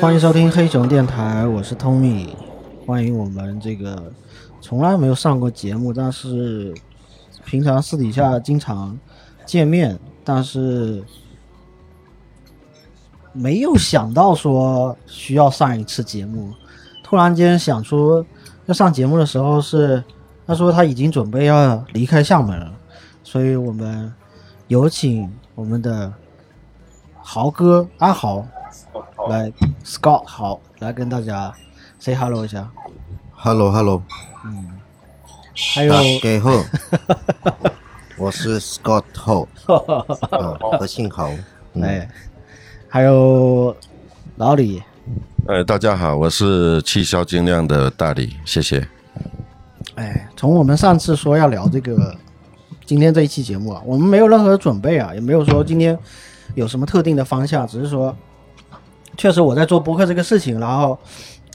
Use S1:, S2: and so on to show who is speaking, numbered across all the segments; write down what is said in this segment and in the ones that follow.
S1: 欢迎收听黑熊电台，我是 Tommy，欢迎我们这个从来没有上过节目，但是平常私底下经常见面，但是没有想到说需要上一次节目，突然间想出要上节目的时候是他说他已经准备要离开厦门了，所以我们有请我们的豪哥阿豪。来，Scott 好，来跟大家 say hello 一下。
S2: Hello Hello，
S1: 还有
S2: 大家好，我是 Scott Ho，啊，我姓侯，嗯，
S1: 哎，还有老李，
S3: 呃，大家好，我是气消精酿的大李，谢谢。
S1: 哎，从我们上次说要聊这个，今天这一期节目啊，我们没有任何准备啊，也没有说今天有什么特定的方向，只是说，确实我在做播客这个事情，然后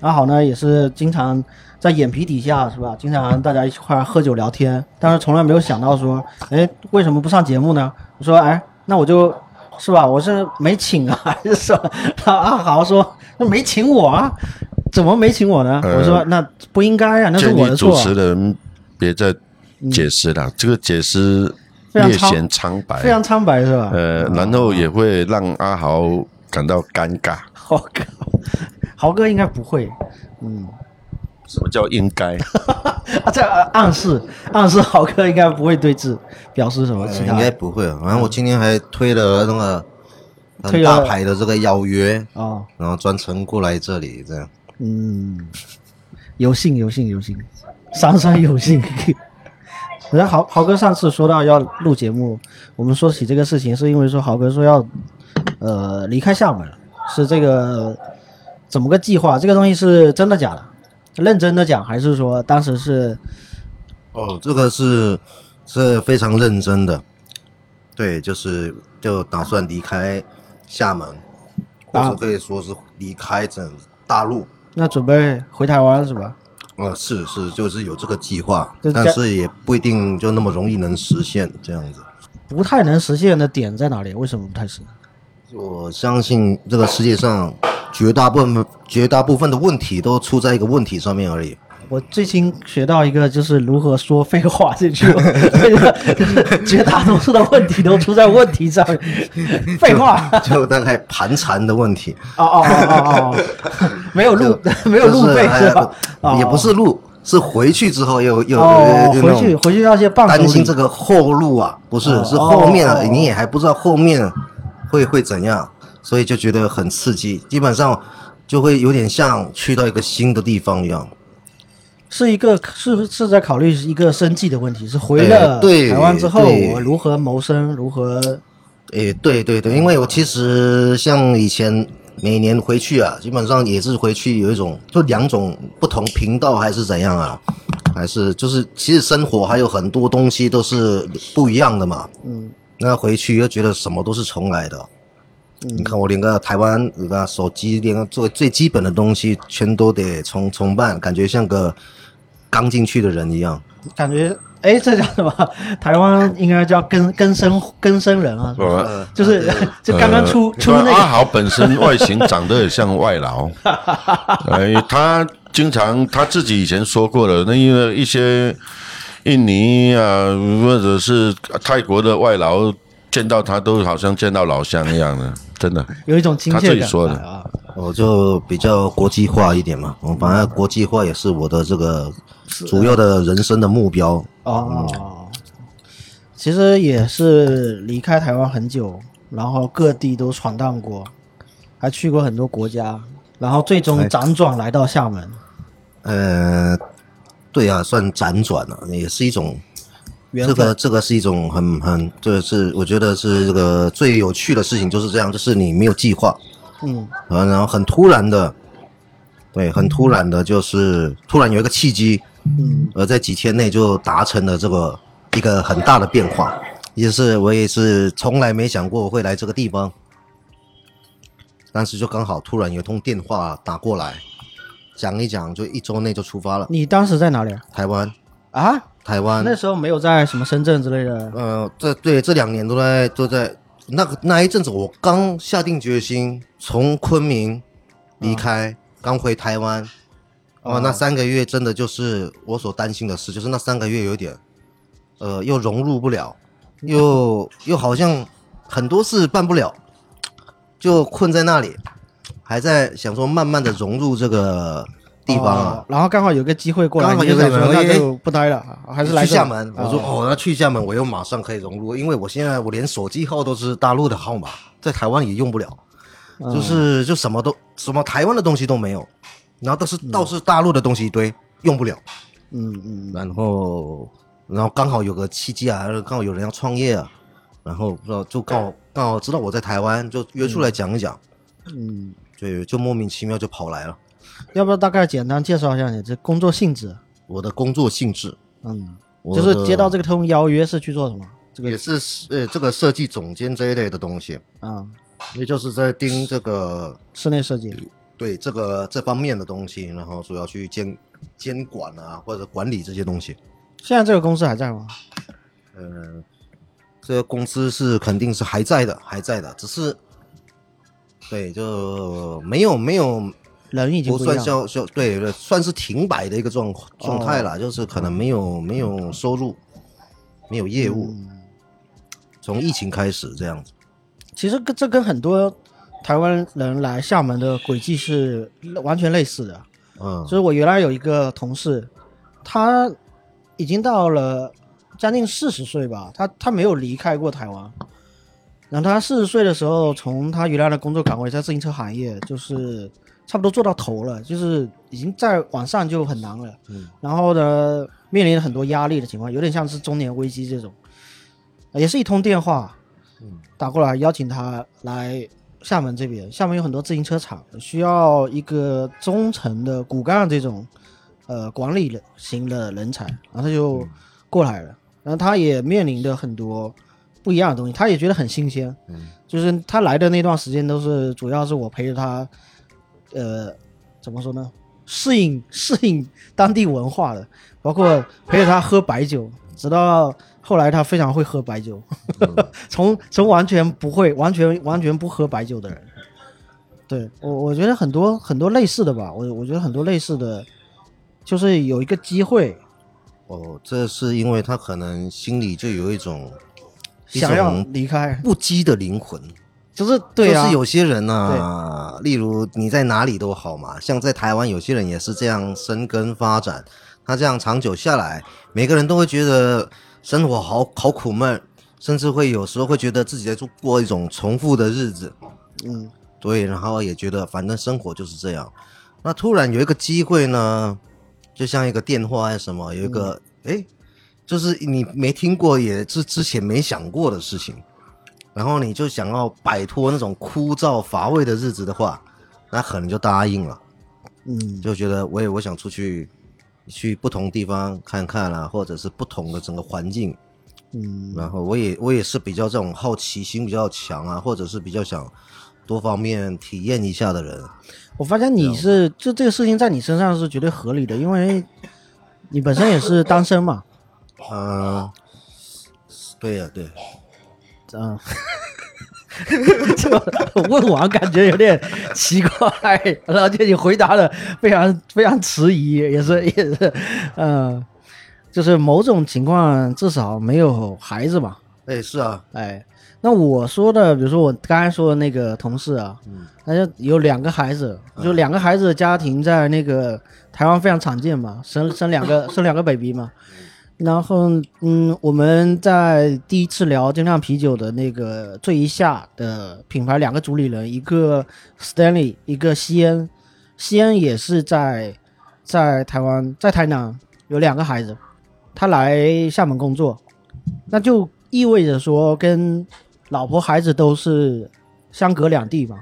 S1: 阿好呢也是经常在眼皮底下是吧？经常大家一块儿喝酒聊天，但是从来没有想到说，哎，为什么不上节目呢？我说，哎，那我就。是吧？我是没请啊，还是什么？他阿豪说那没请我啊，怎么没请我呢？我说那不应该啊，那是
S3: 建
S1: 我的
S3: 议
S1: 错
S3: 呃主
S1: 啊。
S3: 持人别再解释了，这个解释
S1: 非常
S3: 略
S1: 苍
S3: 显苍白，
S1: 非常苍白是吧？
S3: 呃，然后也会让阿豪感到尴尬。
S1: 豪哥， 豪哥应该不会
S3: 什么叫应 该？
S1: 啊，这呃暗示暗示豪哥应该不会对峙，表示什么其他
S2: 呃应该不会啊。然后我今天还推了那个
S1: 推
S2: 很
S1: 了
S2: 大牌的这个邀约，
S1: 哦，
S2: 然后专程过来这里这样。
S1: 嗯，有幸有幸有幸，三三有幸。 然后豪豪哥上次说到要录节目，我们说起这个事情，是因为说豪哥说要呃离开厦门，是这个怎么个计划？这个东西是真的假的？认真的讲，还是说当时是
S2: 哦，这个是是非常认真的，对，就是就打算离开厦门，或
S1: 啊
S2: 者可以说是离开整大陆。
S1: 那准备回台湾是吧？
S2: 呃，是是，就是有这个计划
S1: 就是，
S2: 但
S1: 在
S2: 是也不一定就那么容易能实现这样子。
S1: 不太能实现的点在哪里？为什么不太行？
S2: 我相信这个世界上绝大部分绝大部分的问题都出在一个问题上面 而已。
S1: 我最近学到一个，就是如何说废话这 句话，就是绝大多数的问题都出在问题上。废话，
S2: 就大概盘缠的问题，
S1: 哦哦哦哦哦， 没有路，没有路费
S2: 就是
S1: 是吧？
S2: 哎也不是路，是回去之后又又
S1: 哦，
S2: 又
S1: 回去回去要些伴手
S2: 担心
S1: 礼
S2: 这。个后路啊，不是
S1: 哦
S2: 是后面啊
S1: 哦哦，
S2: 你也还不知道后面会会怎样，所以就觉得很刺激，基本上就会有点像去到一个新的地方一样。
S1: 是一个是是在考虑一个生计的问题，是回了
S2: 哎对
S1: 台湾之后，
S2: 对
S1: 我如何谋生，如何
S2: 诶，对对对，因为我其实像以前每年回去啊，基本上也是回去有一种就两种不同频道还是怎样啊，还是就是其实生活还有很多东西都是不一样的嘛。嗯，那回去又觉得什么都是重来的。你看我连个台湾那个手机，连个最最基本的东西全都得重重办，感觉像个刚进去的人一样。
S1: 感觉？哎，这叫什么？台湾应该叫根根生根生人啊，是吧
S3: 呃
S1: 就是 就刚刚出
S3: 呃
S1: 出那
S3: 阿
S2: 啊
S1: 个
S3: 豪本 身外形长得也像外劳，哎，他经常他自己以前说过了，那因为一些印尼啊或者是泰国的外劳见到他都好像见到老乡一样的，真 的。
S1: 有一种亲
S3: 他
S1: 切
S3: 自己
S1: 感
S3: 说的
S1: 啊。
S2: 我哦就比较国际化一点嘛，我反正国际化也是我的这个主要的人生的目标。
S1: 哦，其实也是离开台湾很久，然后各地都闯荡过，还去过很多国家，然后最
S2: 哎
S1: 终辗转来到厦门，
S2: 呃，对啊，算辗转了、也是一种
S1: 缘
S2: 这
S1: 分
S2: 个这个是一种很很这是我觉得是这个最有趣的事情就是这样，就是你没有计划，
S1: 嗯，
S2: 呃，然后很突然的，对，很突然的，就是突然有一个契机，嗯，而在几天内就达成了这个一个很大的变化，也是我也是从来没想过我会来这个地方，但是就刚好突然有一通电话打过来，讲一讲，就一周内就出发了，
S1: 你当时在哪里啊
S2: 台湾，
S1: 啊？
S2: 台湾，
S1: 那时候没有在什么深圳之类的，
S2: 呃，这对这两年都在都在那个那一阵子，我刚下定决心从昆明离开，刚回台湾，哦，那三个月真的就是我所担心的事，就是那三个月有点，呃，又融入不了，又又好像很多事办不了，就困在那里，还在想说慢慢的融入这个地方啊。
S1: 哦然后刚好有个机会过来，
S2: 刚好
S1: 你就
S2: 有个
S1: 想说
S2: 机会哎
S1: 那就不待了，还是来
S2: 去
S1: 这
S2: 厦门。
S1: 啊
S2: 我说哦，那去厦门我又马上可以融入，因为我现在我连手机号都是大陆的号码，在台湾也用不了，
S1: 嗯
S2: 就是就什么都什么台湾的东西都没有，然后倒是倒是大陆的东西一堆用不了，
S1: 嗯嗯，
S2: 然后然后刚好有个契机啊，刚好有人要创业啊，然后不知道就刚好刚好知道我在台湾，就约出来讲一讲，
S1: 嗯，
S2: 就就莫名其妙就跑来了。
S1: 要不要大概简单介绍一下你这工作性质？
S2: 我的工作性质，
S1: 嗯，
S2: 我
S1: 就
S2: 的
S1: 是接到这个特工邀约是去做什么？这个
S2: 也是呃这个设计总监这一类的东西。
S1: 啊，
S2: 也就是在盯这个
S1: 室内设计。
S2: 对这个这方面的东西，然后主要去监监管啊，或者管理这些东西。
S1: 现在这个公司还在吗？
S2: 嗯，这个公司是肯定是还在的，还在的，只是对就没有没有
S1: 人已经
S2: 不
S1: 不一
S2: 算
S1: 样哦了。
S2: 消消对对算是停摆的一个状状态了，就是可能没有没有收入，没有业务，
S1: 嗯
S2: 从疫情开始这样子。
S1: 其实跟这跟很多台湾人来厦门的轨迹是完全类似的。
S2: 嗯
S1: 就是我原来有一个同事，他已经到了将近四十岁吧，他他没有离开过台湾。然后他四十岁的时候，从他原来的工作岗位在自行车行业，就是差不多做到头了，就是已经在往上就很难了。
S2: 嗯
S1: 然后呢，面临很多压力的情况，有点像是中年危机这种，呃也是一通电话
S2: 嗯
S1: 打过来邀请他来厦门这边。厦门有很多自行车厂，需要一个中层的骨干这种呃管理型的人才，然后他就过来了。然后他也面临着很多不一样的东西，他也觉得很新鲜。
S2: 嗯
S1: 就是他来的那段时间都是主要是我陪着他，呃，怎么说呢？适应适应当地文化的，包括陪着他喝白酒，直到后来他非常会喝白酒，从从完全不会、完全完全不喝白酒的人，对我我觉得很多很多类似的吧，我我觉得很多类似的，就是有一个机会
S2: 哦，这是因为他可能心里就有一种一
S1: 想要
S2: 种
S1: 离开，
S2: 不羁的灵魂。
S1: 就是对啊，
S2: 就是有些人呢、啊例如你在哪里都好嘛，像在台湾有些人也是这样生根发展，他这样长久下来，每个人都会觉得生活好好苦闷，甚至会有时候会觉得自己在做过一种重复的日子。
S1: 嗯
S2: 对，然后也觉得反正生活就是这样。那突然有一个机会呢，就像一个电话还是什么，有一个哎、诶就是你没听过，也是之前没想过的事情。然后你就想要摆脱那种枯燥乏味的日子的话，那可能就答应了，
S1: 嗯，
S2: 就觉得我也我想出去，去不同地方看看啦、或者是不同的整个环境，
S1: 嗯，
S2: 然后我也我也是比较这种好奇心比较强啊，或者是比较想多方面体验一下的人。
S1: 我发现你是就这个事情在你身上是绝对合理的，因为你本身也是单身嘛，
S2: 嗯、对呀、对，
S1: 嗯，这个问完感觉有点奇怪，然后就你回答的非常非常迟疑，也是也是，嗯，就是某种情况至少没有孩子嘛，
S2: 哎是啊，
S1: 哎，那我说的，比如说我刚才说的那个同事啊，他就有两个孩子，就两个孩子的家庭在那个台湾非常常见嘛，生生两个生两个 baby 嘛。然后，嗯，我们在第一次聊精酿啤酒的那个最一下的品牌两个主理人，一个 Stanley，一个西恩，西恩也是在在台湾，在台南有两个孩子，他来厦门工作，那就意味着说跟老婆孩子都是相隔两地嘛，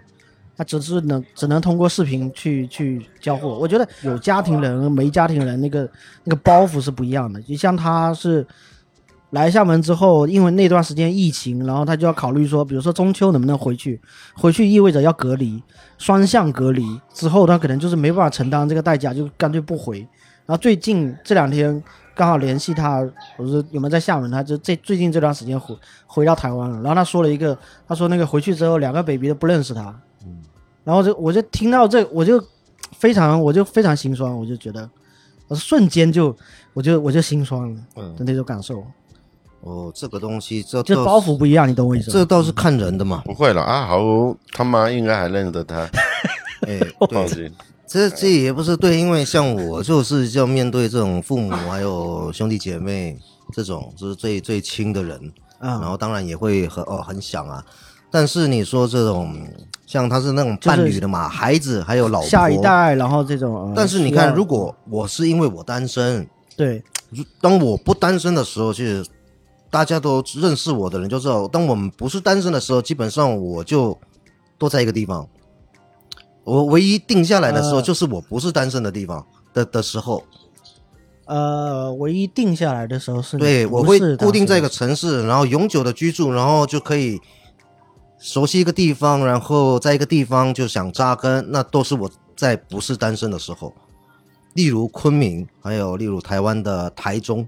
S1: 他只是能只能通过视频去去交互。我觉得有家庭人没家庭人那个那个包袱是不一样的，就像他是。来厦门之后，因为那段时间疫情，然后他就要考虑说，比如说中秋能不能回去，回去意味着要隔离，双向隔离之后，他可能就是没办法承担这个代价，就干脆不回。然后最近这两天刚好联系他，我说有没有在厦门？他就这最近这段时间回回到台湾了。然后他说了一个，他说那个回去之后两个 baby 都不认识他，然后就我就听到这，我就非常我就非常心酸，我就觉得我瞬间就我就我就心酸了，的那种感受，
S2: 哦，这个东西嗯这
S1: 就
S2: 倒
S1: 包
S2: 是
S1: 袱不一样，你懂我意思
S2: 这
S1: 吗？
S2: 倒是看人的嘛。
S3: 不会了，阿豪他妈应该还认得他，
S2: 哎，
S3: 放
S2: 对，
S3: 心。
S2: 这
S1: 啊
S2: 这也不是对，因为像我就是要面对这种父母还有兄弟姐妹这种，就是最最亲的人，然
S1: 啊，
S2: 后当然也会很哦很想啊。但是你说这种像他是那种
S1: 就是
S2: 伴侣的嘛，孩子还有老婆，
S1: 下一。代，然后这种，呃
S2: 但是你
S1: 需
S2: 看，
S1: 要
S2: 如果我是因为我单身，
S1: 对
S2: 如当我不单身的时候，其实大家都认识我的人就知道，当我们不是单身的时候，基本上我就都在一个地方。我唯一定下来的时候，
S1: 呃
S2: 就是我不是单身的地方的的时候，
S1: 呃，唯一定下来的时候是你
S2: 对
S1: 不
S2: 我会
S1: 是
S2: 固定
S1: 当
S2: 在一
S1: 时
S2: 个城市，然后永久的居住，然后就可以熟悉一个地方，然后在一个地方就想扎根，那都是我在不是单身的时候，例如昆明，还有例如台湾的台中，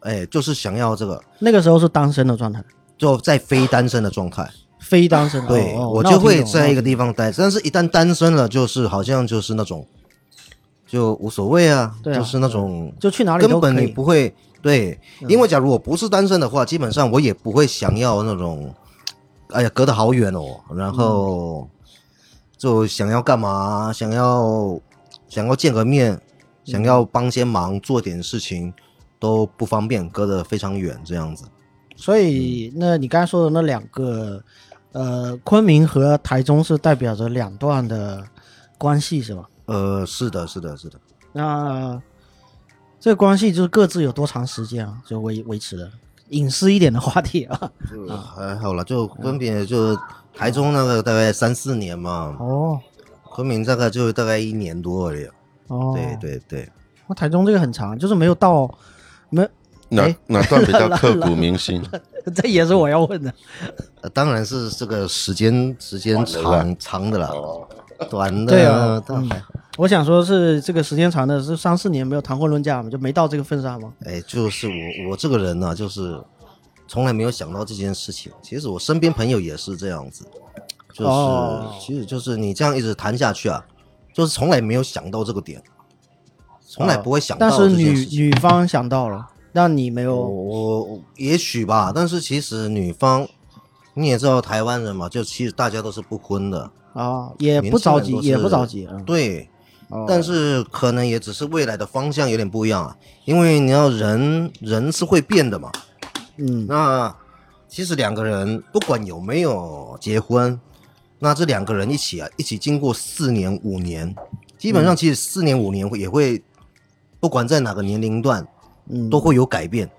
S2: 哎，就是想要这个。
S1: 那个时候是单身的状态，
S2: 就在非单身的状态，
S1: 非单身的，
S2: 对、
S1: 哦哦哦
S2: 我
S1: 那我
S2: 就会
S1: 听懂
S2: 在一个
S1: 了
S2: 地方待，但是一旦单身了，就是好像就是那种就无所谓啊，
S1: 对啊
S2: 就是那种
S1: 就去哪里
S2: 根
S1: 都可以嗯
S2: 本你不会对，因为假如我不是单身的话，基本上我也不会想要那种，哎呀，隔得好远哦，然
S1: 嗯
S2: 后就想要干嘛，想要想要见个
S1: 嗯
S2: 面，想要帮些忙，做点事情都不方便，隔得非常远这样子。
S1: 所以，那你刚才说的那两个，呃，昆明和台中是代表着两段的关系，是吧？
S2: 呃，是的，是的，是的。
S1: 那这个关系就是各自有多长时间啊？就维维持的隐私一点的话题啊。
S2: 就还好了，就分别就台中那个大概三四年嘛，
S1: 哦
S2: 昆明大概就大概一年多而已。
S1: 哦，
S2: 对，对对，
S1: 那台中这个很长，就是没有到，没 有，
S3: 哪
S1: 哎
S3: 哪段 比较刻骨铭心？
S1: 这也是我要问的。
S2: 呃当然是这个时间时间长长的啦，短
S1: 对
S2: 的
S1: 啊
S2: 大概
S1: 我想说是这个时间长的是三四年没有谈婚论嫁嘛，就没到这个份上嘛。
S2: 哎，就是我我这个人呢，就是从来没有想到这件事情。其实我身边朋友也是这样子，就是、
S1: 哦
S2: 其实就是你这样一直谈下去啊，就是从来没有想到这个点，从来不会想到
S1: 哦但
S2: 这件
S1: 是
S2: 事情。
S1: 女女方想到了，但你没
S2: 我
S1: 有
S2: 我我也许吧，但是其实女方你也知道台湾人嘛，就其实大家都是不婚的，
S1: 啊，也
S2: 年
S1: 不
S2: 轻
S1: 着
S2: 人
S1: 急，
S2: 都
S1: 也
S2: 是
S1: 不着急啊。嗯
S2: 对，
S1: 哦
S2: 但是可能也只是未来的方向有点不一样啊，因为你要人人是会变的嘛。
S1: 嗯，
S2: 那其实两个人不管有没有结婚，那这两个人一起啊，一起经过四年五年，基
S1: 嗯
S2: 本上其实四年五年会也会，不管在哪个年龄段，
S1: 嗯
S2: 都会有改变，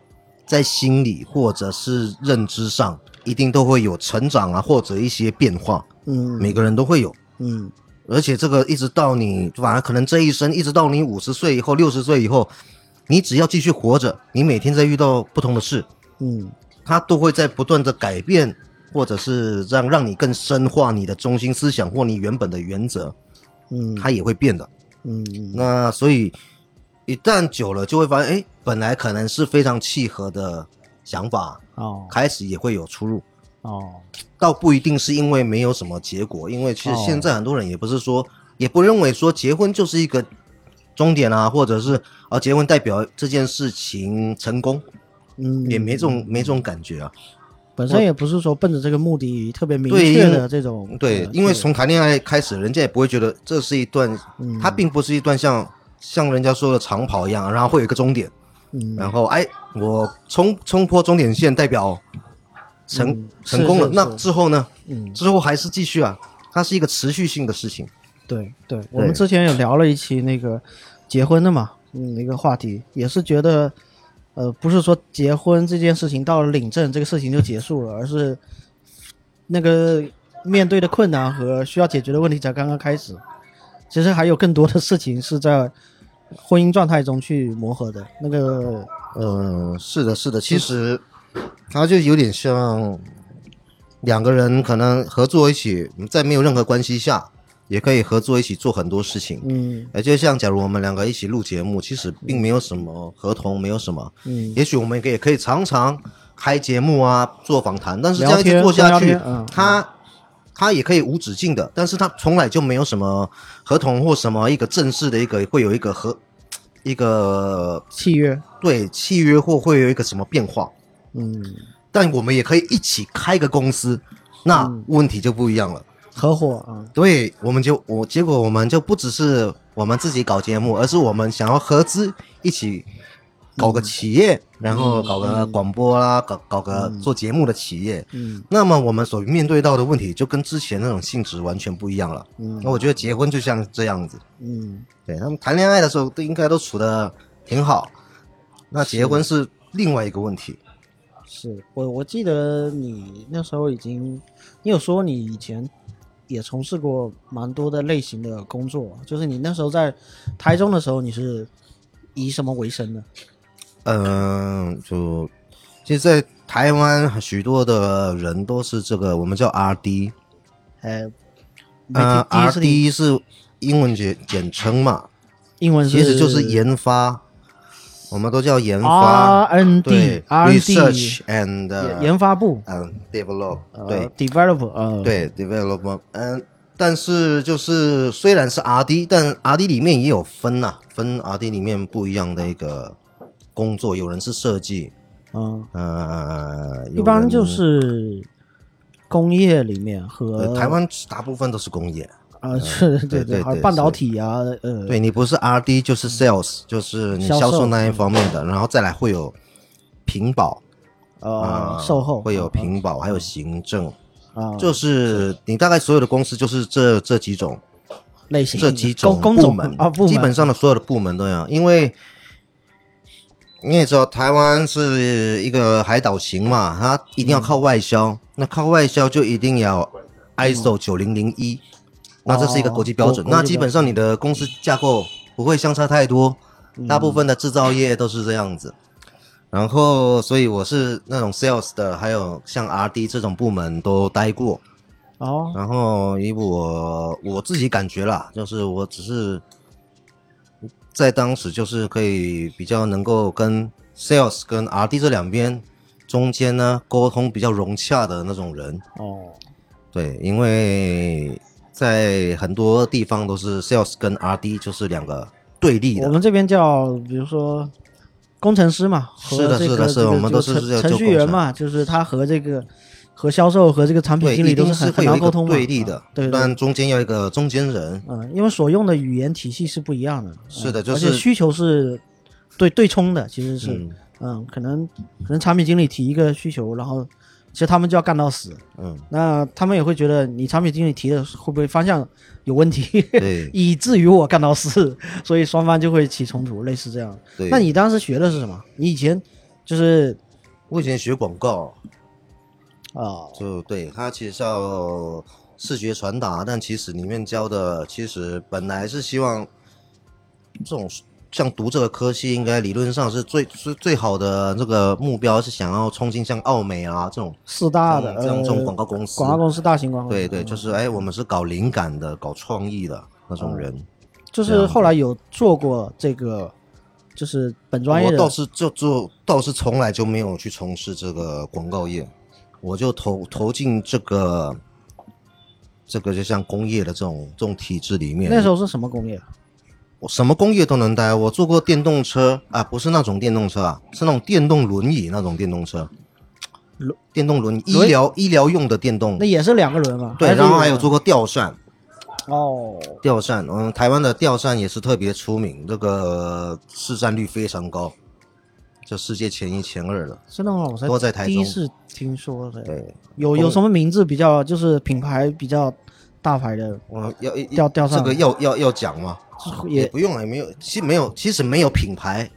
S2: 在心理或者是认知上，一定都会有成长啊，或者一些变化，
S1: 嗯
S2: 每个人都会有。
S1: 嗯
S2: 而且这个一直到你，反而可能这一生一直到你五十岁以后、六十岁以后，你只要继续活着，你每天在遇到不同的事，
S1: 嗯
S2: 它都会在不断的改变，或者是让让你更深化你的中心思想或你原本的原则，
S1: 嗯
S2: 它也会变的。
S1: 嗯嗯
S2: 那所以一旦久了，就会发现，哎，本来可能是非常契合的想法，
S1: 哦
S2: 开始也会有出入，
S1: 哦
S2: 倒不一定是因为没有什么结果，因为其实
S1: 哦
S2: 现在很多人也不是说，也不认为说结婚就是一个终点啊，或者是啊结婚代表这件事情成功，
S1: 嗯，
S2: 也没这种没这种感觉啊。
S1: 本身也不是说奔着这个目的特别明
S2: 对
S1: 确
S2: 因为
S1: 的这种
S2: 对
S1: 呃，
S2: 因为从谈恋爱开始，人家也不会觉得这是一段，它并不是一段像像人家说的长跑一样，然后会有一个终点，
S1: 嗯
S2: 然后哎，我冲冲破终点线，代表成、
S1: 嗯
S2: 成功了。
S1: 是是
S2: 那之后呢？
S1: 嗯
S2: 之后还是继续啊，它是一个持续性的事情。
S1: 对对，我们之前有聊了一期那个结婚的嘛，嗯，一个话题也是觉得，呃，不是说结婚这件事情到了领证这个事情就结束了，而是那个面对的困难和需要解决的问题才刚刚开始，其实还有更多的事情是在婚姻状态中去磨合的。那个
S2: 嗯，是的，是的，其实它就有点像两个人可能合作一起，在没有任何关系下，也可以合作一起做很多事情。
S1: 嗯
S2: 哎，就像假如我们两个一起录节目，其实并没有什么合同，没有什么，
S1: 嗯
S2: 也许我们也可以常常开节目啊，做访谈，但是这样
S1: 聊
S2: 一直
S1: 天
S2: 做下
S1: 多聊
S2: 去
S1: 天嗯，
S2: 它它也可以无止境的，但是它从来就没有什么合同或什么一个正式的一个会有一个合一个
S1: 契约，
S2: 对契约或会有一个什么变化。
S1: 嗯，
S2: 但我们也可以一起开个公司，那
S1: 嗯
S2: 问题就不一样了。
S1: 合伙啊，
S2: 对，我们就我结果我们就不只是我们自己搞节目，而是我们想要合资一起搞个企业，然后搞个广播啦、搞搞个做节目的企业。
S1: 嗯
S2: 那么我们所面对到的问题就跟之前那种性质完全不一样了。
S1: 嗯
S2: 那我觉得结婚就像这样子，
S1: 嗯，
S2: 对他们谈恋爱的时候都应该都处的挺好，那结婚是另外一个问题。
S1: 是我我记得你那时候已经，你有说你以前也从事过蛮多的类型的工作，啊就是你那时候在台中的时候，你是以什么为生的？
S2: 嗯，就其实，在台湾许多的人都是这个，我们叫 R D，
S1: 哎，媒
S2: 呃
S1: 体第一
S2: ，R
S1: 是你
S2: D 是英文简简称嘛，
S1: 英文
S2: 其实就是研发，我们都叫研
S1: R
S2: 发，
S1: N
S2: 对
S1: D R N D
S2: ，research and
S1: 研
S2: uh,
S1: 研发部，
S2: 嗯 develop，
S1: 呃
S2: 对
S1: ，develop，呃，，
S2: 对 development，嗯，但是就是虽然是 R D，但 R D 里面也有分呐、分 R D 里面不一样的一个工作，有人是设计，
S1: 嗯，
S2: 呃，
S1: 一
S2: 有
S1: 般
S2: 人
S1: 就是工业里面和
S2: 呃，台湾大部分都是工业，
S1: 啊，是，对
S2: 对对
S1: 还有
S2: 对
S1: 半导体啊，呃，
S2: 对你不是 R D 就是 sales，就是你
S1: 销售
S2: 销售那一方面的，然后再来会有屏保
S1: 呃
S2: 啊，，
S1: 售后哦
S2: 会有屏保，还有行政，
S1: 啊，
S2: 就是你大概所有的公司就是这这几种
S1: 类型
S2: 这几
S1: 工
S2: 种
S1: 工
S2: 部
S1: 种
S2: 门
S1: 啊，部门
S2: 基本上的所有的部门都一样，因为。你也知道，台湾是一个海岛型嘛，它一
S1: 嗯
S2: 定要靠外销。那靠外销就一定要 ISO 九零零一，那这是一个国际标准。
S1: 哦国
S2: 那
S1: 国际
S2: 基本上你的公司架构不会相差太多，
S1: 嗯
S2: 大部分的制造业都是这样子。然后，所以我是那种 sales 的，还有像 RD 这种部门都待过。
S1: 哦，
S2: 然后以我我自己感觉啦，就是我只是在当时就是可以比较能够跟 sales 跟 RD 这两边中间呢沟通比较融洽的那种人。
S1: 哦，
S2: 对，因为在很多地方都是 sales 跟 RD 就是两个对立
S1: 我
S2: 的。
S1: 们这边叫比如说。工程师嘛，和
S2: 是的
S1: 这
S2: 是
S1: 个
S2: 的是的
S1: 这个
S2: 我们都是
S1: 这个
S2: 叫
S1: 程程
S2: 做
S1: 序
S2: 工
S1: 员
S2: 程
S1: 嘛，就是他和这个和销售和这个产品
S2: 对，
S1: 经理
S2: 一
S1: 都
S2: 定
S1: 很
S2: 会
S1: 很
S2: 有
S1: 难
S2: 一
S1: 沟
S2: 个
S1: 通嘛，
S2: 对立
S1: 啊
S2: 的，
S1: 对对
S2: 但中间要一个中 间人。
S1: 嗯，因为所用的语言体系是不一样的，
S2: 是的
S1: 嗯
S2: 就
S1: 而
S2: 是
S1: 且需求是对对冲的，其实是，嗯
S2: 嗯
S1: 可能可能产品经理提一个需求，然后其实他们就要干到死，
S2: 嗯，
S1: 那他们也会觉得你产品经理提的会不会方向有问题，
S2: 对
S1: 以至于我干到死， 所以双方就会起冲突，类似这样。
S2: 对。
S1: 那你当时学的是什么？你以前就是
S2: 我以前学广告，
S1: 啊、
S2: 就对它其实是要视觉传达，但其实里面教的其实本来是希望这种像读这个科系，应该理论上是最最最好的这个目标是想要冲进像奥美啊这种
S1: 四大的
S2: 这种这种广
S1: 告
S2: 告公司，
S1: 广告公司嗯大型广告公司
S2: 对对，就是哎，我们是搞灵感的，搞创意的那种人。
S1: 就是后来有做过这个，就是本专业
S2: 哦我
S1: 的
S2: 倒是就就倒是从来就没有去从事这个广告业，我就投投进这个这个就像工业的这种这种体制里面。
S1: 那时候是什么工业？
S2: 我什么工业都能待，我做过电动车啊，不是那种电动车啊，是那种电动轮椅那种电动车，
S1: 轮
S2: 电动轮椅医
S1: 轮
S2: 疗医疗用的电动
S1: 那。也是两个轮嘛？
S2: 对，
S1: 是
S2: 然后还有做过吊扇，
S1: 哦，
S2: 吊扇，嗯，台湾的吊扇也是特别出名，这个市占率非常高，这世界前一前二的。
S1: 真的吗？我才
S2: 都在台
S1: 第一
S2: 中
S1: 次听说的。
S2: 对，
S1: 有有什么名字比较就是品牌比较大牌的，
S2: 我要一
S1: 吊吊
S2: 这
S1: 上
S2: 个
S1: 来
S2: 要要要讲吗？哦也
S1: 也
S2: 不用了，也没有，其实没有，其实没有品牌，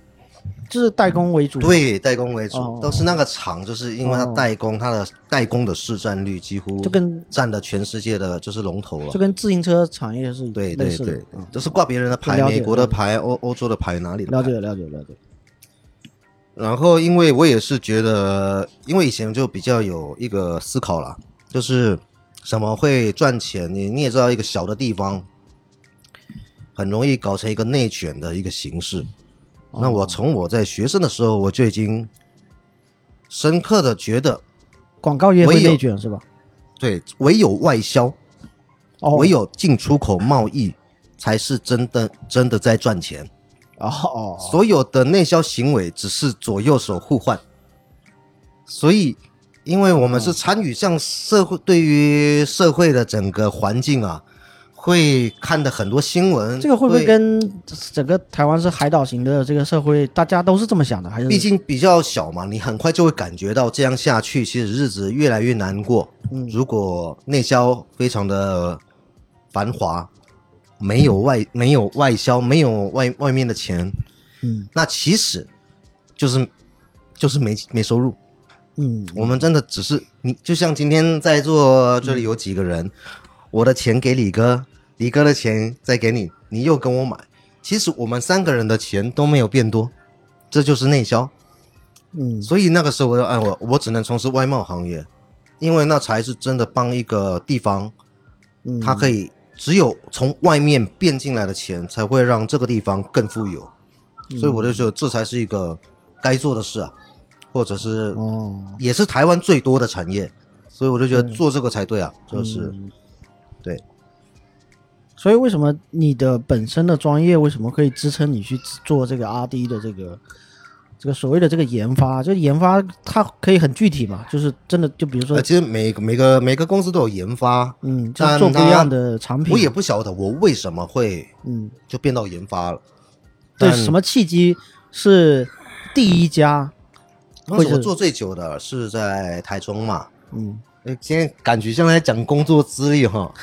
S1: 就是代工为主。，
S2: 对，代工为主，
S1: 嗯哦
S2: 都是那个厂，就是因为它
S1: 哦
S2: 代工，它的代工的市占率几乎
S1: 就跟
S2: 占了全世界的就是龙头了
S1: 就。跟自行车产业是
S2: 对
S1: 类
S2: 对
S1: 似的。嗯
S2: 对，就是挂别人的牌，
S1: 了解嗯
S2: 美国的牌、欧欧洲的牌，哪里的
S1: 了
S2: 牌
S1: 解了解了解。
S2: 然后，因为我也是觉得，因为以前就比较有一个思考啦，就是什么会赚钱。你你也知道，一个小的地方很容易搞成一个内卷的一个形式。那我从我在学生的时候，我就已经深刻的觉得，
S1: 广告业
S2: 我
S1: 会
S2: 也有
S1: 内卷是吧？
S2: 对，唯有外销，
S1: 哦，
S2: 唯有进出口贸易才是真的真的在赚钱。
S1: 哦哦，
S2: 所有的内销行为只是左右手互换，所以，因为我
S1: 嗯
S2: 们是参与向社会，对于社会的整个环境啊，会看的很多新闻。
S1: 这个会不会跟整个台湾是海岛型的这个社会，大家都是这么想的？还是
S2: 毕竟比较小嘛，你很快就会感觉到这样下去，其实日子越来越难过。
S1: 嗯
S2: 如果内销非常的繁华，没有外没有外销，没有外外面的钱，
S1: 嗯
S2: 那其实就是就是没没收入。
S1: 嗯
S2: 我们真的只是你，就像今天在座这里有几个人，我的钱给李哥，李哥的钱再给你，你又跟我买。其实我们三个人的钱都没有变多，这就是内销。
S1: 嗯
S2: 所以那个时候我就按我，我只能从事外贸行业，因为那才是真的帮一个地方，
S1: 嗯，
S2: 它可以只有从外面变进来的钱，才会让这个地方更富有。
S1: 嗯
S2: 所以我就觉得这才是一个该做的事啊，或者是
S1: 哦，
S2: 也是台湾最多的产业，所以我就觉得
S1: 嗯
S2: 做这个才对啊，就是对
S1: 所以为什么你的本身的专业为什么可以支撑你去做这个 R D 的这个这个所谓的这个研发？就研发它可以很具体嘛，就是真的就比如说
S2: 呃，其实每个每个每个公司都有研发，
S1: 嗯，就
S2: 但
S1: 做不一
S2: 它
S1: 样的产品。
S2: 我也不晓得我为什么会
S1: 嗯，
S2: 就变到研发了，
S1: 对，
S2: 但
S1: 什么契机是第一家？
S2: 当时
S1: 或
S2: 我
S1: 者
S2: 做最久的是在台中嘛，
S1: 嗯，
S2: 诶今天感觉像在讲工作资历哈，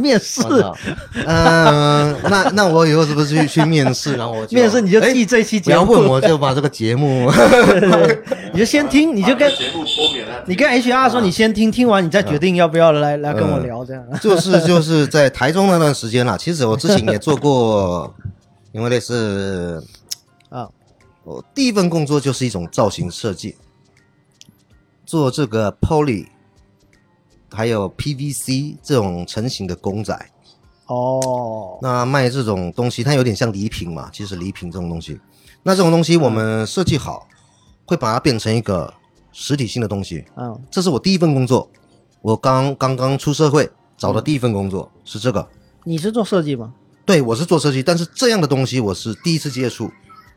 S1: 面试
S2: 我操嗯、那那我以后是不是去去面试，然后我 就
S1: 面试你就
S2: 诶
S1: 记这期
S2: 不
S1: 节
S2: 要
S1: 目，
S2: 问我就把这个节目。
S1: 你就先听，你就跟
S3: 节目播给他
S1: 你跟
S2: 啊
S1: HR 说，你先听，听完你再决定要不要来来跟我
S2: 嗯
S1: 聊这样。
S2: 就是就是在台中那段时间啦，其实我之前也做过，因为类似
S1: 啊，
S2: 我第一份工作就是一种造型设计，做这个 poly 还有 PVC 这种成型的公仔，
S1: 哦，
S2: 那卖这种东西，它有点像礼品嘛，其实礼品这种东西，那这种东西我们设计好，会把它变成一个实体性的东西，
S1: 嗯
S2: 这是我第一份工作，我刚刚刚出社会找的第一份工作、是这个。
S1: 你是做设计吗？
S2: 对，我是做设计，但是这样的东西我是第一次接触，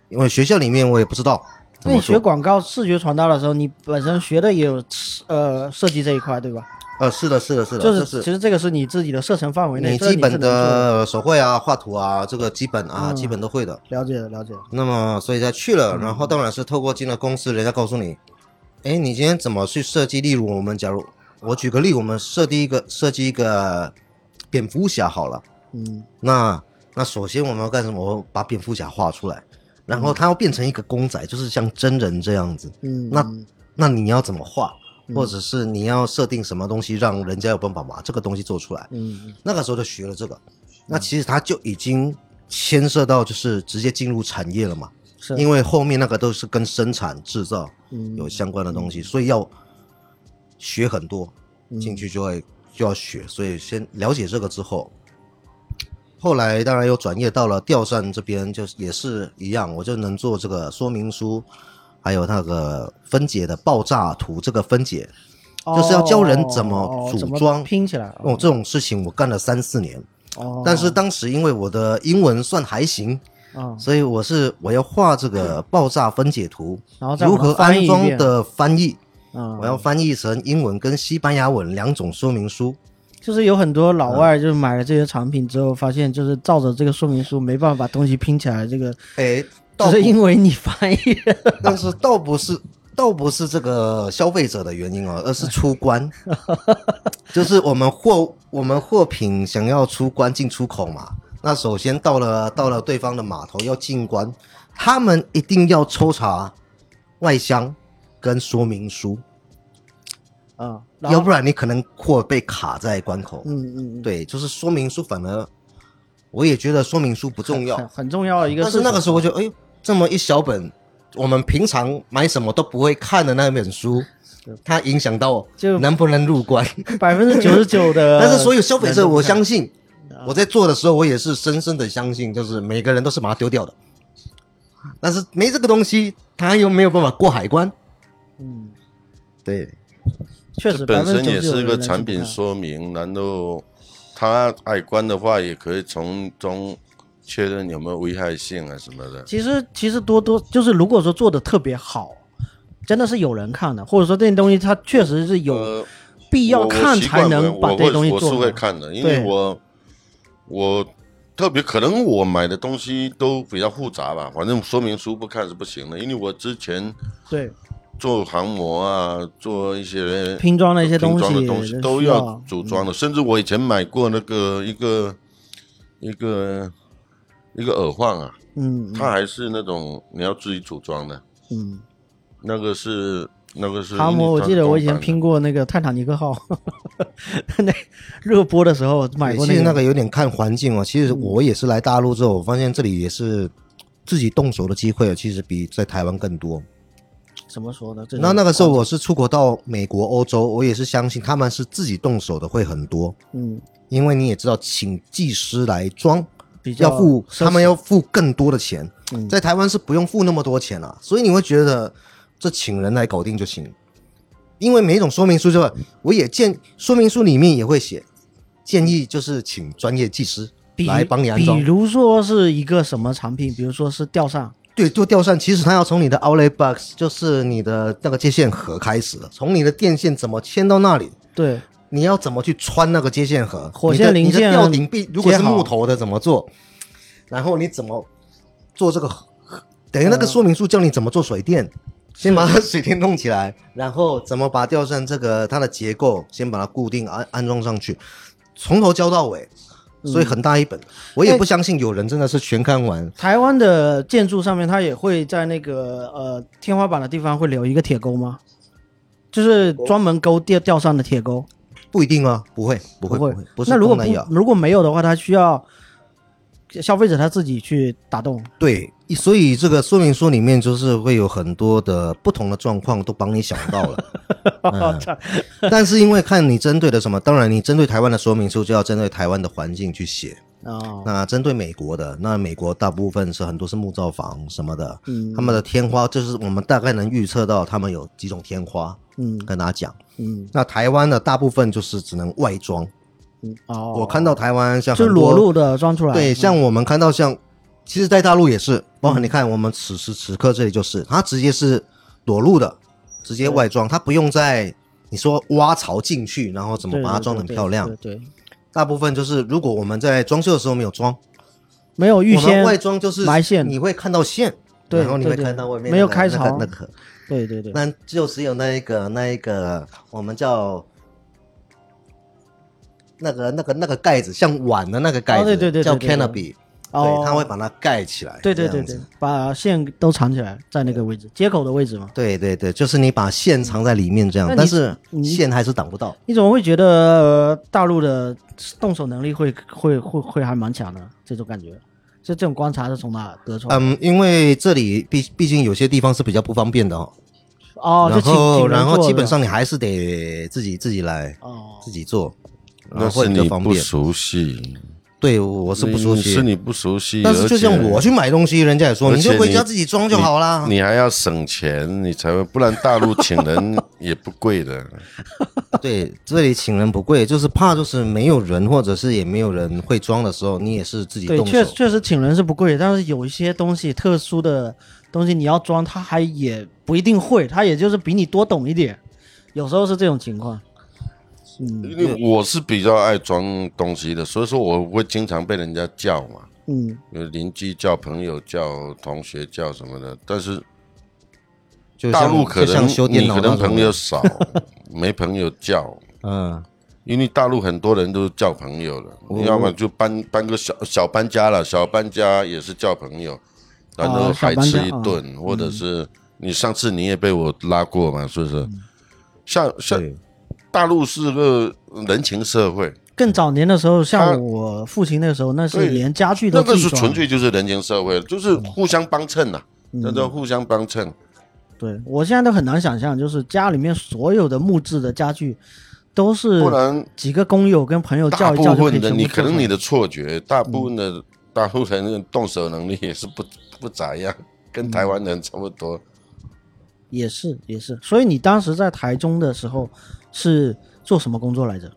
S2: 因为学校里面我也不知道
S1: 那
S2: 怎么
S1: 你学
S2: 做。
S1: 广告视觉传达的时候，你本身学的也有呃设计这一块对吧？
S2: 呃，是的，是的，是的，
S1: 就
S2: 这
S1: 是其实这个是你自己的射程范围内，
S2: 你
S1: 这是
S2: 基
S1: 自
S2: 本
S1: 己能嗯做的
S2: 的手绘啊、画图啊，这个基本啊，基本都会的。
S1: 了解了了解了。
S2: 那么，所以才去
S1: 嗯
S2: 了，然后当然是透过进了公司，人家告诉你，哎，你今天怎么去设计？例如，我们假如我举个例，我们设计一个设计一个蝙蝠侠好了，
S1: 嗯
S2: 那那首先我们要干什么？我把蝙蝠侠画出来，然后它要变成一个公仔，就是像真人这样子。
S1: 嗯，
S2: 那那你要怎么画，或者是你要设定什么东西，让人家有办法把这个东西做出来。
S1: 嗯
S2: 那个时候就学了这个，那其实它就已经牵涉到就是直接进入产业了嘛，
S1: 是
S2: 因为后面那个都是跟生产制造
S1: 嗯
S2: 有相关的东西，所以要学很多，
S1: 嗯
S2: 进去就会就要学，所以先了解这个之后。后来当然又转业到了吊扇这边，就是也是一样，我就能做这个说明书，还有那个分解的爆炸图，这个分解就是要教人怎么
S1: 哦
S2: 组
S1: 怎么
S2: 装
S1: 拼起来。
S2: 哦，这种事情我干了三四年，
S1: 哦，
S2: 但是当时因为我的英文算还行，
S1: 嗯，
S2: 所以我是我要画 这个爆炸分解图，
S1: 然后再
S2: 如何安装的翻译，
S1: 嗯
S2: 我要翻译成英文跟西班牙文两种说明书。
S1: 就是有很多老
S2: 嗯
S1: 外就是买了这些产品之后，发现就是照着这个说明书没办法把东西拼起来，这个
S2: 哎，
S1: 只
S2: 倒
S1: 是
S2: 不
S1: 因为你翻 译。
S2: 但是倒不是倒不是这个消费者的原因哦，而是出 关，就是我们货我们货品想要出关进出口嘛，那首先到了到了对方的码头要进关，他们一定要抽查外箱跟说明书，
S1: 嗯，然
S2: 要
S1: 后
S2: 不然你可能货被卡在关口。
S1: 嗯嗯嗯，
S2: 对，就是说明书反而我也觉得说明书不重要
S1: 嗯很，很重要的一个
S2: 但
S1: 事情。
S2: 是那个时候我就哎呦，这么一小本，我们平常买什么都不会看的那 本书，它影响到我
S1: 就
S2: 能不能入 关。
S1: 百分之九十九的，
S2: 但是所有消费者，我相信
S1: 啊
S2: 我在做的时候，我也是深深的相信，就是每个人都是把它丢掉的。但是没这个东西，它又没有办法过海关。
S1: 嗯，
S2: 对，
S1: 确实
S3: 本身也是一
S1: 99%的
S3: 个
S1: 人
S3: 产
S1: 是嗯不
S3: 品
S1: 看
S3: 说明，然后它海关的话也可以从中确认有没有危害性啊什么的。
S1: 其实其实多多就是，如果说做的特别好，真的是有人看的，或者说这些东西它确实是有
S3: 呃
S1: 必要
S3: 我
S1: 看
S3: 我习惯
S1: 才能
S3: 我
S1: 把
S3: 我
S1: 这些
S3: 会
S1: 东西
S3: 我是
S1: 做
S3: 会
S1: 好。
S3: 看的，因
S1: 对
S3: 为我我特别可能我买的东西都比较复杂吧，反正说明书不看是不行的，因为我之前
S1: 对，
S3: 做航模啊，做一些
S1: 拼装的一些
S3: 拼装的
S1: 西
S3: 东西都
S1: 都
S3: 要组
S2: 嗯
S3: 装的，甚至我以前买过那个一个一个一个耳环啊，
S1: 嗯
S3: 它还是那种你要自己组装的，
S1: 嗯。
S3: 那个是那个是
S1: 航模，我记得我以前拼过那个泰坦尼克号， 那热播的时嗯候买过
S2: 其实
S1: 那个。
S2: 那个有点看环境哦。其实我也是来大陆之后，我发现这里也是自己动手的机会，哦其实比在台湾更多。
S1: 怎么说呢？这
S2: 那那
S1: 个哦
S2: 个时候我是出国到美国、欧洲，我也是相信他们是自己动手的会很多，
S1: 嗯，
S2: 因为你也知道，请技师来装
S1: 比较
S2: 要付，
S1: 奢侈
S2: 他们要付更多的钱，
S1: 嗯
S2: 在台湾是不用付那么多钱啊，所以你会觉得这请人来搞定就行，因为每一种说明书就我也建说明书里面也会写，建议就是请专业技师
S1: 比
S2: 来帮你安
S1: 比
S2: 装。
S1: 如说是一个什么产品，比如说是吊扇，
S2: 对，做吊扇其实它要从你的 outlet box，就是你的那个接线盒开始的，从你的电线怎么牵到那里，
S1: 对，
S2: 你要怎么去穿那个接线盒？
S1: 火线零件
S2: 你的你的吊顶臂如果是
S1: 接好
S2: 木头的怎么做？然后你怎么做这个盒？等于那个说明书教你怎么做水电，
S1: 嗯
S2: 先把它水电弄起来，然后怎么把吊扇这个它的结构先把它固定安安装上去，从头教到尾，
S1: 嗯
S2: 所以很大一本。我也不
S1: 哎
S2: 相信有人真的是全看完。
S1: 台湾的建筑上面，它也会在那个呃天花板的地方会留一个铁钩吗？就是
S2: 哦
S1: 专门勾吊吊扇的铁钩，
S2: 不一定啊，不会，不会，
S1: 会
S2: 会。不是
S1: 那如果
S2: 东
S1: 不
S2: 南亚
S1: 如果没有的话，它需要消费者他自己去打洞。
S2: 对，所以这个说明书里面就是会有很多的不同的状况都帮你想到了。
S1: 哦
S2: 嗯、但是因为看你针对的什么，当然你针对台湾的说明书就要针对台湾的环境去写。
S1: 哦，
S2: 那针对美国的，那美国大部分是很多是木造房什么的，
S1: 嗯
S2: 他们的天花就是我们大概能预测到他们有几种天花
S1: 嗯
S2: 跟他讲。
S1: 嗯
S2: 那台湾的大部分就是只能外装，
S1: 嗯，哦，
S2: 我看到台湾像
S1: 就
S2: 很
S1: 裸
S2: 多
S1: 露的装出来，嗯
S2: 对，像我们看到像，其实，在大陆也是，包含你看我们此时此刻这里就是，它直接是裸露的，直接外装，它不用再你说挖槽进去，然后怎么
S1: 嗯对
S2: 把它装得很漂亮
S1: 对。对对对
S2: 大部分就是，如果我们在装修的时候没有装，
S1: 没有预
S2: 我们
S1: 先
S2: 外装就是
S1: 埋线
S2: 你会看到线，
S1: 对
S2: 然后你会
S1: 对对
S2: 看到外面
S1: 没有
S2: 那个
S1: 开
S2: 那
S1: 槽
S2: 个那个，
S1: 对对对，
S2: 那就只有那一个那一个我们叫。那个、那个、那个盖子，像碗的那个盖
S1: 哦
S2: 子，
S1: 对对对
S2: 叫
S1: 对对对
S2: canopy，
S1: 哦
S2: 对，它会把它盖起来。
S1: 对对
S2: 这
S1: 对
S2: 样子
S1: 对，把线都藏起来，在那个位置，接口的位置嘛。嗯
S2: 对对对，就是你把线藏在里面这样
S1: 那，你哦
S2: 但是线还是挡不到。
S1: 你怎么会觉得、呃大陆的动手能力会会会会还蛮强的？这种感觉，就这种观察是从哪得出来的？
S2: 嗯，因为这里毕毕竟有些地方是比较不方便的哦。
S1: 哦，就
S2: 然
S1: 请请
S2: 后
S1: 人
S2: 然后
S1: 做
S2: 基本
S1: 是吧
S2: 上你还是得自己自己来
S1: 哦，
S2: 自己做，然
S3: 那
S2: 后会
S3: 是
S2: 啊比较
S3: 你
S2: 方
S3: 不
S2: 便。
S3: 熟悉，
S2: 对，我是不熟
S3: 你是
S2: 悉。
S3: 你不熟悉。
S2: 但是就像我
S3: 而且
S2: 去买东西，人家也说
S3: 而
S2: 你
S3: 且
S2: 就回家自己装就好啦。
S3: 你你还要省钱，你才会，不然大陆请 人也不贵的。
S2: 对，这里请人不贵，就是怕就是没有人或者是也没有人会装的时候，你也是自己
S1: 对，
S2: 动
S1: 确
S2: 手。
S1: 确实请人是不贵，但是有一些东西特殊的东西你要装，他还也不一定会，他也就是比你多懂一点，有时候是这种情况。嗯
S3: 因为我是比较爱装东西的，所以说我会经常被人家叫嘛，
S1: 嗯，
S3: 有邻居叫、朋友叫、同学叫什么的。但是
S2: 就
S3: 大
S2: 像
S3: 陆可
S2: 就
S3: 能
S2: 像修电
S3: 你
S2: 脑
S3: 可
S2: 那
S3: 能
S2: 种
S3: 朋友少， 没朋友叫，
S2: 嗯，
S3: 因为大陆很多人都叫朋友了，
S2: 哦
S3: 你要么就搬搬个小小搬家了，小搬家也是叫朋友，
S2: 啊
S3: 然后
S1: 哦
S3: 还
S1: 小搬
S3: 吃
S1: 家
S3: 一顿，
S2: 哦
S3: 或者
S2: 嗯
S3: 是你上次你也被我拉过嘛，是不是？像像
S2: 对。
S3: 大陆是个人情社会，
S1: 更早年的时候，
S3: 他
S1: 像我父亲那个时候，那是
S3: 对
S1: 连家具
S3: 那
S1: 都
S3: 个
S1: 自己
S3: 是
S1: 装，
S3: 纯粹就是人情社会，就是
S2: 嗯
S3: 互相帮衬呐、叫做互相帮衬。
S1: 对我现在都很难想象，就是家里面所有的木质的家具，都是
S3: 不然
S1: 几个工友跟朋友
S3: 大
S1: 叫一
S3: 部
S1: 叫就可以
S3: 分的
S1: 全部
S3: 你
S1: 做
S3: 可
S1: 出
S3: 能
S1: 来嗯
S3: 你的错觉，大部分的大陆
S1: 嗯
S3: 人的动手能力也是不不咋样，跟台湾人差不多。
S1: 也是也是。所以你当时在台中的时候是做什么工作来着？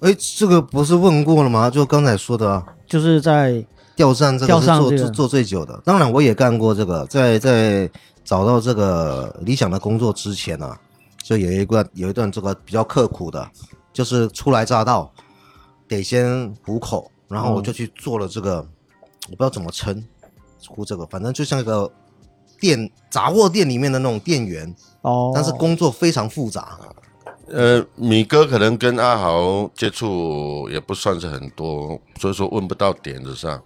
S2: 哎，这个不是问过了吗？就刚才说的啊，
S1: 就是在
S2: 吊扇这个
S1: 吊
S2: 是
S1: 扇
S2: 做
S1: 这个
S2: 做做最久的。当然，我也干过这个，在在找到这个理想的工作之前呢、啊，就有一段有一段这个比较刻苦的，就是初来乍到，得先糊口，然
S1: 嗯
S2: 后我就去做了这个，我不知道怎么称呼这个，反正就像一个店杂货店里面的那种店员，
S1: 哦，
S2: 但是工作非常复杂。啊
S3: 呃，米哥可能跟阿豪接触也不算是很多，所以说问不到点子上。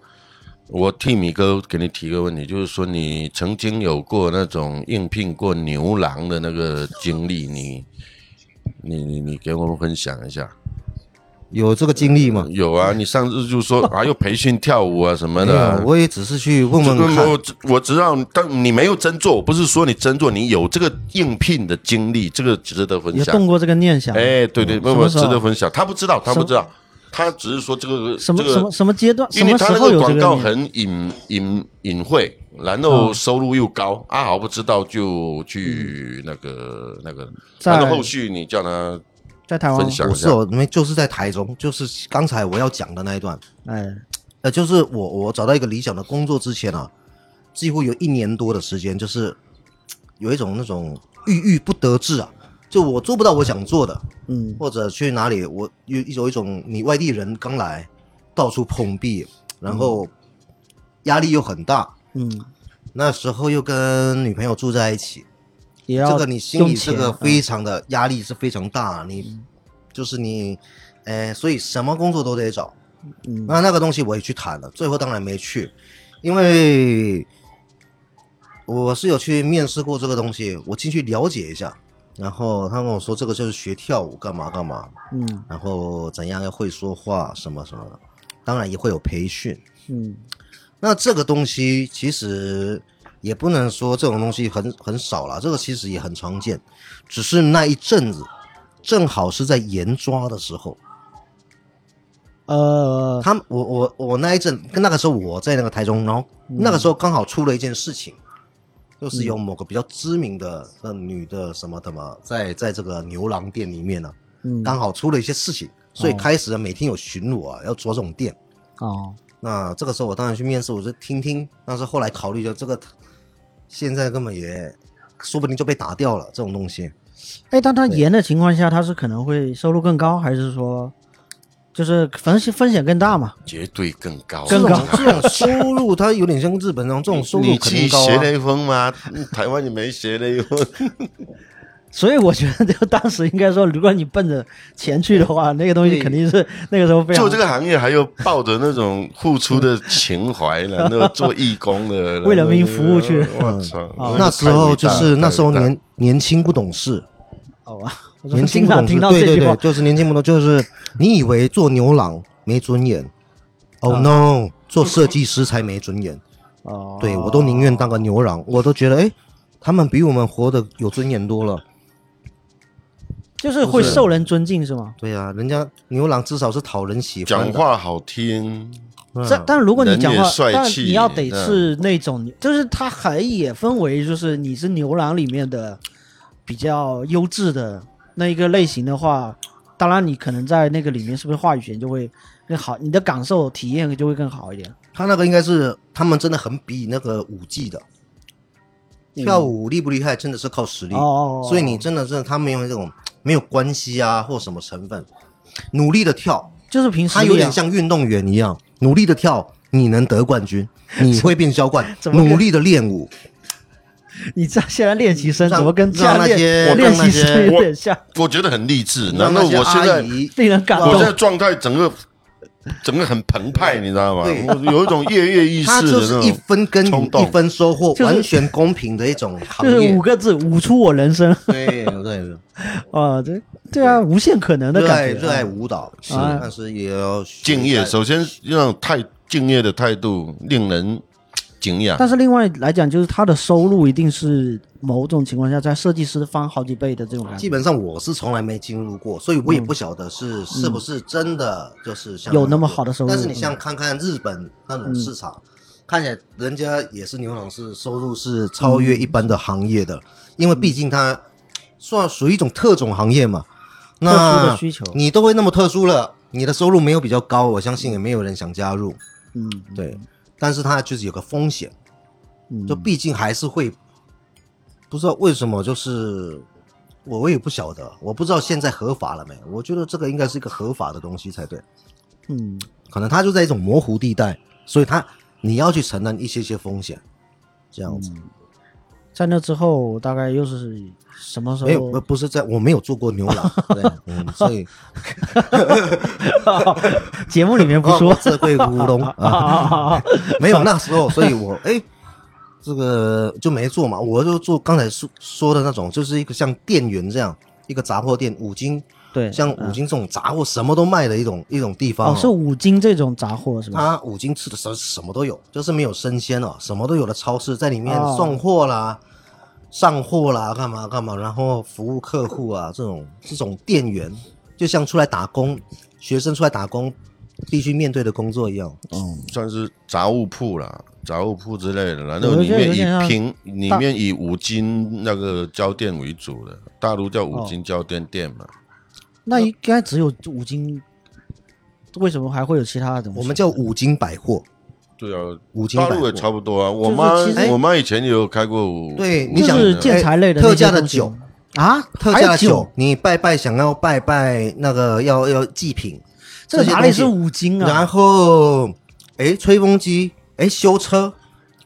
S3: 我替米哥给你提个问题，就是说你曾经有过那种应聘过牛郎的那个经历，你你你你给我们分享一下。
S2: 有这个经历吗？
S3: 有
S1: 嗯
S3: 啊，你上次就说啊，又培训跳舞啊什么
S2: 没
S3: 的啊
S2: 有，。我也只是去问
S3: 这
S2: 问
S3: 个
S2: 看。
S3: 我知我知道，但你没有真做，我不是说你真做，你有这个应聘的经历，这个值得分
S1: 也
S3: 享。
S1: 动过这个念想。
S3: 哎，对对，不
S1: 什
S3: 不，
S1: 么时
S3: 值
S1: 候
S3: 得分享。他不知道，他不知道，他只是说这个
S1: 什么
S3: 这个
S1: 什么什么阶段？什
S3: 因为
S1: 么
S3: 他
S1: 时
S3: 那
S1: 候
S3: 个
S1: 有这
S3: 广
S1: 个嗯
S3: 告
S1: 念？
S3: 很隐隐隐晦，然后收入又高，阿豪不知道就去那个那个，
S1: 嗯在哦
S3: 然后后续你叫他
S1: 在台湾
S3: 分
S1: 吗？
S3: 享一
S2: 不是
S3: 下。
S2: 我们就是在台中，就是刚才我要讲的那一段，
S1: 哎，
S2: 呃，就是我我找到一个理想的工作之前啊，几乎有一年多的时间，就是嘖有一种那种郁郁不得志啊，就我做不到我想做的，
S1: 嗯，
S2: 或者去哪里，我有一种一种你外地人刚来，到处碰壁，然后压力又很大，
S1: 嗯，
S2: 那时候又跟女朋友住在一起，
S1: 也
S2: 这
S1: 要
S2: 个你心里
S1: 用
S2: 这
S1: 钱
S2: 个
S1: 嗯
S2: 非常的压力是非常大，你就是你，呃，所以什么工作都得找。
S1: 嗯
S2: 那那个东西我也去谈了，最后当然没去，因为我是有去面试过这个东西，我进去了解一下，然后他跟我说这个就是学跳舞干嘛干嘛，
S1: 嗯
S2: 然后怎样要会说话什么什么的，当然也会有培训。
S1: 嗯
S2: 那这个东西其实也不能说这种东西很很少啦，这个其实也很常见，只是那一阵子正好是在严抓的时候，
S1: 呃
S2: 他们我我我那一阵跟那个时候我在那个台中，然后那个时候刚好出了一件事情，就是有某个比较知名的那女的什么的嘛，在在这个牛郎店里面呢、啊
S1: 嗯
S2: 刚好出了一些事情，所以
S1: 哦
S2: 开始每天有巡逻啊，要抓这种店。
S1: 哦
S2: 那这个时候我当然去面试，我就听听。但是后来考虑就这个，现在根本也说不定就被打掉了这种东西。
S1: 哎，但他严的情况下，他是可能会收入更高，还是说就是风险风险更大嘛？
S3: 绝对更高，
S1: 更高
S2: 这种收入它有点像日本那种，这种收入
S3: 你
S2: 肯
S3: 去
S2: 定高
S3: 学
S2: 啊。
S3: 雷锋 吗？嗯台湾也没学雷锋，
S1: 所以我觉得，就当时应该说，如果你奔着钱去的话，那个东西
S2: 对
S1: 肯定是那个时候非常
S3: 做这个行业还有抱着那种付出的情怀，然后做义工的，
S1: 为人民服务去
S3: 然后我操！
S1: 哦
S2: 那时候就是那时候
S3: 年。
S2: 年年轻不懂事，
S1: 好吧？我
S2: 年
S1: 说
S2: 轻
S1: 经
S2: 不
S1: 常
S2: 懂事，
S1: 听到
S2: 对
S1: 这
S2: 对
S1: 句
S2: 对，
S1: 话，
S2: 就是年轻不懂，就是你以为做牛郎没尊严，Oh
S1: 啊
S2: no，做设计师才没尊严。
S1: 哦，
S2: 对我都宁愿当个牛郎，我都觉得哎，他们比我们活得有尊严多了。
S1: 就是会受人尊敬是吗？
S2: 对啊，人家牛郎至少是讨人喜
S3: 讲
S2: 欢的。
S3: 话好听，
S2: 嗯
S1: 但但如果你
S3: 人
S1: 讲
S3: 也
S1: 话，
S3: 帅
S1: 但
S3: 气
S1: 你要得
S3: 嗯
S1: 是那种，就是它还也分为就是你是牛郎里面的比较优质的那一个类型的话，当然你可能在那个里面是不是话语权就会更好，你的感受体验就会更好一点。
S2: 他那个应该是他们真的很比那个舞技的，跳舞厉不厉害真的是靠实力。
S1: 嗯哦哦哦
S2: 所以你真的是他没有那种没有关系啊或什么成分，努力的跳，
S1: 就是凭实
S2: 他有
S1: 力、
S2: 点
S1: 啊，
S2: 像运动员一样，努力的跳，你能得冠 军，你会变销冠。
S1: 怎么跟
S2: 努力的练舞，
S1: 你这现在练习生
S2: 让
S1: 怎么跟
S2: 让
S1: 家
S2: 那些
S1: 练
S2: 让
S1: 练习
S2: 那些
S1: 生有点像，
S3: 我觉得很励志。然
S2: 让
S3: 后
S2: 那些
S3: 我现
S2: 阿
S3: 在，
S2: 姨
S1: 令人感
S3: 我现
S1: 动
S3: 在。状态整个整个很澎湃，你知道吗？
S2: 对
S3: 我有一种跃跃欲
S2: 他
S3: 试
S2: 就
S3: 的
S2: 是
S3: 那
S2: 一
S3: 种。
S2: 分耕
S3: 冲
S2: 耘
S3: 动
S2: 一分收获，
S1: 就是
S2: 完全公平的一种行
S1: 就是
S2: 业
S1: 五。个字，舞出我人生
S2: 对对
S1: 啊！这对啊，无限可能的
S2: 对，热爱
S1: 感觉啊。
S2: 热爱舞蹈是，
S1: 啊
S2: 但是也要学
S3: 敬
S2: 一
S3: 业，
S2: 下
S3: 首先那种态敬业的态度令人敬仰。
S1: 但是另外来讲，就是他的收入一定是某种情况下在设计师翻好几倍的这种感
S2: 基
S1: 觉。
S2: 本上我是从来没进入过，所以我也不晓得是、是不是真的就是
S1: 嗯
S2: 像
S1: 有那么好的收入嗯
S2: 但是你像看看日本那种市场，看起来人家也是牛郎是收入是超越一般的行业
S1: 嗯
S2: 的，因为毕竟它算属于一种特种行业嘛。
S1: 殊的
S2: 那
S1: 需求
S2: 你都会那么特殊了，你的收入没有比较高，我相信也没有人想加入。
S1: 嗯，
S2: 对，但是它就是有个风险，
S1: 嗯
S2: 就毕竟还是会，不知道为什么，就是我我也不晓得，我不知道现在合法了没？我觉得这个应该是一个合法的东西才对，
S1: 嗯，
S2: 可能它就在一种模糊地带，所以它你要去承担一些些风险，这样
S1: 嗯
S2: 子。
S1: 在那之后大概又是什么时
S2: 没有，
S1: 候
S2: 不？不是在，我没有做过牛郎，对，嗯，所以
S1: 节目里面不说
S2: 哦这贵乌 龙啊，
S1: 啊，
S2: 没有那时候，所以我哎，这个就没做嘛，我就做刚才说说的那种，就是一个像店员这样一个杂货店，五金
S1: 对，
S2: 像五金这种杂货什么都卖的一种一种地方、
S1: 哦，是五金这种杂货是吧？
S2: 它五金吃的什什么都有，就是没有生鲜哦，什么都有的超市在里面
S1: 哦
S2: 送货啦、上货啦、干嘛干嘛，然后服务客户啊，这种这种店员，就像出来打工，学生出来打工必须面对的工作一样。
S1: 哦
S3: 算是杂物铺啦，杂物铺之类的啦。那种
S1: 有
S3: 里
S1: 一些有
S3: 面
S1: 点像
S3: 以平，里面以五金那个胶店为主的，大陆叫五
S1: 哦
S3: 金胶店店嘛。
S1: 那应该只有五金，为什么还会有其他的东西？
S2: 我们叫五金百货，
S3: 对啊，
S2: 五金
S3: 大
S2: 百
S3: 陆也
S2: 货。
S3: 差不多啊。我
S1: 就是
S3: 妈
S1: 其实
S3: 我妈以前也有开过五，
S2: 对
S3: 五
S2: 你想
S1: 就是
S3: 的
S1: 建材类的那
S2: 哎
S1: 些
S2: 特价的
S1: 东西
S2: 酒
S1: 啊，
S2: 特
S1: 还有
S2: 价的酒，，你拜拜想要拜拜那个要要祭品，
S1: 这
S2: 些
S1: 哪里
S2: 东西
S1: 是五金啊？
S2: 然后，哎，吹风机，哎，修车，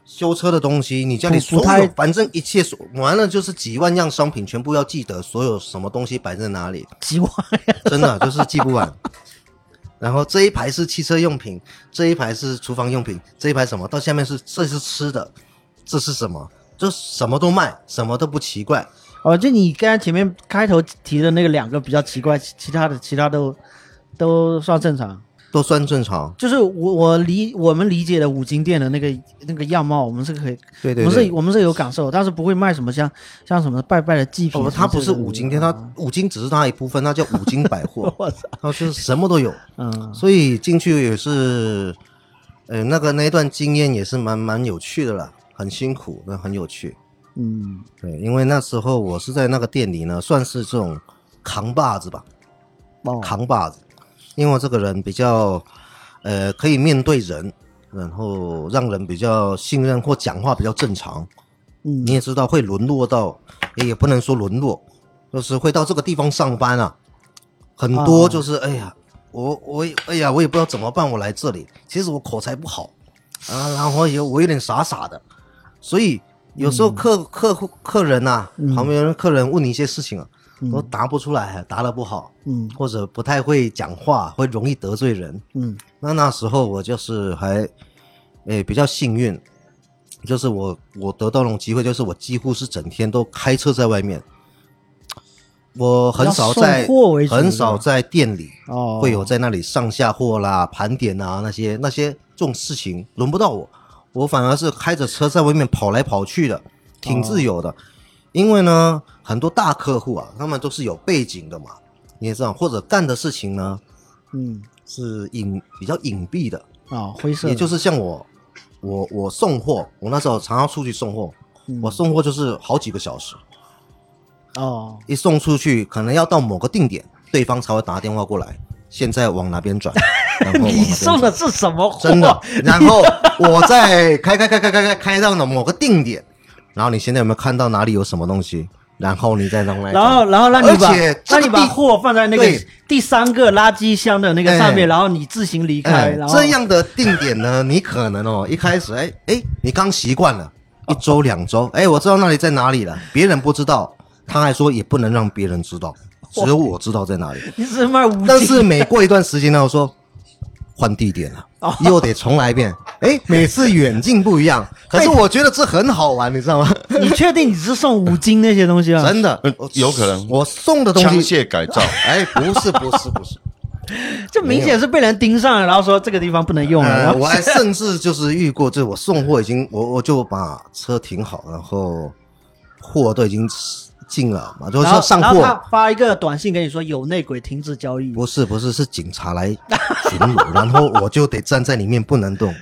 S2: 修车的东西，你家里
S1: 补补
S2: 所
S1: 胎
S2: 有，反正一切所完了就是几万样商品，全部要记得所有什么东西摆在 哪里，
S1: 几万呀？
S2: 真的就是记不完。然后这一排是汽车用品，这一排是厨房用品，这一排什么？到下面是这是吃的，这是什么？就什么都卖，什么都不奇怪。
S1: 哦，就你刚才前面开头提的那个两个比较奇怪，其其他的其他都都算正常。
S2: 都算正常，
S1: 就是我我理我们理解的五金店的那个那个样貌，我们是可以，
S2: 对对
S1: 我们
S2: 对
S1: 是我们是有感受，但是不会卖什么像像什么拜拜的祭品
S2: 哦，
S1: 什么之类的。
S2: 它不是五金店，它五金只是它一部分，它叫五金百货
S1: 啊 ，我操，
S2: 它就是什么都有。
S1: 嗯，
S2: 所以进去也是，呃，那个那一段经验也是蛮蛮有趣的啦，很辛苦，但很有趣。
S1: 嗯，
S2: 对，因为那时候我是在那个店里呢，算是这种扛把子吧，
S1: 哦，
S2: 扛把子。因为我这个人比较，呃，可以面对人，然后让人比较信任或讲话比较正常。
S1: 嗯
S2: 你也知道会沦落到，也不能说沦落，就是会到这个地方上班啊，很多就是、哎呀，我我也哎呀，我也不知道怎么办，我来这里，其实我口才不好啊，然后也我有点傻傻的，所以有时候客、客户客人呐、旁边客人问你一些事情啊，都答不出来，答的不好，
S1: 嗯
S2: 或者不太会讲话，会容易得罪人，
S1: 嗯
S2: 那那时候我就是还，诶、比较幸运，就是我我得到那种机会，就是我几乎是整天都开车在外面，我很少
S1: 要
S2: 在
S1: 送货为主
S2: 很少在店里
S1: 哦，
S2: 会有在那里上下货啦、盘点啊那些那些这种事情轮不到我，我反而是开着车在外面跑来跑去的，挺自由的。因为呢，很多大客户啊，他们都是有背景的嘛，你也知道，或者干的事情呢
S1: 嗯
S2: 是隐比较隐蔽的，
S1: 啊，灰色的，
S2: 也就是像我，我我送货，我那时候常常出去送货，
S1: 嗯
S2: 我送货就是好几个小时，
S1: 哦，
S2: 一送出去可能要到某个定点，对方才会打电话过来，现在往哪边转，然后往 哪
S1: 你
S2: 边
S1: 送的
S2: 转
S1: 是什么货？
S2: 真的，然后我再开开开开开开开到某个定点，然后你现在有没有看到哪里有什么东西？然后你再让那一
S1: 然后，然后让你把
S2: 而且，这
S1: 让
S2: 个
S1: 你把
S2: 地
S1: 货放在那个
S2: 对
S1: 第三个垃圾箱的那个上面，
S2: 哎
S1: 然后你自行离开，
S2: 哎，
S1: 然后
S2: 这样的定点呢，你可能哦，一开始哎哎，你刚习惯了，
S1: 哦
S2: 一周两周，哎，我知道那里在哪里了，别人不知道，他还说也不能让别人知道，只有我知道在哪里。
S1: 你只卖五
S2: 但
S1: 金，
S2: 是每过一段时间呢，我说换地点了，
S1: 哦
S2: 又得重来一遍。哎，每次远近不 一样，
S1: 哎
S2: 可是我觉得这很好玩，你知道吗？
S1: 你确定你是送五金那些东西啊？
S2: 真的
S3: 呃，有可能
S2: 我送的东
S3: 枪
S2: 西，
S3: 械改造。
S2: 哎，不是不是不 是，
S1: 这明显是被人盯上了，然后说这个地方不能用了，然
S2: 呃，
S1: 后
S2: 我还甚至就是遇过，就是我送货已经，我我就把车停好，然后货都已经进了嘛，就是
S1: 然后
S2: 要上
S1: 然后他
S2: 货。
S1: 发一个短信给你说有内鬼停止交易，
S2: 不是不是，是警察来巡逻，然后我就得站在里面不能动。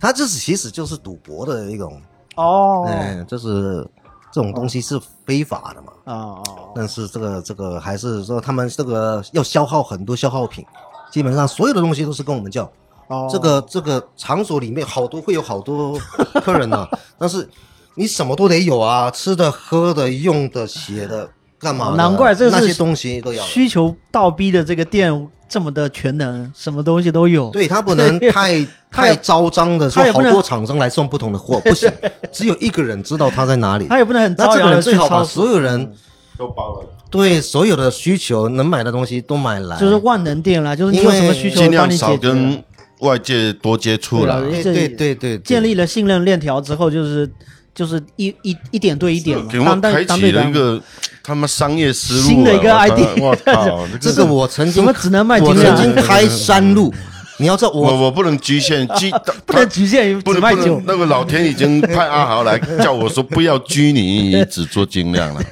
S2: 它这是其实就是赌博的一种，
S1: 哦
S2: 嗯，就是这种东西是非法的嘛。
S1: 哦哦，
S2: 但是这个这个还是说他们这个要消耗很多消耗品，基本上所有的东西都是跟我们叫。
S1: 哦
S2: 这个这个场所里面好多会有好多客人呢、但是你什么都得有啊，吃的、喝的、用的、鞋的，干嘛的？
S1: 难怪这是
S2: 那些东西都要。
S1: 需求倒逼的这个店这么的全能，什么东西都有。
S2: 对他不能太
S1: 他也
S2: 太昭彰的说
S1: 他也
S2: 好
S1: 不能
S2: 多厂商来送不同的货，不行，只有一个人知道他在哪里。
S1: 他也不能很
S2: 那
S1: 招
S2: 这
S1: 摇
S2: 个
S1: 的
S2: 人
S1: 去
S2: 最好把
S1: 超市，
S2: 所有人
S3: 都包了，
S2: 对所有的需求能买的东西都买来，
S1: 就是万能店啦，就是你有
S2: 因为
S1: 什么需求
S3: 尽
S1: 帮
S3: 量
S1: 你
S3: 少
S1: 解决。
S3: 跟外界多接触了。
S1: 对啊
S2: 对啊
S1: 这
S2: 对对对，
S1: 建立了信任链条之后，就是就是一一一点对一点嘛
S3: 给，我
S1: 当
S3: 开
S1: 当当
S3: 启
S1: 对
S3: 了
S1: 当
S3: 一。个他妈商业思路啊，
S1: 新的一个
S3: 我
S1: idea
S3: 我靠，
S2: 这个我曾
S1: 什
S2: 经
S1: 么只能卖
S2: 我
S1: 精
S2: 曾 经
S1: 酿，
S2: 开山路， 你要知道我
S3: 我我不能局限拘，
S1: 不能局限于
S3: 不
S1: 只
S3: 能
S1: 卖
S3: 不
S1: 酒
S3: 能，。那个老天已经派阿豪来叫我说不要拘泥于只做精酿了，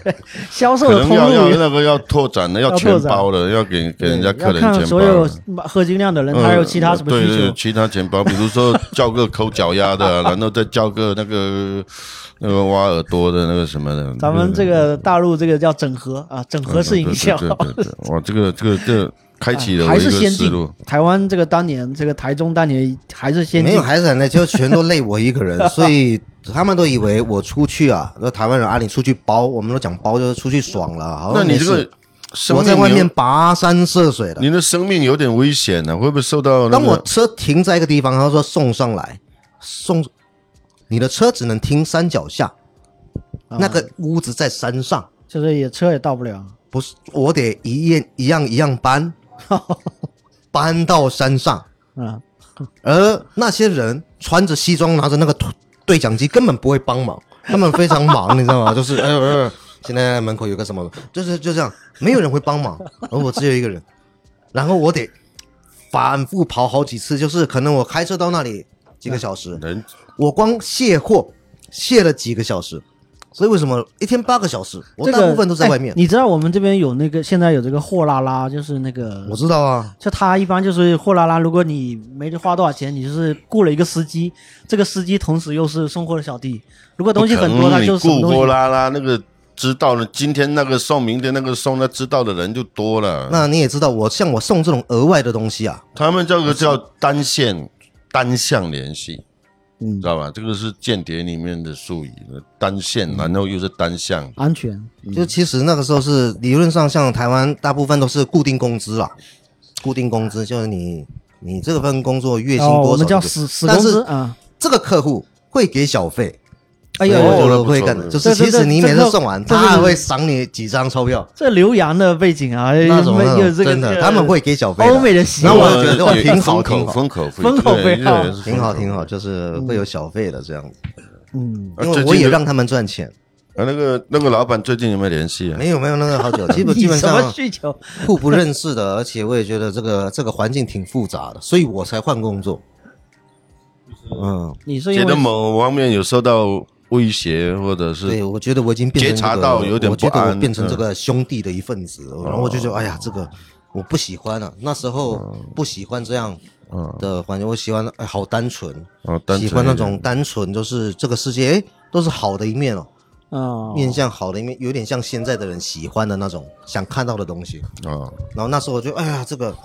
S1: 销售
S3: 可
S1: 的
S3: 能
S1: 通
S3: 要要
S1: 路
S3: 那个要拓展的，要
S1: 要拓
S3: 全
S1: 展
S3: 包的，要给给人家客
S1: 要
S3: 人
S1: 看
S3: 全包
S1: 所有
S3: 的。
S1: 喝精酿的人，他有其他什么需
S3: 对对，
S1: 求。
S3: 其他钱包，比如说叫个抠脚丫的啊，然后再叫个那个那个挖耳朵的那个什么的。
S1: 咱们这个大陆这个叫整合啊，整合式营销。
S3: 对对对对对对，哇，这个这个这个开启了我
S1: 还
S3: 一
S1: 是
S3: 个
S1: 先
S3: 思
S1: 进
S3: 路。。
S1: 台湾这个当年，这个台中当年还是先
S2: 没
S1: 进
S2: 有，孩子呢，就全都累我一个人，所以 他们都以为我出去啊，那台湾人啊，你出去包，我们都讲包就是出去爽了，好
S3: 那
S2: 像
S3: 你
S2: 没
S3: 这
S2: 事
S3: 个。生
S2: 我
S3: 命
S2: 在
S3: 有
S2: 外面跋山涉水的，
S3: 你的生命有点危险呢、会不会受到、那
S2: 当
S3: 个？
S2: 我车停在一个地方，他说送上来，送，你的车只能停山脚下，
S3: 啊
S2: 那个屋子在山上，
S1: 就是也车也到不了。
S2: 不是我得一样一样一样搬， 搬到山上，
S1: 嗯，
S2: 而那些人穿着西装，拿着那个对对讲机，根本不会帮忙，他们非常忙，你知 道吗？就是哎呦哎呦，现在门口有个什么，就是就这样，没有人会帮忙，而我只有一个人，然后我得反复跑好几次，就是可能我开车到那里几个小
S1: 嗯
S2: 时，
S3: 人
S2: 我光卸货卸了几个小时，所以为什么一天八个小时，我
S1: 这
S2: 大
S1: 个
S2: 部分都在
S1: 哎
S2: 外面，
S1: 你知道我们这边有那个现在有这个货拉拉，就是那个
S2: 我，知道啊，
S1: 就他一般就是货拉拉，如果你没花多少钱，你就是雇了一个司机，这个司机同时又是送货的小弟。如果东西很多，
S3: 不可
S1: 他
S3: 能
S1: 就是什么
S3: 你顾
S1: 东
S3: 波
S1: 西。
S3: 拉拉那个知道了，今天那个送，明天那个送，那知道的人就多了。
S2: 那你也知道我像我送这种额外的东西啊，
S3: 他们这个叫单线单向联系，嗯，知道吧？这个是间谍里面的术语，单线，
S2: 嗯
S3: 然后又是单向。
S1: 安全，
S3: 嗯
S2: 就其实那个时候是理论上，像台湾大部分都是固定工资啦，啊固定工
S3: 啊
S2: 资就是你你这份工作月薪
S1: 哦，我
S2: 多少就
S1: 们
S2: 给、
S1: 叫死死工
S2: 但
S1: 资
S2: 是
S1: 啊！
S2: 这个客户会给小费，
S1: 哎
S2: 所以
S1: 呦，
S2: 我
S3: 哦
S2: 就会
S3: 那
S2: 干，
S3: 不
S2: 就
S1: 错
S2: 是其实你每次送完，
S1: 这这这
S2: 他还会赏你几张钞票，
S1: 这留洋的背景啊，
S2: 那种那
S1: 有
S2: 种
S1: 这个
S2: 真
S1: 这
S2: 的
S1: 个
S2: 他 们会给小费的，
S1: 欧美的习
S2: 然
S1: 惯
S2: 后我就觉得哇
S3: 也
S2: 挺
S3: 封
S2: 好挺
S3: 口
S2: 好
S3: 封口费，
S1: 封口费
S3: 对
S1: 啊
S3: 对是
S2: 挺好
S3: 封口
S2: 挺好，就是会有小费的这样子，
S1: 嗯，
S3: 啊
S2: 因
S3: 嗯最
S2: 为
S3: 近
S2: 我也
S3: 有
S2: 让他们赚钱，
S3: 啊，那个那个老板最近有没有联系啊？
S2: 没有没有那个好久，基 本
S1: 你
S2: 基本
S1: 什
S2: 上
S1: 么需求？
S2: 互不认识的，而且我也觉得这个这个环境挺复杂的，所以我才换工作。嗯，
S1: 你是因
S3: 觉得
S1: 为
S3: 某方面有受到威胁，或者
S2: 对，
S3: 是
S2: 我觉得我已经变成、这个、
S3: 觉察到有点
S2: 我觉
S3: 不安嗯
S2: 得我变成这个兄弟的一份子，然后我就觉得，哎呀，这个我不喜欢了、那时候
S3: 嗯
S2: 不喜欢这样的环境，我喜欢哎，好单纯，
S3: 哦，嗯单纯
S2: 喜欢那
S3: 一点
S2: 种单纯，就是这个世界哎都是好的一面哦，
S1: 哦，
S2: 面向好的一面，有点像现在的人喜欢的那种想看到的东西。
S3: 哦，
S2: 然后那时候我就哎呀，这个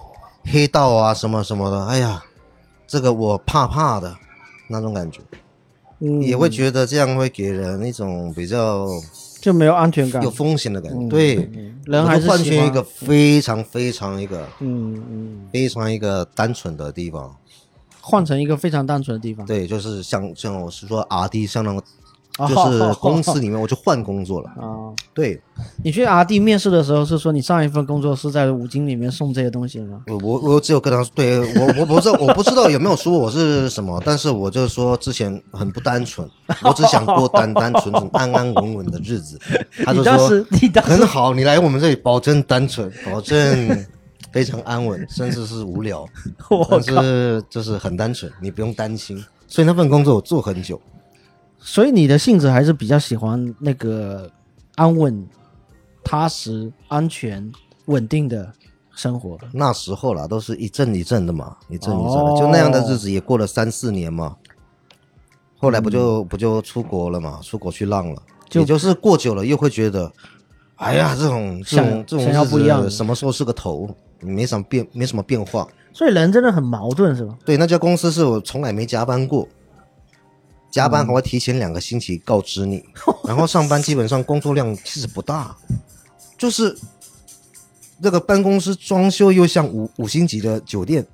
S2: 黑道啊什么什么的，哎呀，这个我怕怕的那种感觉，
S1: 嗯
S2: 也会觉得这样会给人一种比较
S1: 就没有安全感
S2: 有。风险的感觉。对，
S1: 嗯人
S2: 我
S1: 还
S2: 就是换
S1: 喜
S2: 去一
S1: 欢
S2: 个非常非常一个
S1: 嗯嗯，
S2: 非常一个单纯的地方。
S1: 换成一个非常单纯的地方。
S2: 对，就是像像我是说 R D 像那个。
S1: 哦
S2: 就是公司里面，我就换工作了。
S1: 啊，
S2: 对，
S1: 你去 R D 面试的时候是说你上一份工作是在五金里面送这些东西吗？
S2: 我我我只有跟他说，对我我不知道我不知道有没有说我是什么，但是我就说之前很不单纯，我只想过单单纯纯、安安稳稳的日子。他就
S1: 你当时
S2: 说
S1: 你当时
S2: 很好，你来我们这里保证单纯，保证非常安稳，甚至是无聊，但是就是很单纯，你不用担心。所以那份工作我做很久，
S1: 所以你的性质还是比较喜欢那个安稳、踏实、安全、稳定的生活。
S2: 那时候啦，都是一阵一阵的嘛，一阵一阵的，
S1: 哦
S2: 就那样的日子也过了三四年嘛。后来不就不就出国了嘛，出国去浪了，
S1: 嗯就
S2: 也就是过久了又会觉得，哎呀，这种这种
S1: 想
S2: 这种
S1: 想要
S2: 日子
S1: 不一样
S2: 什么时候是个头，没什么变，没什么变化。
S1: 所以人真的很矛盾，是吧？
S2: 对，那家公司是我从来没加班过，加班还会提前两个星期告知你，然后上班基本上工作量其实不大，就是那个办公室装修又像五五星级的酒店，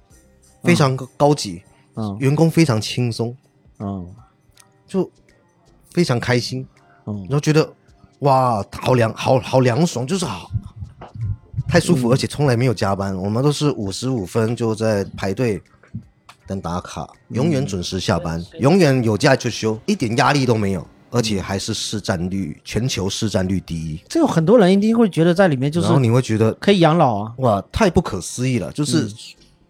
S2: 非常高级，
S1: 嗯
S2: 员工非常轻松，
S1: 嗯
S2: 就非常开心，
S1: 嗯
S2: 然后觉得哇，好凉，好好凉爽，就是好。太舒服，而且从来没有加班，我们都是五十五分就在排队等打卡，永远准时下
S1: 嗯
S2: 班，永远有假就休，一点压力都没有，而且还是市占率全球市占率第一。
S1: 这有很多人一定会觉得在里面就是
S2: 然后你会觉得
S1: 可以养老啊，
S2: 哇，太不可思议了，
S1: 嗯
S2: 就是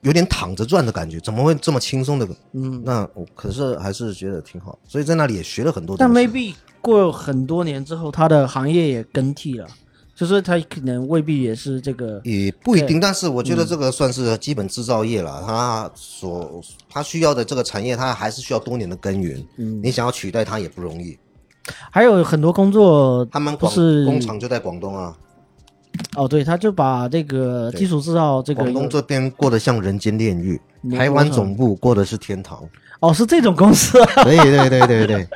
S2: 有点躺着赚的感觉，怎么会这么轻松的？嗯，那我可是还是觉得挺好，所以在那里也学了很多
S1: 但
S2: 东西。
S1: maybe 过很多年之后，他的行业也更替了，就是他可能未必也是这个，
S2: 也不一定，但是我觉
S1: 嗯
S2: 得这个算是基本制造业了，它所它需要的这个产业，它还是需要多年的耕耘。嗯，你想要取代它也不容易。
S1: 还有很多工作
S2: 他们
S1: 不
S2: 广
S1: 是
S2: 工厂就在广东啊，
S1: 哦，对，他就把这个基础制造这个
S2: 广东这边过得像人间炼狱，
S1: 没
S2: 台湾总部过的是天堂。
S1: 哦是这种公司，
S2: 对对对 对对，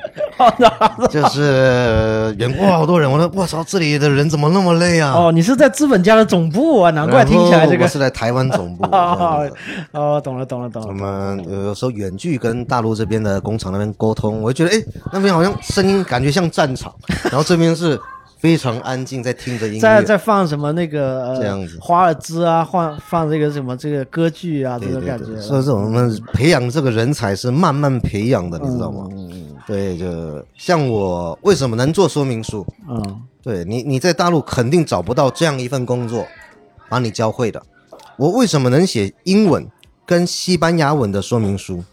S2: 就是员工好多人，我说我操，这里的人怎么那么累啊？
S1: 哦，你是在资本家的总部啊，难怪听起来这
S2: 然后
S1: 个
S2: 我是在台湾总部。
S1: 哦哦，懂了懂了懂
S2: 我
S1: 了，
S2: 们有有时候远距跟大陆这边的工厂那边沟通，我就觉得哎，那边好像声音感觉像战场，然后这边是非常安静，在听着音乐，
S1: 在在放什么那个呃
S2: 这样子
S1: 华尔兹啊，放放这个什么这个歌剧啊，这
S2: 对
S1: 种
S2: 对
S1: 感觉
S2: 对，，所以说我们培养这个人才是慢慢培养的，你知道吗？对，就像我为什么能做说明书？
S1: 嗯
S2: 对你，你在大陆肯定找不到这样一份工作，把你教会的。我为什么能写英文跟西班牙文的说明书？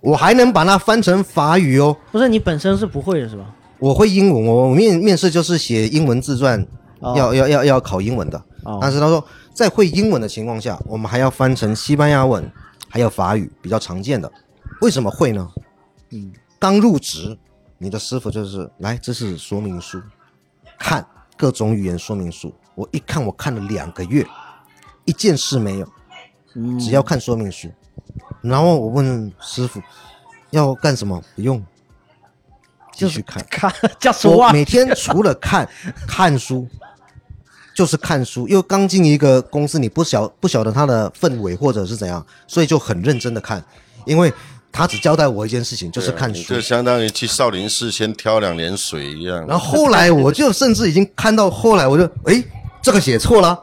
S2: 我还能把它翻成法语哦。
S1: 不是你本身是不会的是吧？
S2: 我会英文，我我面面试就是写英文自传，
S1: 哦
S2: 要要要要考英文的。
S1: 哦
S2: 但是他说，在会英文的情况下，我们还要翻成西班牙文，还有法语，比较常见的。为什么会呢？嗯，刚入职，你的师傅就是来，这是说明书，看各种语言说明书。我一看，我看了两个月，一件事没有，
S1: 嗯
S2: 只要看说明书。然后我问师傅要干什么，不用，继续看。
S1: 看 just
S2: 我
S1: one，
S2: 每天除了 看看书，就是看书。因为刚进一个公司，你不晓不晓得它的氛围或者是怎样，所以就很认真的看。因为他只交代我一件事情，就是看
S3: 啊你
S2: 书
S3: 这。相当于去少林寺先挑两年水一样。
S2: 然后后来我就甚至已经看到后来，我就诶，这个写错了。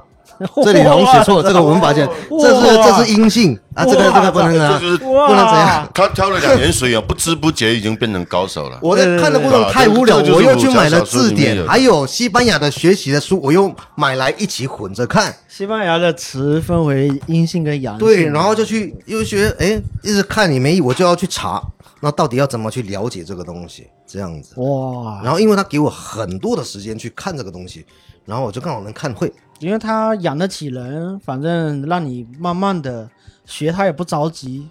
S2: 这里好像写错了，这个文法键，这是这是阴性啊，这个这个不能
S3: 这
S2: 啊，
S3: 就是
S2: 不能怎样。
S3: 他挑了两年水啊，不知不觉已经变成高手了。
S2: 我在看的过
S3: 啊
S2: 程中太无聊，我又去买了字典，还有西班牙的学习的书，我又买来一起混着看。
S1: 西班牙的词分为阴性跟阳性，
S2: 对，然后就去又学，哎，一直看你没意，我就要去查，那到底要怎么去了解这个东西？这样子。
S1: 哇，
S2: 然后因为他给我很多的时间去看这个东西，然后我就刚好能看会。
S1: 因为他养得起人，反正让你慢慢的学，他也不着急，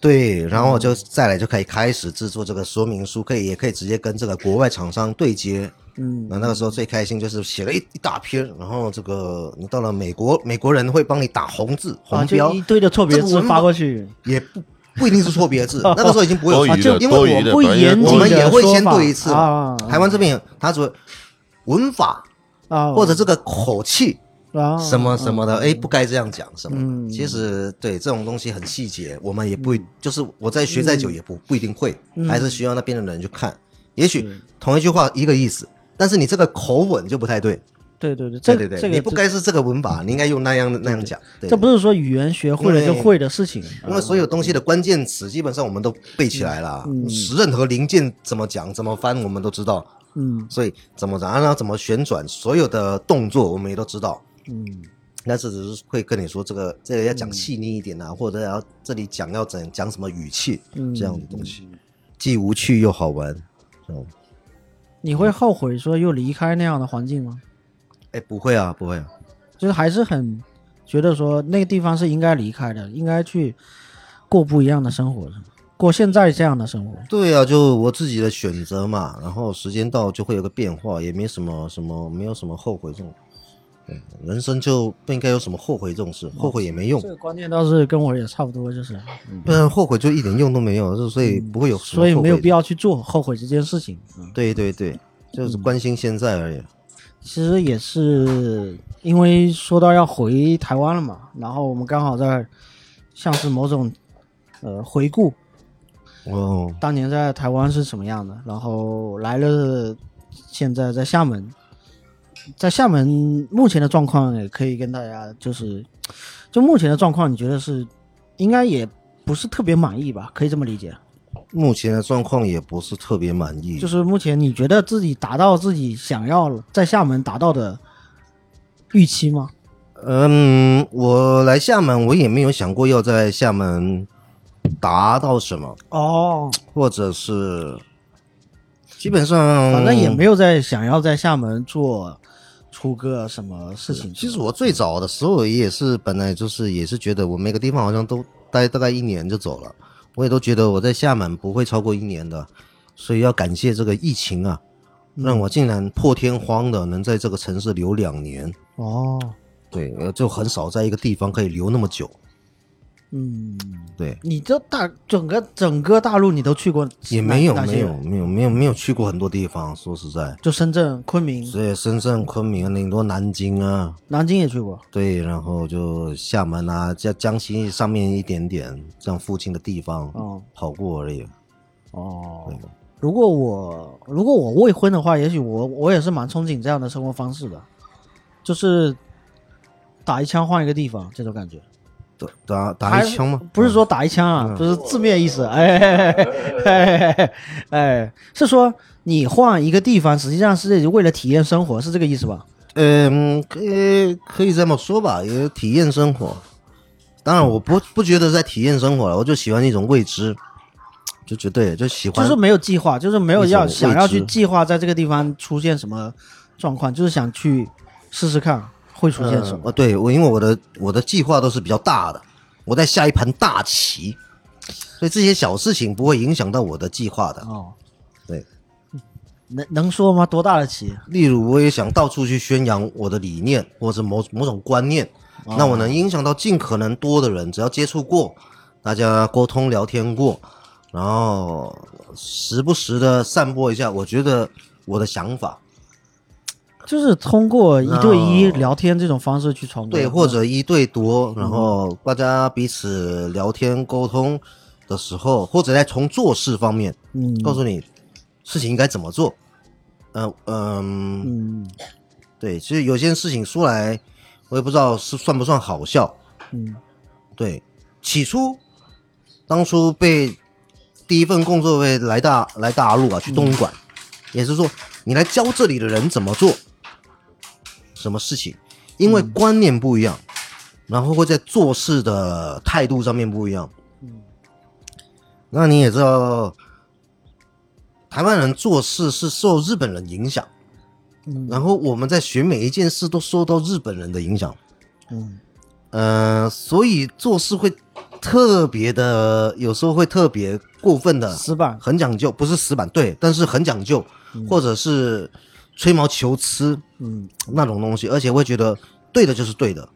S2: 对，然后我
S1: 嗯
S2: 就再来就可以开始制作这个说明书，可以也可以直接跟这个国外厂商对接。
S1: 嗯，
S2: 那那个时候最开心就是写了一一大篇，然后这个你到了美国，美国人会帮你打红字
S1: 啊，
S2: 红标，
S1: 就一堆的错别
S2: 这
S1: 字
S2: 文
S1: 发过去，
S2: 也不不一定是错别 字，那个时候已经不会有
S3: 多
S2: 错
S3: 余的，
S2: 因
S3: 多
S2: 为我
S3: 余的，
S1: 不
S3: 反正
S1: 严谨
S2: 我
S3: 多余
S2: 们
S3: 的
S2: 也会先对一次
S1: 说法
S2: 嘛
S1: 啊。
S2: 台湾这边有，他说文法
S1: 啊，
S2: 或者这个口气
S1: 啊
S2: 什么什么的，哎，不该这样讲什
S1: 嗯
S2: 么的。其实对这种东西很细节，我们也不就是我在学再久
S1: 嗯
S2: 也不不一定会，还是需要那边的人去看。也许同一句话一个意思，但是你这个口吻就不太对。
S1: 对对对，
S2: 对
S1: 这
S2: 对对，
S1: 这
S2: 你
S1: 个
S2: 不该是这个文法，你应该用那样的那样讲。对
S1: 这不是说语言学会了就会的事情，
S2: 因为所有东西的关键词基本上我们都背起来了，是任何零件怎么讲、怎么翻，我们都知道。
S1: 嗯，
S2: 所以怎么然后怎么旋转，所有的动作我们也都知道。
S1: 嗯，
S2: 但是只是会跟你说这个这个要讲细腻一点啊，或者要这里讲要怎讲什么语气、这样的东西，既无趣又好玩。嗯，
S1: 你会后悔说又离开那样的环境吗？
S2: 哎，不会啊，不会啊。
S1: 就是还是很觉得说那个地方是应该离开的，应该去过不一样的生活的，过现在这样的生活。
S2: 对啊，就我自己的选择嘛，然后时间到就会有个变化，也没什么什么，没有什么后悔这种。对，人生就不应该有什么后悔这种嗯事，后悔也没用
S1: 这，个观念倒是跟我也差不多，就是
S2: 不然后悔就一点用都没有，就嗯所以不会有什么
S1: 所以没有
S2: 后悔
S1: 必要去做后悔这件事情。嗯
S2: 对对对，就是关心现在而已。
S1: 其实也是因为说到要回台湾了嘛，然后我们刚好在像是某种呃回顾
S2: 哦，
S1: 当年在台湾是什么样的，然后来了，现在在厦门，在厦门目前的状况也可以跟大家就是，就目前的状况，你觉得是应该也不是特别满意吧？可以这么理解，
S2: 目前的状况也不是特别满意，
S1: 就是目前你觉得自己达到自己想要在厦门达到的预期吗？
S2: 嗯，我来厦门，我也没有想过要在厦门达到什么，
S1: 哦，
S2: 或者是基本上
S1: 反正也没有在想要在厦门做出个什么事情。
S2: 其实我最早的时候也是本来就是也是觉得我每个地方好像都待大概一年就走了，我也都觉得我在厦门不会超过一年的，所以要感谢这个疫情啊，让我竟然破天荒的能在这个城市留两年，
S1: 哦，
S2: 对，呃就很少在一个地方可以留那么久，
S1: 嗯，
S2: 对，
S1: 你这大整个整个大陆你都去过几，
S2: 也没有
S1: 哪
S2: 没，有
S1: 哪些
S2: 没有没有没有去过很多地方，说实在，
S1: 就深圳、昆明、
S2: 所以深圳、昆明、顶多南京啊，
S1: 南京也去过。
S2: 对，然后就厦门啊，江江西上面一点点，这样附近的地方，
S1: 哦
S2: 跑过而已。
S1: 哦，如果我如果我未婚的话，也许我我也是蛮憧憬这样的生活方式的，就是打一枪换一个地方这种感觉。
S2: 打打打一枪吗？
S1: 不是说打一枪
S2: 嗯
S1: 啊，不是字面意思， 哎哎哎哎哎，是说你换一个地方，实际上是为了体验生活，是这个意思吧？
S2: 嗯，可以可以这么说吧，也体验生活。当然，我不不觉得在体验生活了，我就喜欢一种未知，就绝对就喜
S1: 就
S2: 欢。
S1: 是没有计划，就是没有要
S2: 一种未知
S1: 想要去计划在这个地方出现什么状况，就是想去试试看会出现什
S2: 嗯，
S1: 么。
S2: 哦，对我，因为我的我的计划都是比较大的，我在下一盘大棋，所以这些小事情不会影响到我的计划的。
S1: 哦，
S2: 对，
S1: 能能说吗？多大的棋？
S2: 例如，我也想到处去宣扬我的理念或者某某种观念，那我能影响到尽可能多的人，只要接触过，大家沟通聊天过，然后时不时的散播一下，我觉得我的想法，
S1: 就是通过一对一
S2: 那
S1: 聊天这种方式去传播，
S2: 对，嗯或者一对多，然后大家彼此聊天沟通的时候，或者在从做事方面，
S1: 嗯
S2: 告诉你事情应该怎么做，呃嗯。
S1: 嗯
S2: 对，其实有些事情说来，我也不知道是算不算好笑。
S1: 嗯
S2: 对，起初当初被第一份工作被来大来大陆啊，去东莞，也是说你来教这里的人怎么做，什么事情，因为观念不一样，然后会在做事的态度上面不一样。那你也知道，台湾人做事是受日本人影响，
S1: 嗯
S2: 然后我们在学每一件事都受到日本人的影响，
S1: 嗯
S2: 呃，所以做事会特别的，有时候会特别过分的
S1: 嗯死板
S2: 很讲究，不是死板，对，但是很讲究，或者是吹毛求疵
S1: 嗯
S2: 那种东西，而且会觉得对的就是对的，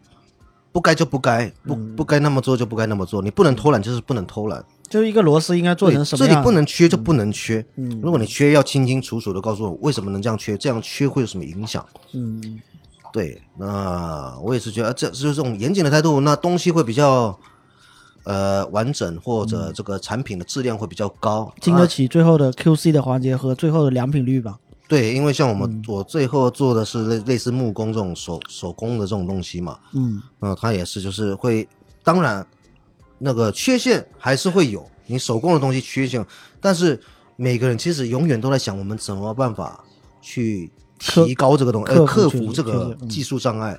S2: 不该就不该，不
S1: 嗯
S2: 不该那么做就不该那么做，你不能偷懒就是不能偷懒，
S1: 就是一个螺丝应该做成嗯什么
S2: 这
S1: 样？
S2: 里不能缺就不能缺，
S1: 嗯
S2: 如果你缺，要清清楚楚的告诉我为什么能这样缺，这样缺会有什么影响。
S1: 嗯
S2: 对，那我也是觉得啊这就是这种严谨的态度，那东西会比较呃完整，或者这个产品的质量会比较高。
S1: 经得
S2: 啊
S1: 起最后的 QC 的环节和最后的良品率吧。
S2: 对，因为像我们、我最后做的是类类似木工这种手手工的这种东西嘛，
S1: 嗯
S2: 那它也是就是会，当然那个缺陷还是会有，你手工的东西缺陷，但是每个人其实永远都在想我们怎么办法去提高这个东西，
S1: 克
S2: 呃，
S1: 克服
S2: 克
S1: 缺
S2: 服这
S1: 缺
S2: 个
S1: 陷嗯
S2: 技术障碍。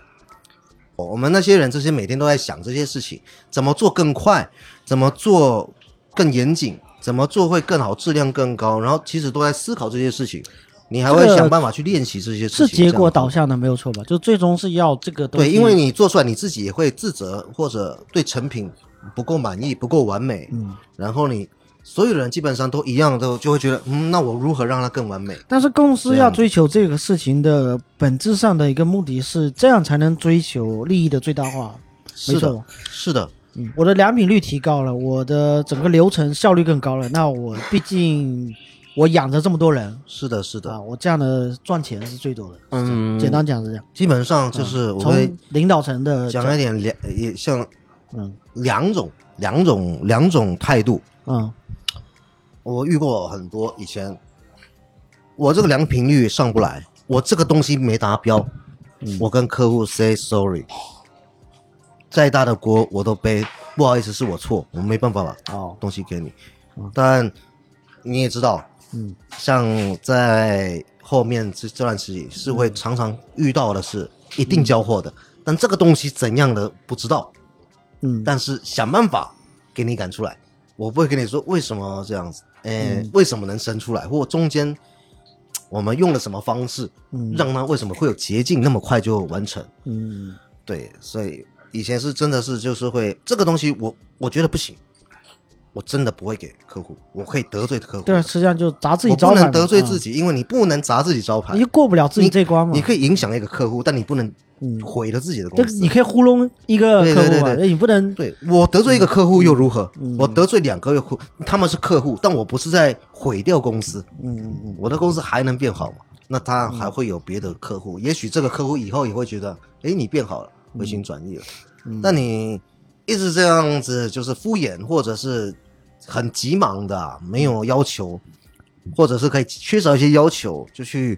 S2: 哦我们那些人，这些每天都在想这些事情，怎么做更快，怎么做更严谨，怎么做会更好，质量更高，然后其实都在思考这些事情，你还会
S1: 这个
S2: 想办法去练习这些事情。
S1: 是结
S2: 这样
S1: 果导向的，没有错吧？就最终是要这个东西。
S2: 对，因为你做出来你自己也会自责，或者对成品不够满意、不够完美，嗯，然后你所有人基本上都一样，都就会觉得，嗯，那我如何让它更完美？
S1: 但是公司
S2: 啊
S1: 要追求这个事情的本质上的一个目的是，这样才能追求利益的最大化。
S2: 是
S1: 没
S2: 的
S1: 错，
S2: 是的，
S1: 嗯，我的良品率提高了，我的整个流程效率更高了。那我毕竟我养着这么多人
S2: 是的，是的
S1: 啊，。我这样的赚钱是最多的。
S2: 嗯，
S1: 简单讲是这样，
S2: 基本上就是我会
S1: 从领导层的
S2: 讲一点两，也像
S1: 嗯
S2: 两种、两种、两种态度。
S1: 嗯
S2: 我遇过很多，以前我这个良品率上不来，我这个东西没达标，我跟客户 say sorry，再大的锅我都背，不好意思，是我错，我没办法了，
S1: 哦
S2: 东西给你。但你也知道，
S1: 嗯
S2: 像在后面这这段时期是会常常遇到的
S1: 嗯
S2: 是一定交货的，但这个东西怎样的不知道，
S1: 嗯
S2: 但是想办法给你赶出来。我不会跟你说为什么这样子，诶、
S1: 嗯
S2: 为什么能生出来，或中间我们用了什么方式，
S1: 嗯
S2: 让它为什么会有捷径那么快就完成？
S1: 嗯
S2: 对，所以以前是真的是就是会这个东西我，我觉得不行，我真的不会给客户，我可以得罪客户，
S1: 对，实际上就砸自己
S2: 我
S1: 招
S2: 不
S1: 牌嘛，
S2: 能得罪自
S1: 己，
S2: 己，因为你不能砸自己招牌
S1: 你就，过不了自己
S2: 你
S1: 这关嘛。
S2: 你可以影响一个客户，但你不能
S1: 嗯
S2: 毁了自己的
S1: 这
S2: 公
S1: 个
S2: 司。
S1: 你可以糊弄一个
S2: 对
S1: 客户
S2: 对
S1: 吧，
S2: 对对
S1: 那你不能
S2: 对我得罪一个
S1: 嗯
S2: 客户又如何？我得罪两个客户，他们是客户，但我不是在毁掉公司。
S1: 嗯
S2: 嗯我的公司还能变好吗？那他还会有别的客户，也许这个客户以后也会觉得，诶，你变好了，回
S1: 嗯
S2: 心转意了。但你一直这样子，就是敷衍，或者是很急忙的啊、没有要求，或者是可以缺少一些要求，就去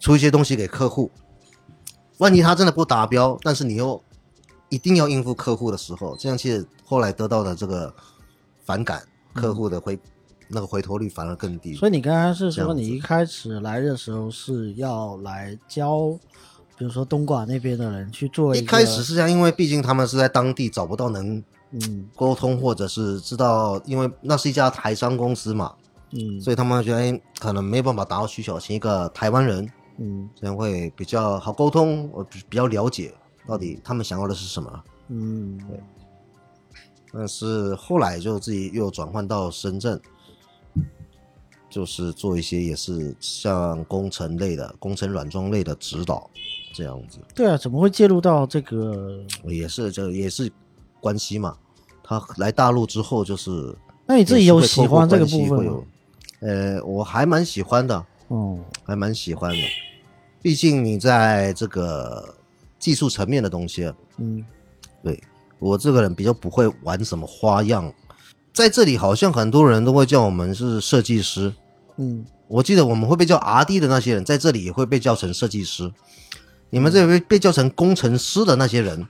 S2: 出一些东西给客户。万一他真的不达标，但是你又一定要应付客户的时候，这样其实后来得到的这个反感，客户的回、那个回头率反而更低。
S1: 所以你刚刚是说
S2: 这样子
S1: 你一开始来的时候是要来教，比如说东莞那边的人去做
S2: 一
S1: 个
S2: 开始是这样，因为毕竟他们是在当地找不到能
S1: 嗯
S2: 沟通，或者是知道，因为那是一家台商公司嘛，
S1: 嗯
S2: 所以他们觉得哎可能没有办法达到需求，请一个台湾人，
S1: 嗯
S2: 这样会比较好沟通，我比比较了解到底他们想要的是什么。
S1: 嗯
S2: 但是后来就自己又转换到深圳，就是做一些也是像工程类的、工程软装类的指导，这样子
S1: 对啊，怎么会介入到这个？
S2: 也是就也是关系嘛。他来大陆之后就是
S1: 那你自己有喜欢这个部分
S2: 也是会透
S1: 吗
S2: 过？关系会有？呃，我还蛮喜欢的，
S1: 哦，
S2: 还蛮喜欢的。毕竟你在这个技术层面的东西，
S1: 嗯
S2: 对我这个人比较不会玩什么花样。在这里好像很多人都会叫我们是设计师，
S1: 嗯
S2: 我记得我们会被叫 R D 的那些人，在这里也会被叫成设计师。你们这边被叫成工程师的那些人，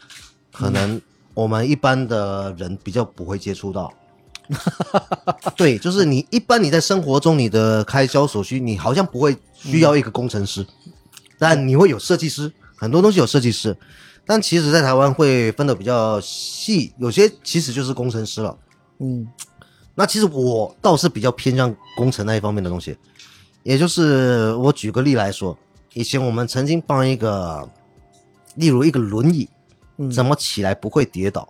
S2: 可能我们一般的人比较不会接触到。 对，就是你一般你在生活中你的开销所需，你好像不会需要一个工程师，但你会有设计师，很多东西有设计师。但其实，在台湾会分的比较细，有些其实就是工程师了。
S1: 嗯
S2: 那其实我倒是比较偏向工程那一方面的东西，也就是我举个例来说，以前我们曾经帮一个，例如一个轮椅
S1: 嗯
S2: 怎么起来不会跌倒，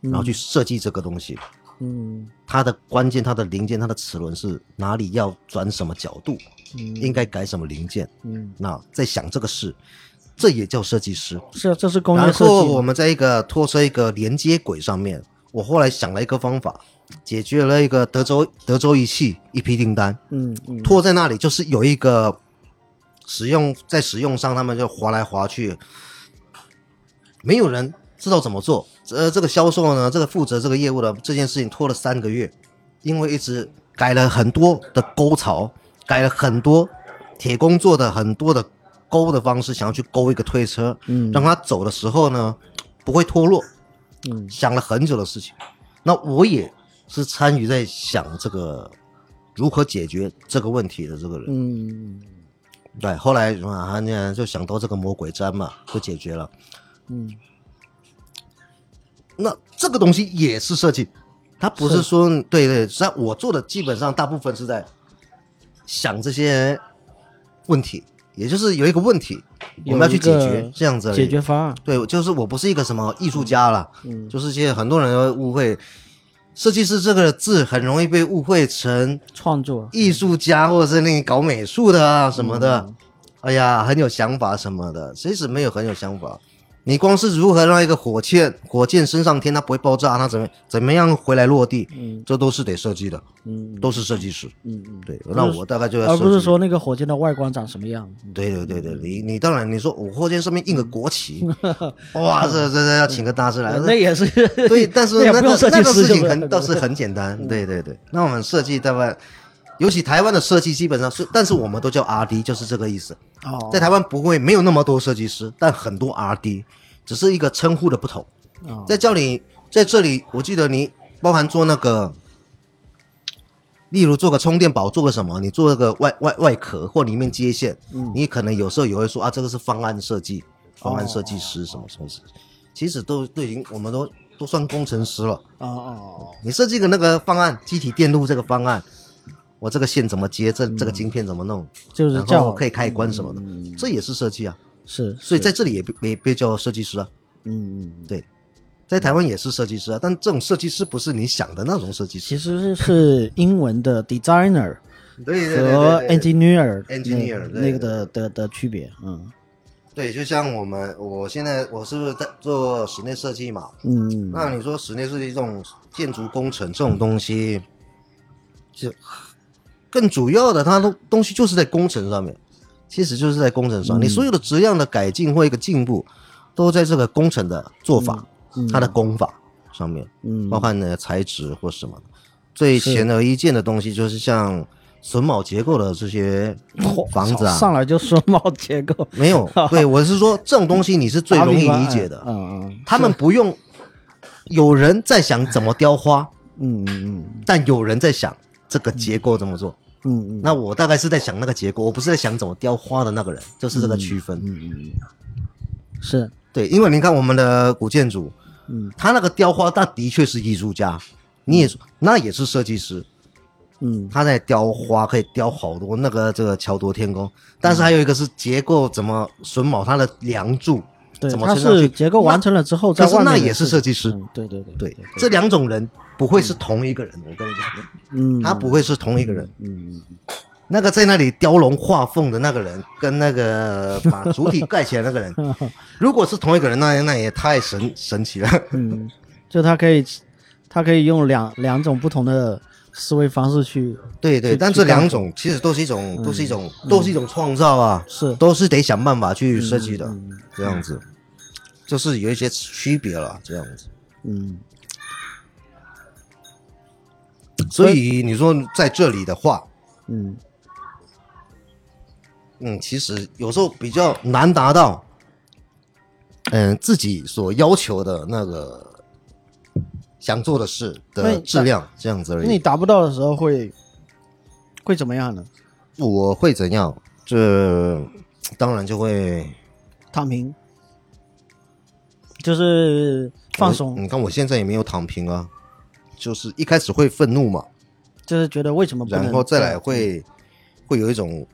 S2: 然后去设计这个东西，
S1: 嗯
S2: 它的关键、它的零件、它的齿轮是哪里要转什么角度，应该改什么零件，
S1: 嗯，
S2: 那在想这个事，这也叫设计师。
S1: 是啊，这是工业
S2: 然
S1: 设
S2: 后
S1: 计
S2: 我
S1: 嘛，
S2: 们在一个拖车一个连接轨上面，我后来想了一个方法，解决了一个德州德州仪器一批订单，
S1: 嗯嗯
S2: 拖在那里就是有一个使用在使用上，他们就划来划去，没有人知道怎么做。呃，这个销售呢，这个负责这个业务的这件事情拖了三个月，因为一直改了很多的沟槽，改了很多铁工做的很多的勾的方式，想要去勾一个推车，
S1: 嗯
S2: 让它走的时候呢不会脱落。
S1: 嗯
S2: 想了很久的事情。那我也是参与在想这个如何解决这个问题的这个人。
S1: 嗯
S2: 对，后来啊，他呢就想到这个魔鬼毡嘛，就解决了。
S1: 嗯，
S2: 那这个东西也是设计，它不是说对对，实际上我做的基本上大部分是在想这些问题，也就是有一个问题我们要去解
S1: 有一
S2: 决
S1: 个，
S2: 这样子而已
S1: 解决方案，嗯
S2: 对，就是我不是一个什么艺术家啦，就是些很多人会误会设计师这个字很容易被误会成
S1: 创作，
S2: 艺术家或者是那个搞美术的啊什么
S1: 嗯
S2: 的，哎呀，很有想法什么的，谁使没有很有想法？你光是如何让一个火箭火箭升上天，它不会爆炸，它怎么怎么样回来落地，这都是得设计的，
S1: 嗯
S2: 都是设计师。
S1: 嗯嗯，
S2: 对，那我大概就要
S1: 而
S2: 设
S1: 不是
S2: 计
S1: 说那个火箭的外观长什么样。
S2: 对对对对，你你当然你说我火箭上面印个国旗，哇，这这这要请个大 师
S1: 嗯
S2: 来，
S1: 呃那也是
S2: 对，但是
S1: 那也
S2: 那
S1: 不用
S2: 个
S1: 设
S2: 那
S1: 计
S2: 个
S1: 师
S2: 事
S1: 就
S2: 情
S1: 不嗯
S2: 很倒是很简单，对对对。那我们设计台湾，尤其台湾的设计基本上是，但是我们都叫 R D，就是这个意思。
S1: 哦
S2: 在台湾不会没有那么多设计师，但很多 R D，只是一个称呼的不同。
S1: 哦
S2: 在叫你在这里，我记得你包含做那个，例如做个充电宝，做个什么，你做个外外外壳或里面接线，
S1: 嗯
S2: 你可能有时候也会说啊，这个是方案设计，方案设计
S1: 哦
S2: 师什么什么什么，其实都都已经我们都都算工程师了。
S1: 哦哦，
S2: 你设计个那个方案，机体电路这个方案，我这个线怎么接，这
S1: 嗯
S2: 这个晶片怎么弄，
S1: 就是
S2: 然
S1: 叫
S2: 后可以开关什么的，这也是设计啊。
S1: 是，
S2: 所以在这里也被也被叫设计师啊。
S1: 嗯嗯，
S2: 对，在台湾也是设计师啊，但这种设计师不是你想的那种设计师。
S1: 其实是是英文的 designer
S2: 对
S1: 和 engineer 那
S2: engineer，对
S1: 那个的的的区别，嗯
S2: 对，就像我们，我现在我是不是在做室内设计嘛？
S1: 嗯
S2: 那你说室内设计这种建筑工程这种东西，就更主要的，它都东西就是在工程上面，其实就是在工程上，你所有的质量的改进或一个进步，都在这个工程的做法，它的工法上面，
S1: 嗯
S2: 包含呢材质或什么的。最显而易见的东西就是像榫卯结构的这些房子啊，
S1: 上来就榫卯结构，
S2: 没 有，对我是说这种东西你是 最容易理解的，
S1: 嗯嗯
S2: 他们不用有人在想怎么 雕花，
S1: 嗯嗯
S2: 但有人在想这个结构怎么做。
S1: 嗯嗯
S2: 那我大概是在想那个结构，我不是在想怎么雕花的那个人，就是这个区分。
S1: 嗯嗯，是，
S2: 对，因为你看我们的古建筑，
S1: 嗯，
S2: 他那个雕花，那的确是艺术家，你也那也是设计师，
S1: 嗯
S2: 他在雕花，可以雕好多那个这个桥夺天宫。但是还有一个是结构怎么榫卯它的梁柱，
S1: 对，
S2: 怎么
S1: 它
S2: 撑上去
S1: 是结构完成了之后在
S2: 可是
S1: 外面
S2: 那
S1: 的
S2: 也是设计师。
S1: 嗯对对对
S2: 对，这两种人不会是同一个人，我跟你讲，
S1: 嗯
S2: 他不会是同一个人。
S1: 嗯
S2: 那个在那里雕龙画凤的那个人，跟那个把主体盖起来 那个人，如果是同一个人，那那也太神神 奇了。
S1: 嗯，就它可以它可以用两两种不同的思维方式去
S2: 对对，
S1: 去
S2: 但
S1: 去
S2: 这
S1: 干
S2: 两种其实都是一种，都是一种，
S1: 嗯
S2: 都是一种创造啊，
S1: 是
S2: 都是得想办法去设计的，这样子，就是有一些区别了，这样子。
S1: 嗯
S2: 所以你说在这里的话，
S1: 嗯
S2: 嗯，其实有时候比较难达到，嗯，自己所要求的那个想做的事的质量，这样子而
S1: 那你
S2: 已。
S1: 达不到的时候会会怎么样呢？
S2: 我会怎样？这当然就会
S1: 躺平，就是放
S2: 我
S1: 松，
S2: 嗯你看我现在也没有躺平啊，就是一开始会愤怒嘛，
S1: 就是觉得为什么不能？嗯
S2: 然后再来会会有一种，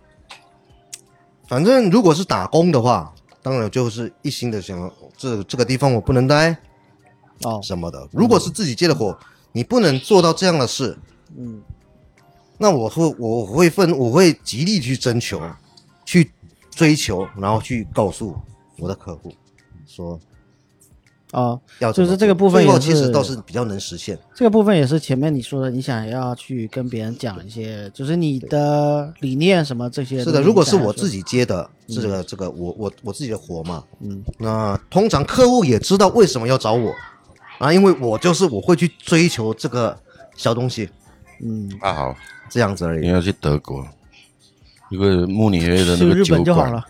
S2: 反正如果是打工的话，当然就是一心的想，这这个地方我不能待，
S1: 哦，
S2: 什么的。如果是自己接的火，你不能做到这样的事，
S1: 嗯
S2: 那我会我会分，我会极力去征求，去追求，然后去告诉我的客户说
S1: 哦，
S2: 要
S1: 就
S2: 怎么
S1: 是
S2: 做
S1: 这个部分
S2: 最后
S1: 也
S2: 其实
S1: 是
S2: 倒是比较能实现。
S1: 这个部分也是前面你说的，你想要去跟别人讲一些，就是你的理念什么这些。
S2: 是的，如果是我自
S1: 己，
S2: 己接的这个这个我我我自己的活嘛，
S1: 嗯，
S2: 那通常客户也知道为什么要找我啊，因为我就是我会去追求这个小东西，
S1: 嗯，
S3: 啊好，
S2: 这样子而
S3: 你
S2: 已。
S3: 要去德国，一个慕尼黑的
S1: 去
S3: 那个
S1: 日
S3: 酒
S1: 本就好
S3: 馆
S1: 了，。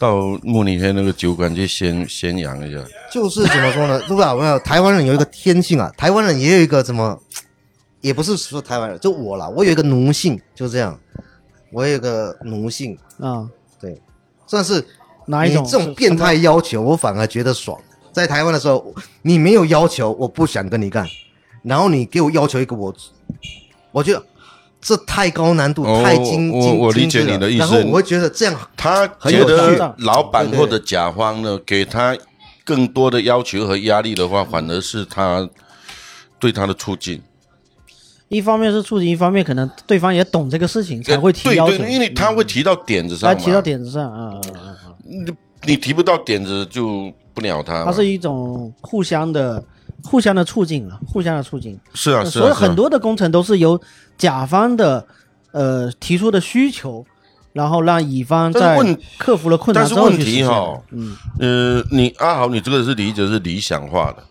S3: 到慕尼黑那个酒馆去先先养一下。
S2: 就是怎么说呢，对吧？我有台湾人有一个天性啊，台湾人也有一个怎么，也不是说台湾人，就我啦，我有一个奴性，就这样，我有一个奴性，
S1: 啊，
S2: 对，算是
S1: 哪一种
S2: 你这种变态要求，我反而觉得爽。在台湾的时候，你没有要求，我不想跟你干，然后你给我要求一个我，我觉得这太高难度，
S3: 哦
S2: 太精
S3: 我
S2: 精
S3: 我理
S2: 精致
S3: 解你
S2: 了
S3: 的意
S2: 然
S3: 思
S2: 后我会觉得这样
S3: 他
S2: 很
S3: 觉
S2: 有趣
S3: 得老板
S2: 对对
S3: 或者甲方呢，给他更多的要求和压力的话，反而是他对他的促进。
S1: 一方面是促进，一方面可能对方也懂这个事情才会提
S3: 对
S1: 要求，
S3: 对，因为他会提到点子上
S1: 来
S3: 嘛，
S1: 提到点子上啊，啊啊啊啊
S3: 你你提不到点子就不鸟他嘛。
S1: 它是一种互相的、互相的促进了，互相的促进。
S3: 是啊，是啊，
S1: 呃所以
S3: 是啊
S1: 很多的工程都是由甲方的呃提出的需求，然后让乙方
S3: 但是
S1: 在
S3: 问
S1: 克服了困难
S3: 但
S1: 之
S3: 是
S1: 后
S3: 问
S1: 去实嗯
S3: 题
S1: 现
S3: 哈、
S1: 的。
S3: 呃，你阿豪，你这个是理解是理想化的，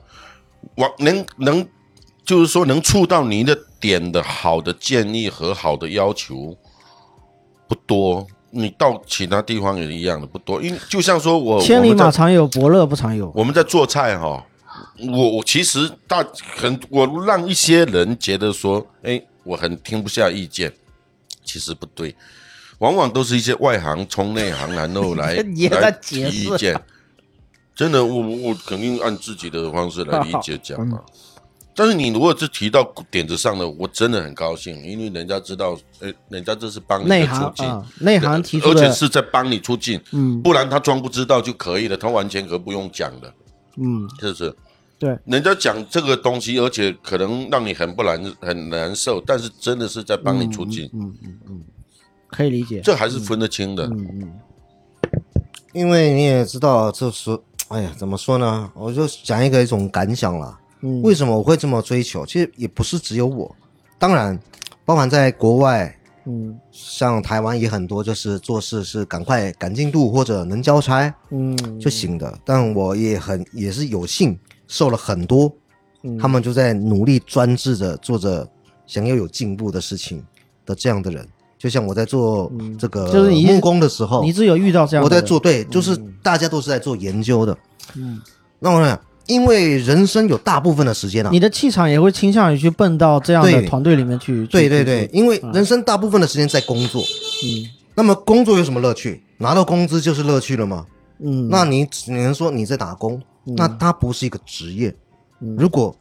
S3: 往能能就是说能触到你的点的好的建议和好的要求不多，你到其他地方也一样的不多，因为就像说我
S1: 千里
S3: 我们在
S1: 马常有，伯乐不常有。
S3: 我们在做菜哈、我我其实大很我让一些人觉得说，哎，我很听不下意见，其实不对。往往都是一些外行冲内行，然后来
S1: 你也在
S3: 来提
S1: 解释
S3: 意见。真的，我我我肯定按自己的方式来理解讲 嘛。但是你如果是提到点子上的，我真的很高兴，因为人家知道，哎，人家这是帮你
S1: 内
S3: 的
S1: 行
S3: 促进，
S1: 啊，内行提出
S3: 呃而且
S1: 的，
S3: 是在帮你促进，
S1: 嗯
S3: 不然他装不知道就可以了，他完全可不用讲的，
S1: 嗯，
S3: 是不是？
S1: 对，
S3: 人家讲这个东西，而且可能让你很不难很难受，但是真的是在帮你促
S1: 嗯
S3: 进，
S1: 可以理解。
S3: 这还是分得清的。
S1: 嗯
S2: 因为你也知道，就是，哎呀，怎么说呢？我就讲一个一种感想啦。
S1: 嗯
S2: 为什么我会这么追求？其实也不是只有我，当然，包含在国外，
S1: 嗯
S2: 像台湾也很多，就是做事是赶快赶进度或者能交差
S1: 嗯
S2: 就行的。但我也很也是有幸受了很多，
S1: 嗯
S2: 他们就在努力专制着做着想要有进步的事情的这样的人。就像我在做这个
S1: 嗯就是你一直
S2: 木工的时候，
S1: 你只有遇到这样
S2: 我
S1: 的嗯
S2: 在
S1: 人，
S2: 做，对，就是大家都是在做研究的。
S1: 嗯
S2: 那我呢，因为人生有大部分的时间啊
S1: 你，的气场也会倾向于去奔到这样的
S2: 对
S1: 团队里面去。
S2: 对
S1: 去
S2: 对
S1: 去
S2: 对
S1: 去，
S2: 因为人生大部分的时间在工作。
S1: 嗯
S2: 那么工作有什么乐趣？拿到工资就是乐趣了吗？
S1: 嗯，
S2: 那你只能说你在打工，那它不是一个职业。
S1: 嗯
S2: 如果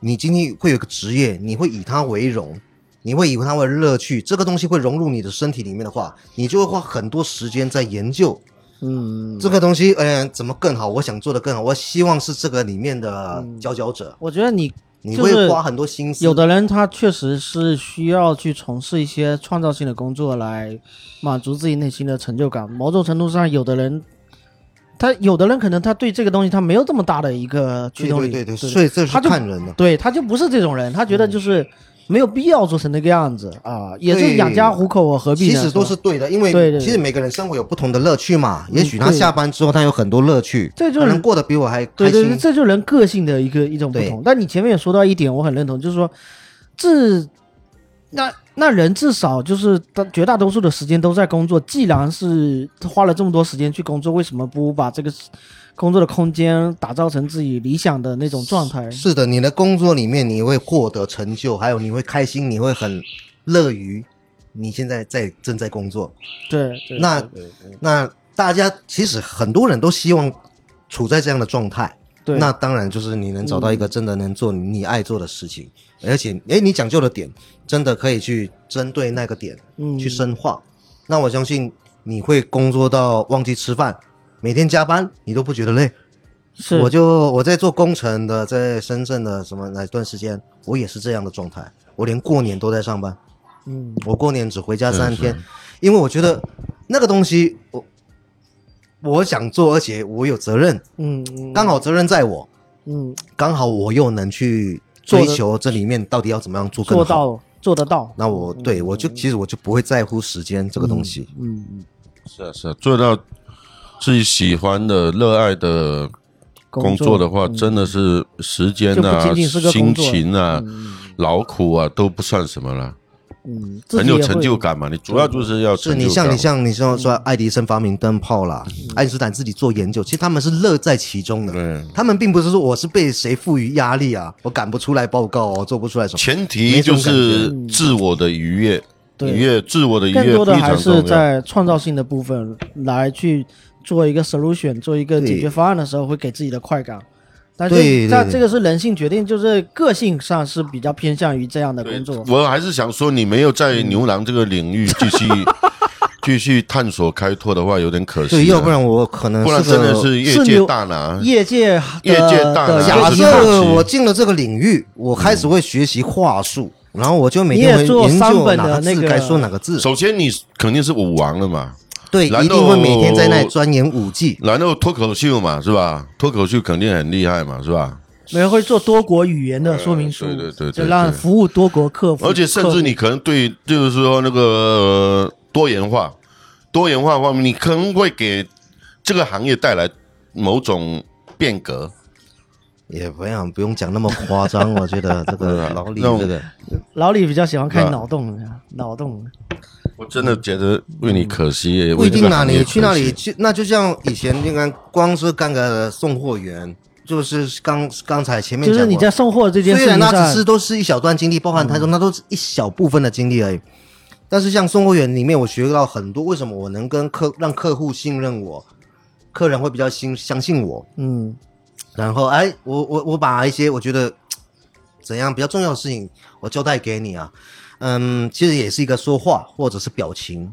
S2: 你今天会有一个职业，你会以它为荣，你会以它为乐趣，这个东西会融入你的身体里面的话，你就会花很多时间在研究
S1: 嗯，
S2: 这个东西，哎、呀，怎么更好？我想做的更好，我希望是这个里面的佼佼者，
S1: 我觉得你
S2: 你
S1: 嗯就是
S2: 会花很多心思。
S1: 有的人他确实是需要去从事一些创造性的工作来满足自己内心的成就感。某种程度上，有的人他有的人可能他对这个东西他没有这么大的一个驱
S2: 对
S1: 动力，
S2: 对对对，
S1: 对
S2: 所以这是
S1: 他就
S2: 看人的。
S1: 对他就不是这种人，他觉得就是没有必要做成那个样子啊，也是
S2: 对
S1: 养家糊口，我何必
S2: 其
S1: 呢？
S2: 实都
S1: 吧
S2: 是对的，因
S1: 对对
S2: 为
S1: 对嗯
S2: 其实每个人生活有不同的乐趣嘛。也许他
S1: 对
S2: 下班之后他有很多乐趣，
S1: 这就是
S2: 可能过得比我还开
S1: 对对对，
S2: 心。
S1: 这就是人个性的一个一种不
S2: 对
S1: 同。但你前面也说到一点，我很认同，就是说，至那那人至少就是大绝大多数的时间都在工作。既然是花了这么多时间去工作，为什么不把这个工作的空间打造成自己理想的那种状态？
S2: 是的，你的工作里面你会获得成就，还有你会开心，你会很乐于你现在在正在工作。
S1: 对，对
S2: 那
S1: 对
S2: 那大家其实很多人都希望处在这样的状态。
S1: 对
S2: 那当然就是你能找到一个真的能做你爱做的事情，而且诶，你讲究的点真的可以去针对那个点
S1: 嗯
S2: 去深化。那我相信你会工作到忘记吃饭，每天加班你都不觉得累。
S1: 是
S2: 我就我在做工程的，在深圳的什么哪段时间，我也是这样的状态。我连过年都在上班，
S1: 嗯
S2: 我过年只回家三天，因为我觉得那个东西我我想做，而且我有责任，
S1: 嗯嗯
S2: 刚好责任在我，
S1: 嗯
S2: 刚好我又能去
S1: 做
S2: 追
S1: 得
S2: 求这里面到底要怎么样做更
S1: 做
S2: 好。
S1: 到做得到，
S2: 那我对我就其实我就不会在乎时间这个东西。
S1: 嗯嗯，
S3: 是啊，是啊，做到自己喜欢的、热爱的工作的话，真的是时间
S1: 嗯就
S3: 啊、
S1: 不仅仅是个工
S3: 心
S1: 作
S3: 情啊、劳苦啊都不算什么了，
S1: 嗯，自己
S3: 很有
S1: 也
S3: 成
S1: 会
S3: 就感嘛。你主要就是要
S2: 是
S3: 成就感
S2: 你像你像你
S1: 嗯
S2: 像说爱迪生发明灯泡啦，爱因斯坦自己做研究，其实他们是乐在其中的。
S3: 对
S2: 他们并不是说我是被谁赋予压力啊，我赶不出来报告哦，我做不出来什么。
S3: 前提就是自我的愉悦，
S1: 嗯对
S3: 愉悦自我的愉
S1: 更
S3: 悦
S1: 多的
S3: 非
S1: 还
S3: 常
S1: 是
S3: 重要。
S1: 在创造性的部分来去做一个 solution，做一个解决方案的时候，会给自己的快感。但是
S2: 对对
S1: 但
S2: 对
S1: 这个是人性决定，就是个性上是比较偏向于这样的工作。嗯
S3: 我还是想说，你没有在牛郎这个领域继续继续探索开拓的话，有点可惜了。啊
S2: 对，要不然我可能
S3: 不然
S2: 是个
S3: 真的是业
S1: 是
S3: 界
S1: 牛
S3: 大拿，
S1: 业界的
S3: 业界大
S1: 的
S3: 拿
S1: 压
S2: 假
S1: 力
S3: 就是好
S2: 设
S3: 奇
S2: 我进了这个领域，我开始会学习话术，然后我就每
S1: 你也
S2: 天会
S1: 做
S2: 研
S1: 三
S2: 究
S1: 本
S2: 哪
S1: 的
S2: 个
S1: 那
S2: 字
S1: 个
S2: 该说哪个字，
S3: 首先你肯定是舞王了嘛，
S2: 对，
S3: 然
S2: 一定会每天在那里
S3: 后
S2: 钻研武技。
S3: 然后脱口秀嘛，是吧？脱口秀肯定很厉害嘛，是吧？
S1: 没人会做多国语言的说明书，
S3: 对对对对
S1: 就让
S3: 对
S1: 服务多国客服。
S3: 而且甚至你可能对，就是说那个、呃多元化，多元化方面，你可能会给这个行业带来某种变革。
S2: 也不要不用讲那么夸张，我觉得这个老李
S3: 那种
S2: 这个
S1: 老李比较喜欢
S3: 是
S1: 开
S3: 吧
S1: 脑洞，脑洞
S3: 我真的觉得为你可惜，也
S2: 不
S3: 为
S2: 一
S3: 这
S2: 定
S3: 个
S2: 啦，
S3: 行业
S2: 你去
S3: 可
S2: 那
S3: 惜
S2: 里去，那就像以前你看，光是干个送货员，就是刚刚才前面
S1: 就
S2: 讲
S1: 是
S2: 过，啊
S1: 你在送货这件事
S2: 虽然
S1: 情
S2: 那只
S1: 上
S2: 是，都是一小段经历，包含台
S1: 嗯
S2: 中，那都是一小部分的经历而已。但是像送货员里面，我学到很多，为什么我能跟客让客户信任我，客人会比较信相信我，
S1: 嗯，
S2: 然后哎，我我我把一些我觉得嘖怎样比较重要的事情，我交代给你啊。嗯，其实也是一个说话或者是表情，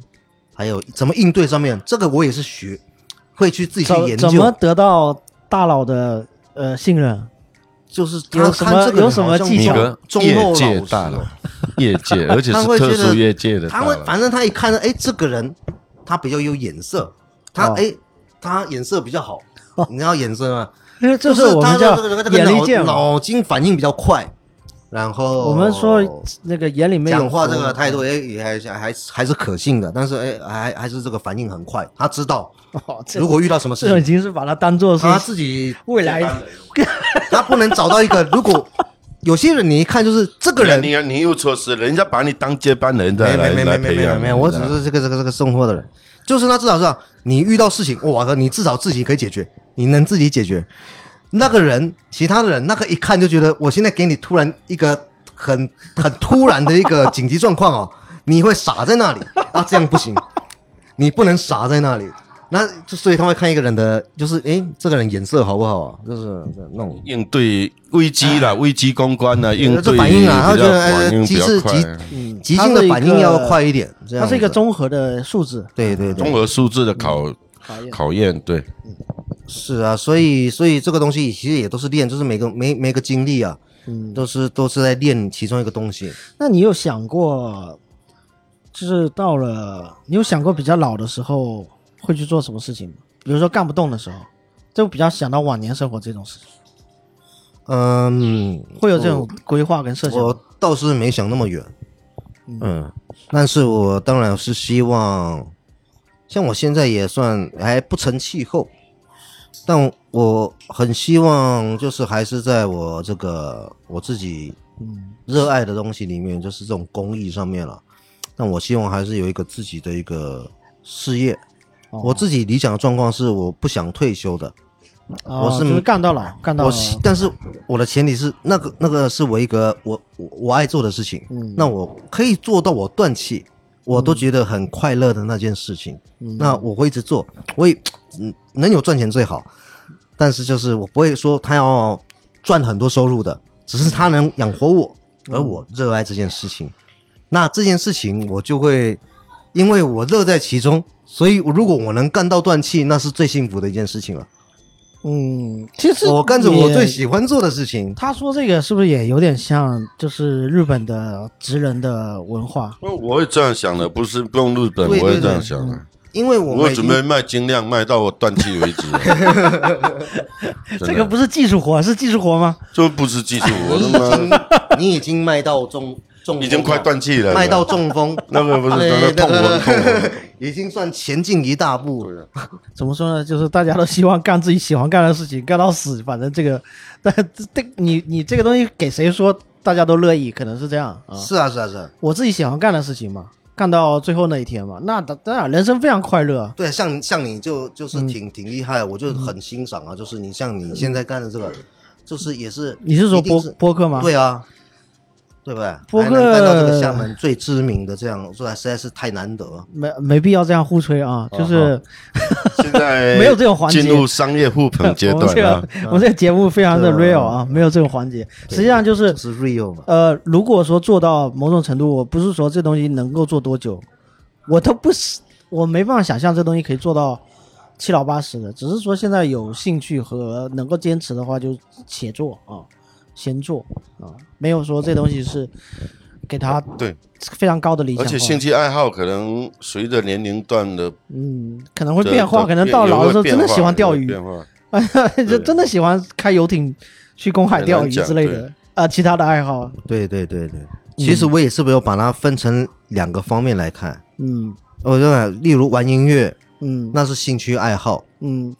S2: 还有怎么应对上面，这个我也是学，会去自己去研
S1: 怎怎么
S2: 究，
S1: 得到大佬的呃信任？
S2: 就是
S1: 有
S2: 他
S1: 什
S2: 看
S1: 么
S2: 这个人
S1: 有什么
S2: 好像
S1: 技
S3: 你
S1: 巧
S3: 跟
S2: 忠
S3: 业
S2: 厚
S3: 界
S2: 老实
S3: 大
S2: 哦
S3: 佬，业界，而且
S2: 他
S3: 是
S2: 会
S3: 特
S2: 觉
S3: 殊
S2: 得
S3: 业界的大
S2: 他会，
S3: 佬。
S2: 反正他一看到，哎，这个人他比较有眼色，他
S1: 哦
S2: 哎、他眼色比较好，你知道眼 色吗？
S1: 因为这
S2: 就是
S1: 我
S2: 他
S1: 们
S2: 的
S1: 叫
S2: 这个这个
S1: 眼力见
S2: 脑
S1: 嘛。
S2: 脑筋反应比较快，然后
S1: 我们说那个眼里面有
S2: 讲话这
S1: 佛
S2: 个态度，哎，也还还还是可信的，但是哎，还还是这个反应很快，他 知道
S1: 哦这
S2: 如果遇啊到什么事
S1: 这已
S2: 情，
S1: 经是把它当做是
S2: 他自己
S1: 未来
S2: 他不能找到一个，如果有些人你一看就是这个
S3: 对啊
S2: 人
S3: 你看你又错失，人家把你当接班人再来
S2: 没没
S3: 来
S2: 没
S3: 培
S2: 没没
S3: 养
S2: 有
S3: 你，
S2: 没有，我只
S3: 知道
S2: 是这个这个这个送货的人，就是他至少上你遇到事情，哇靠，你至少自己可以解决，你能自己解决。那个人，其他的人，那个一看就觉得，我现在给你突然一个很很突然的一个紧急状况哦，你会傻在那里啊，这样不行，你不能傻在那里。那就所以他会看一个人的，就是诶，这个人眼色好不好啊？就是那种
S3: 应对危机啦，危机公关啦，应
S2: 这
S3: 对
S2: 反应啊，他
S3: 比
S2: 觉
S3: 较
S2: 得
S3: 反应
S2: 呃，
S3: 比
S2: 急
S3: 较
S2: 事
S3: 快啊
S2: 急。嗯急性的反应要快一点，这样
S1: 它是一个
S2: 子
S1: 综合的素质。
S2: 对对对
S3: 综合素质的
S2: 嗯
S3: 考
S1: 考验
S3: 考验，对，
S2: 是啊，所以所以这个东西其实也都是练，就是每个每每个经历啊，
S1: 嗯，
S2: 都是都是在练其中一个东西。
S1: 那你有想过，就是到了你有想过比较老的时候会去做什么事情吗？比如说干不动的时候，就比较想到晚年生活这种事情，
S2: 嗯，
S1: 会有这种规划跟设想吗。
S2: 我倒是没想那么远，嗯，但是我当然是希望，像我现在也算还不成气候，但我很希望就是还是在我这个我自己
S1: 嗯
S2: 热爱的东西里面，就是这种公益上面了。但我希望还是有一个自己的一个事业。
S1: 哦
S2: 我自己理想的状况是，我不想退休的。
S1: 哦
S2: 我是
S1: 就是干到老，干到
S2: 我
S1: 老。
S2: 希但是我的前提是，那个那个是我一个我我我爱做的事情。
S1: 嗯
S2: 那我可以做到我断气，我都觉得很快乐的那件事情。
S1: 嗯
S2: 那我会一直做，我也嗯能有赚钱最好。但是就是我不会说他要赚很多收入的，只是他能养活我，
S1: 嗯
S2: 而我热爱这件事情。那这件事情我就会，因为我乐在其中，所以如果我能干到断气，那是最幸福的一件事情了。
S1: 嗯，其实
S2: 我干着我
S1: 也
S2: 最喜欢做的事情，
S1: 他说这个是不是也有点像，就是日本的职人的文化？
S3: 我会这样想的，不是不用日本，
S2: 对
S3: 我会
S2: 对
S3: 这样
S2: 对
S3: 想的，
S2: 因为我
S3: 我
S2: 们
S3: 会
S2: 已
S3: 准
S2: 经
S3: 备卖精量卖到我断气为止。啊 真的
S1: 这个不是技术活，是技术活吗？
S3: 这不是技术活，
S2: 你已
S3: 我他
S2: 经
S3: 妈
S2: 你已经卖到中中风了，
S3: 已经快断气了，
S2: 卖到中风，
S3: 那个不是
S2: 对
S3: 那个
S2: 对
S3: 痛
S2: 对
S3: 我痛啊我。
S2: 已经算前进一大步了。
S1: 怎么说呢？就是大家都希望干自己喜欢干的事情，干到死。反正这个， 但这这你你这个东西给谁说，大家都乐意，可能是这样啊。
S2: 是啊，是啊，是啊。
S1: 我自己喜欢干的事情嘛，干到最后那一天嘛，那当当然人生非常快乐。啊
S2: 对，像像你就就是
S1: 嗯
S2: 挺挺厉害，我就很欣赏啊。就是你像你现在干的这个，就是也是
S1: 你是说
S2: 一定
S1: 播播客吗？
S2: 对啊，对不对？
S1: 播
S2: 还能干到这
S1: 客
S2: 个厦门最知名的这样，这实在是太难得了。
S1: 没没必要这样互吹啊，就是、
S3: 现在
S1: 没有这种环节
S3: 进入商业互捧阶
S1: 我们
S3: 段啊
S1: 这
S3: 了
S1: 个。我们这个节目非常的
S2: 对
S1: real 啊，没有这种环节。实际上就是
S2: 这是 real 嘛？
S1: 呃，如果说做到某种程度，我不是说这东西能够做多久，我都不是我没办法想象这东西可以做到七老八十的，只是说现在有兴趣和能够坚持的话，就且做啊，先做啊，没有说这东西是给他
S3: 对，
S1: 非常高的啊理想
S3: 而
S1: 化，
S3: 且兴趣爱好可能随着年龄段的
S1: 嗯，可能会
S3: 的
S1: 变化，
S3: 的
S1: 可能到
S3: 也
S1: 老的时候
S3: 会变
S1: 真的喜
S3: 化
S1: 欢钓
S3: 也会
S1: 鱼，
S3: 变化
S1: 就真的喜欢开游艇去公海
S3: 很
S1: 钓
S3: 难
S1: 鱼
S3: 讲
S1: 之类的
S3: 对
S1: 啊、其他的爱好，
S2: 对对对
S1: 嗯
S2: 对，其实我也是没有把它分成两个方面来看。
S1: 嗯
S2: 我认为，哦例如玩音乐，
S1: 嗯
S2: 那是兴趣爱好，
S1: 嗯，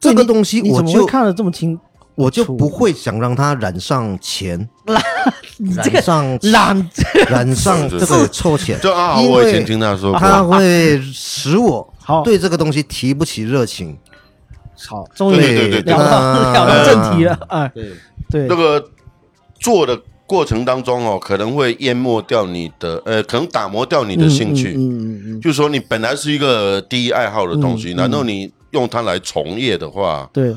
S2: 这
S1: 对
S2: 个
S1: 你
S2: 东西
S1: 你
S2: 我
S1: 怎么会
S2: 就
S1: 看得这么清？
S2: 我就不会想让它染上钱，
S1: 你这
S2: 染
S1: 个
S2: 上
S1: 懒，
S2: 染上这个臭钱，
S3: 就啊，
S2: 因为
S3: 我以前听他说
S1: 啊
S2: 它
S3: 过，啊
S2: 会使我
S1: 好
S2: 对这个东西提不起热情。
S1: 好，终于
S3: 对对对对
S1: 聊到
S2: 那
S1: 聊到正题了啊！
S3: 对
S1: 对
S3: 那，个做的过程当中哦，可能会淹没掉你的，呃，可能打磨掉你的兴趣。
S1: 嗯嗯嗯嗯，
S3: 就是说，你本来是一个第一爱好的东西，
S1: 嗯
S3: 然后你用它来从业的话，
S1: 对，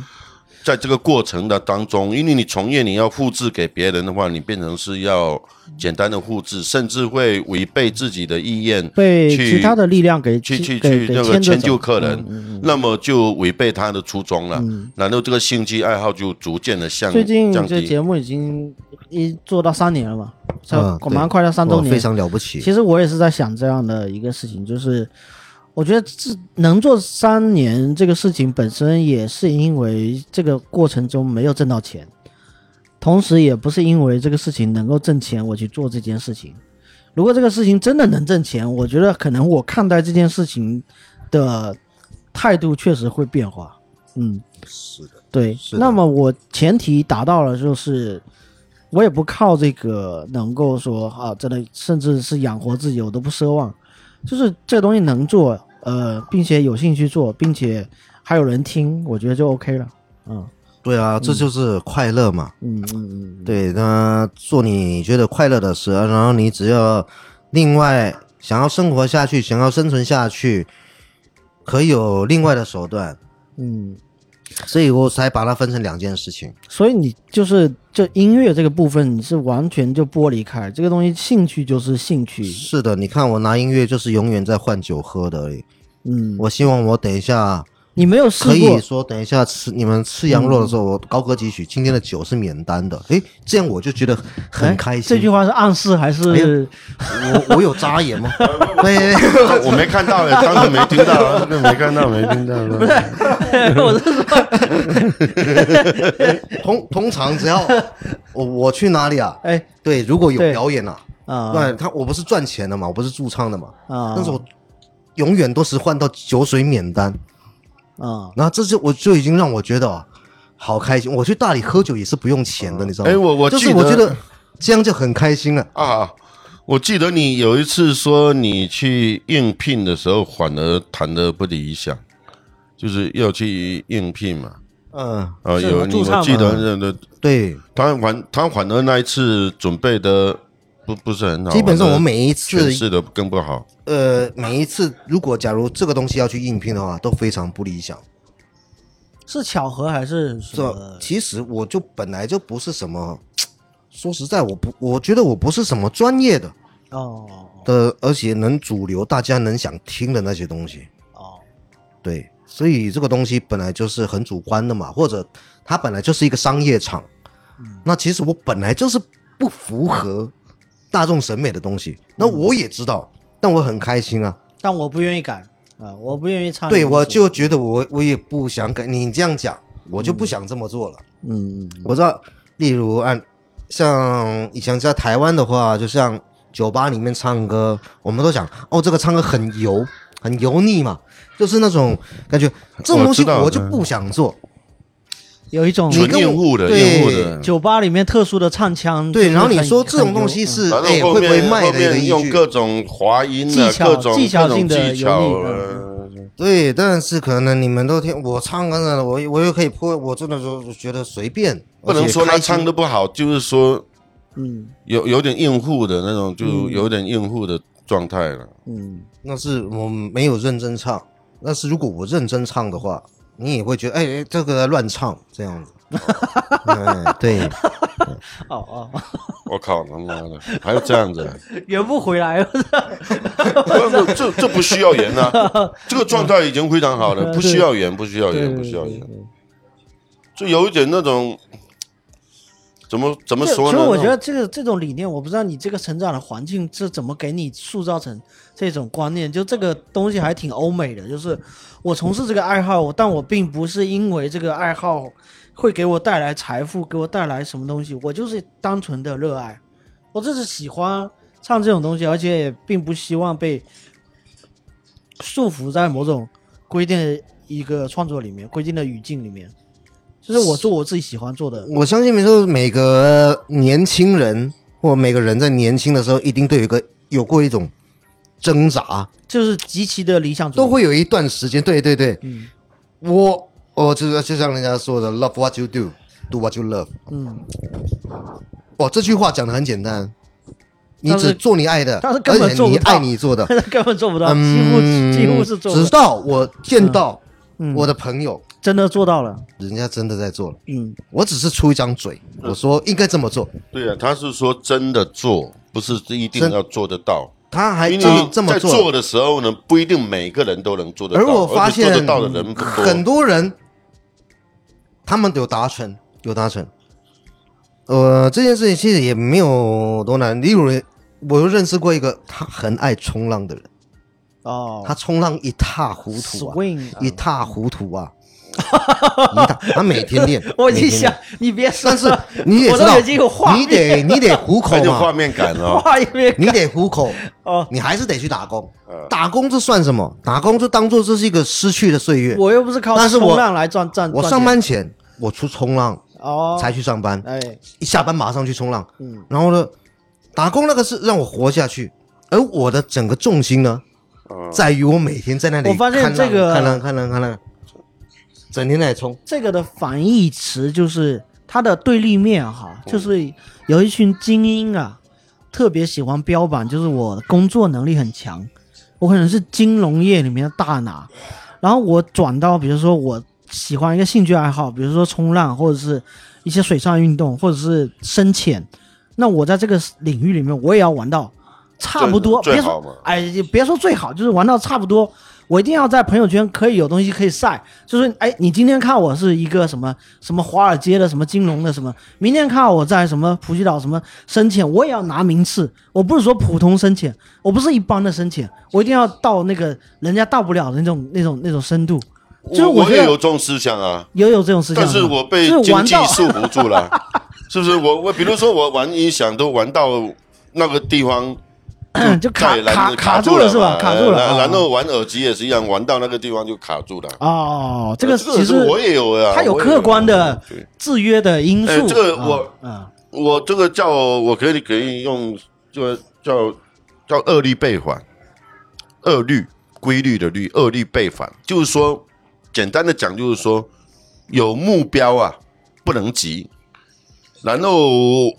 S3: 在这个过程的当中，因为你从业你要复制给别人的话，你变成是要简单的复制，甚至会违背自己的意愿，
S1: 被
S3: 去
S1: 其他的力量给
S3: 去去
S1: 给
S3: 去
S1: 给
S3: 那个
S1: 牵着
S3: 迁就
S1: 走
S3: 客人，
S1: 嗯嗯嗯
S3: 那么就违背他的初衷了。然后这个兴趣爱好就逐渐的降
S1: 最近
S3: 降
S1: 这
S3: 低。
S1: 节目已经一做到三年了嘛，像
S2: 嗯
S1: 马上快到三周
S2: 哇
S1: 年，
S2: 非常了不起。
S1: 其实我也是在想这样的一个事情，就是我觉得这能做三年这个事情本身也是因为这个过程中没有挣到钱，同时也不是因为这个事情能够挣钱我去做这件事情。如果这个事情真的能挣钱，我觉得可能我看待这件事情的态度确实会变化。嗯，
S2: 是的，
S1: 对，
S2: 是的
S1: 那么我前提达到了，就是我也不靠这个能够说啊，真的甚至是养活自己，我都不奢望。就是这东西能做，呃，并且有兴趣做，并且还有人听，我觉得就 OK 了。嗯
S2: 对啊，这就是快乐嘛。
S1: 嗯嗯嗯，
S2: 对，那做你觉得快乐的事，然后你只要另外想要生活下去，想要生存下去，可以有另外的手段，
S1: 嗯，
S2: 所以我才把它分成两件事情。
S1: 所以你就是这音乐这个部分，你是完全就剥离开这个东西，兴趣就是兴趣。
S2: 是的，你看我拿音乐就是永远在换酒喝的而已。
S1: 嗯，
S2: 我希望我等一下
S1: 你没有试
S2: 可
S1: 过嗯
S2: 以，说等一下吃你们吃羊肉的时候，我高歌几曲，今天的酒是免单的。诶，这样我就觉得
S1: 哎
S2: 很开心。
S1: 这句话是暗示还
S2: 哎
S1: 是
S2: 呀？我我有眨眼 吗？对，
S3: 我没看到呀，当然没听到啊，真的没看到，没听到。啊 不是，
S1: 我是说，
S2: 通通常只要我我去哪里啊？
S1: 哎
S2: 对，如果有
S1: 对
S2: 表演啊，
S1: 啊，
S2: 对，他我不是赚钱的嘛，我不是驻唱的嘛，
S1: 啊，
S2: 但是我永远都是换到酒水免单，
S1: 啊，
S2: 然后这就我就已经让我觉得啊好开心。我去大理喝酒也是不用钱的，你知道吗？
S3: 哎我我
S2: 就是
S3: 记
S2: 我
S3: 得
S2: 觉得这样就很开心了。
S3: 啊，我记得你有一次说你去应聘的时候，反而谈的不理想，就是要去应聘嘛。
S2: 嗯，
S3: 啊，
S1: 是
S3: 有
S1: 我
S3: 你
S1: 驻唱
S3: 我记
S1: 嘛
S3: 得那那
S2: 对，
S3: 他反他反而那一次准备的不不是很好，
S2: 基本上我每一
S3: 诠
S2: 次
S3: 释的更不好。
S2: 呃每一次，如果假如这个东西要去应聘的话，都非常不理想。
S1: 是巧合还是什
S2: 是吧
S1: 么？
S2: 其实我就本来就不是什么，说实在，我不，我觉得我不是什么专业的
S1: 哦
S2: 的，而且能主流大家能想听的那些东西，
S1: 哦，
S2: 对，所以这个东西本来就是很主观的嘛，或者它本来就是一个商业场，那其实我本来就是不符合大众审美的东西，那我也知道，但我很开心啊，
S1: 但我不愿意改啊，我不愿意参与这
S2: 对
S1: 些。
S2: 我就觉得我我也不想跟你这样讲，我就不想这么做了。
S1: 嗯
S2: 我知道，例如按像以前在台湾的话，就像酒吧里面唱歌，我们都讲哦，这个唱歌很油，很油腻嘛，就是那种感觉。这种东西
S3: 我知道嗯
S2: 我就不想做。
S1: 有一种
S2: 你
S3: 纯
S2: 跟
S3: 厌恶的，
S2: 对
S3: 厌恶的。
S1: 酒吧里面特殊的唱腔。
S2: 对，
S1: 就是
S2: 然后你
S1: 很嗯
S2: 说这种东西，
S1: 很
S2: 是
S3: 然后
S2: 哎
S3: 后
S2: 会不会
S3: 面
S2: 卖
S3: 后
S2: 的一个
S3: 面用
S2: 依
S3: 各
S2: 据？
S3: 种滑音啊，
S1: 技巧
S3: 各种
S1: 技巧
S3: 各种
S1: 性的嗯
S3: 技巧
S1: 油腻
S3: 呃
S2: 对，但是可能你们都听我唱歌呢，我我又可以泼，我真的就觉得随便，
S3: 不能说他
S2: 而且开心
S3: 唱的不好，就是说
S1: 嗯
S3: 有有点应付的那种，就有点应付的状态 了。
S1: 嗯
S2: 那是我没有认真唱，但是如果我认真唱的话， 你也会觉得哎，哎这个乱唱这样子。嗯，对，
S1: 哦哦，
S3: 我靠他妈的，还有这样子，啊
S1: 圆不回 来
S2: 哦
S1: 了，
S3: 不不，这这不需要圆啊，这个状态已经非常好
S1: 嗯
S3: 了，不需要圆，不需要圆，不需要圆，就有一点那种，怎么怎么
S1: 这
S3: 说
S1: 所以
S3: 呢？
S1: 我觉得这个这种理念，我不知道你这个成长的环境是怎么给你塑造成这种观念。就这个东西还挺欧美的，就是我从事这个爱好，我但我并不是因为这个爱好会给我带来财富，给我带来什么东西，我就是单纯的热爱，我就是喜欢唱这种东西，而且也并不希望被束缚在某种规定的一个创作里面、规定的语境里面。就是我做我自己喜欢做的，
S2: 我相信，就是每个年轻人或每个人在年轻的时候，一定都有一个有过一种挣扎，
S1: 就是极其的理想主义。
S2: 都会有一段时间。对对对，
S1: 嗯
S2: 我我就是就像人家说的，love what you do, do what you love。
S1: 嗯，
S2: 哇，这句话讲的很简单，你
S1: 但是
S2: 只做你爱的，
S1: 但是根本
S2: 而且
S1: 做不
S2: 你
S1: 到
S2: 爱你做的。
S1: 根本做不到，几乎
S2: 嗯，
S1: 几乎是做不
S2: 直
S1: 到，
S2: 到我见到
S1: 嗯
S2: 我的朋友，
S1: 真的做到了。
S2: 人家真的在做了，
S1: 嗯，
S2: 我只是出一张嘴，
S3: 嗯
S2: 我说应该这么做，
S3: 对啊，他是说真的做，不是一定
S2: 真
S3: 要做得到。
S2: 他
S1: 哎
S2: 还
S3: 因
S2: 真
S3: 为
S2: 这么
S3: 在
S2: 做
S3: 做
S2: 了。
S3: 的时候呢，不一定每个人都能做得到，
S2: 而我发
S3: 而且做
S2: 现
S3: 得到的人不
S2: 很多人，他们有达成，有达成。呃，这件事情其实也没有多难。例如，我又认识过一个他很爱冲浪的人，
S1: 哦，
S2: 他冲浪一塌糊涂啊，
S1: swing，啊
S2: 一塌糊涂啊，一塌。他每天练，
S1: 我已经
S2: 每天练
S1: 想，你别说
S2: 但是
S1: 了，
S2: 你也
S1: 我
S2: 知
S1: 都
S2: 道，
S1: 已经有画面
S2: 你得你得糊口
S3: 那就画
S2: 嘛，
S3: 面感啊 了、
S1: 画一遍
S2: 你得糊口，
S1: 哦，
S2: 你还是得去打工。
S3: 呃
S2: 打工这算什么？打工就当做这是一个失去的岁月。
S1: 我又不是靠
S2: 但是我
S1: 冲浪来赚赚，
S2: 我
S1: 赚
S2: 上
S1: 钱
S2: 班前我出冲浪
S1: 哦，
S2: 才去上班，
S1: 哎，
S2: 一下班马上去冲浪。
S1: 嗯
S2: 然后呢，打工那个是让我活下去，而我的整个重心呢，
S3: 呃
S2: 在于我每天在那里
S1: 我发现
S2: 看浪
S1: 这个
S2: 看浪看浪看浪，整天在冲。
S1: 这个的反义词就是它的对立面哈，就是有一群精英啊，特别喜欢标榜，就是我工作能力很强，我可能是金融业里面的大拿，然后我转到比如说我喜欢一个兴趣爱好，比如说冲浪或者是一些水上运动或者是深潜，那我在这个领域里面我也要玩到差不多，
S3: 最
S1: 别
S3: 最好嘛
S1: 说哎，也别说最好，就是玩到差不多。我一定要在朋友圈可以有东西可以晒，就是哎，你今天看我是一个什么什么华尔街的什么金融的什么，明天看我在什么普吉岛什么深潜，我也要拿名次。我不是说普通深潜，我不是一般的深潜，我一定要到那个人家到不了的那种那种那种深度。就是
S3: 我
S1: 觉
S3: 也
S1: 得
S3: 有这种思想啊，
S1: 也有这种事情，
S3: 但是我被
S1: 就是
S3: 经
S1: 玩
S3: 济
S1: 到
S3: 束缚住 了，是不是？我我比如说我玩音响都玩到那个地方。
S1: 就
S3: 再
S1: 卡
S3: 来
S1: 卡
S3: 卡
S1: 住了是吧？
S3: 嘛
S1: 卡住了
S3: 呃
S1: 啊，
S3: 然后玩耳机也是一样，玩到那个地方就卡住了。
S1: 哦，这个
S3: 呃
S1: 其实
S3: 是我也有啊，
S1: 它有
S3: 我也
S1: 客观的
S3: 对
S1: 制约的因
S2: 呃
S3: 哎
S1: 素。
S3: 这个
S1: 啊
S3: 我
S1: 啊
S3: 我这个叫我可以可以用，就叫叫恶律背反，恶律规律的律，恶律背反，就是说，简单的讲就是说，有目标啊不能急，然后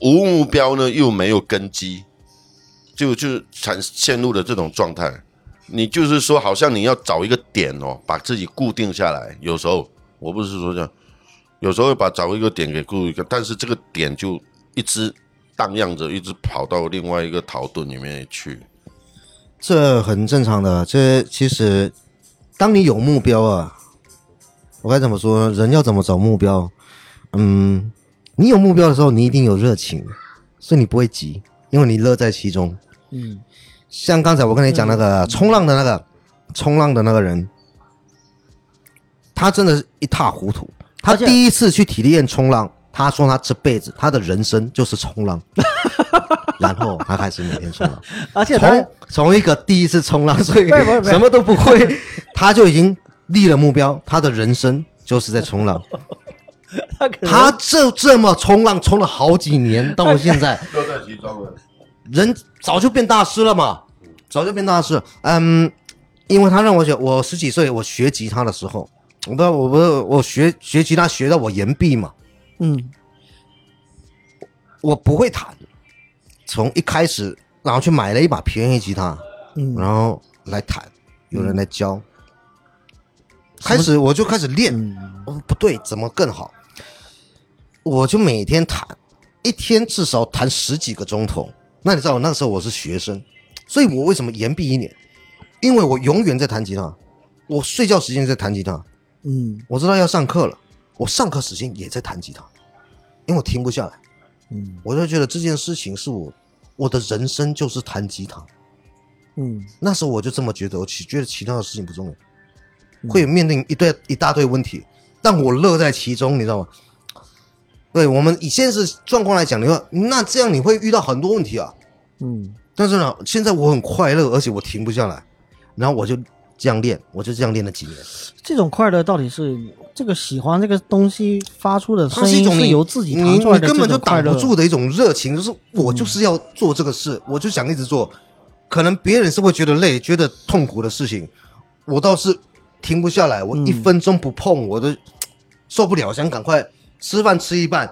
S3: 无目标呢又没有根基，就就产陷入了这种状态。你就是说，好像你要找一个点哦，把自己固定下来。有时候我不是说这样，有时候把找一个点给固一个，但是这个点就一直荡漾着，一直跑到另外一个逃遁里面去。
S2: 这很正常的。这其实，当你有目标啊，我该怎么说呢？人要怎么找目标？嗯，你有目标的时候，你一定有热情，所以你不会急，因为你乐在其中。
S1: 嗯
S2: 像刚才我跟你讲那个冲浪的那个冲浪的那个人，他真的是一塌糊涂。他
S1: 而且
S2: 第一次去体验冲浪，他说他这辈子他的人生就是 冲浪，然后他开始每天冲浪。
S1: 而且它
S2: 从从一个第一次冲浪，所以
S1: 不是不是不是
S2: 什么都不会，他就已经立了目标，他的人生就是在冲浪。
S1: 它可能
S2: 他就这么冲浪，冲了好几年，到现在
S3: 乐在其中了。
S2: 人早就变大师了嘛，早就变大师了。嗯，因为他让我学，我十几岁我学吉他的时候，我不知道，我不是我学学吉他学到我岩壁嘛，
S1: 嗯
S2: 我不会弹，从一开始然后去买了一把便宜吉他，
S1: 嗯
S2: 然后来弹，有人来教。开始哦我就开始练，我说不对，怎么更好？我就每天弹，一天至少弹十几个钟头。那你知道我那时候我是学生，所以我为什么延毕一年？因为我永远在弹吉他，我睡觉时间在弹吉他，
S1: 嗯
S2: 我知道要上课了，我上课时间也在弹吉他，因为我停不下来。
S1: 嗯
S2: 我就觉得这件事情是我，我的人生就是弹吉他。
S1: 嗯
S2: 那时候我就这么觉得，我其觉得其他的事情不重要，会面临一堆一大堆问题，但我乐在其中，你知道吗？对我们以现实状况来讲，你说那这样你会遇到很多问题啊。
S1: 嗯
S2: 但是呢，现在我很快乐，而且我停不下来，然后我就这样练，我就这样练了几年。
S1: 这种快乐到底是这个喜欢这个东西发出的
S2: 它
S1: 声
S2: 是一
S1: 音
S2: 种你
S1: 由自己
S2: 你
S1: 弹出来
S2: 你
S1: 的
S2: 根
S1: 这
S2: 本就
S1: 种快
S2: 挡
S1: 乐嗯
S2: 不，住的一种热情，就是我就是要做这个事，我就想一直做。可能别人是会觉得累、觉得痛苦的事情，我倒是停不下来，我
S1: 嗯
S2: 一分钟不碰我都受不了，想赶快吃饭吃一半，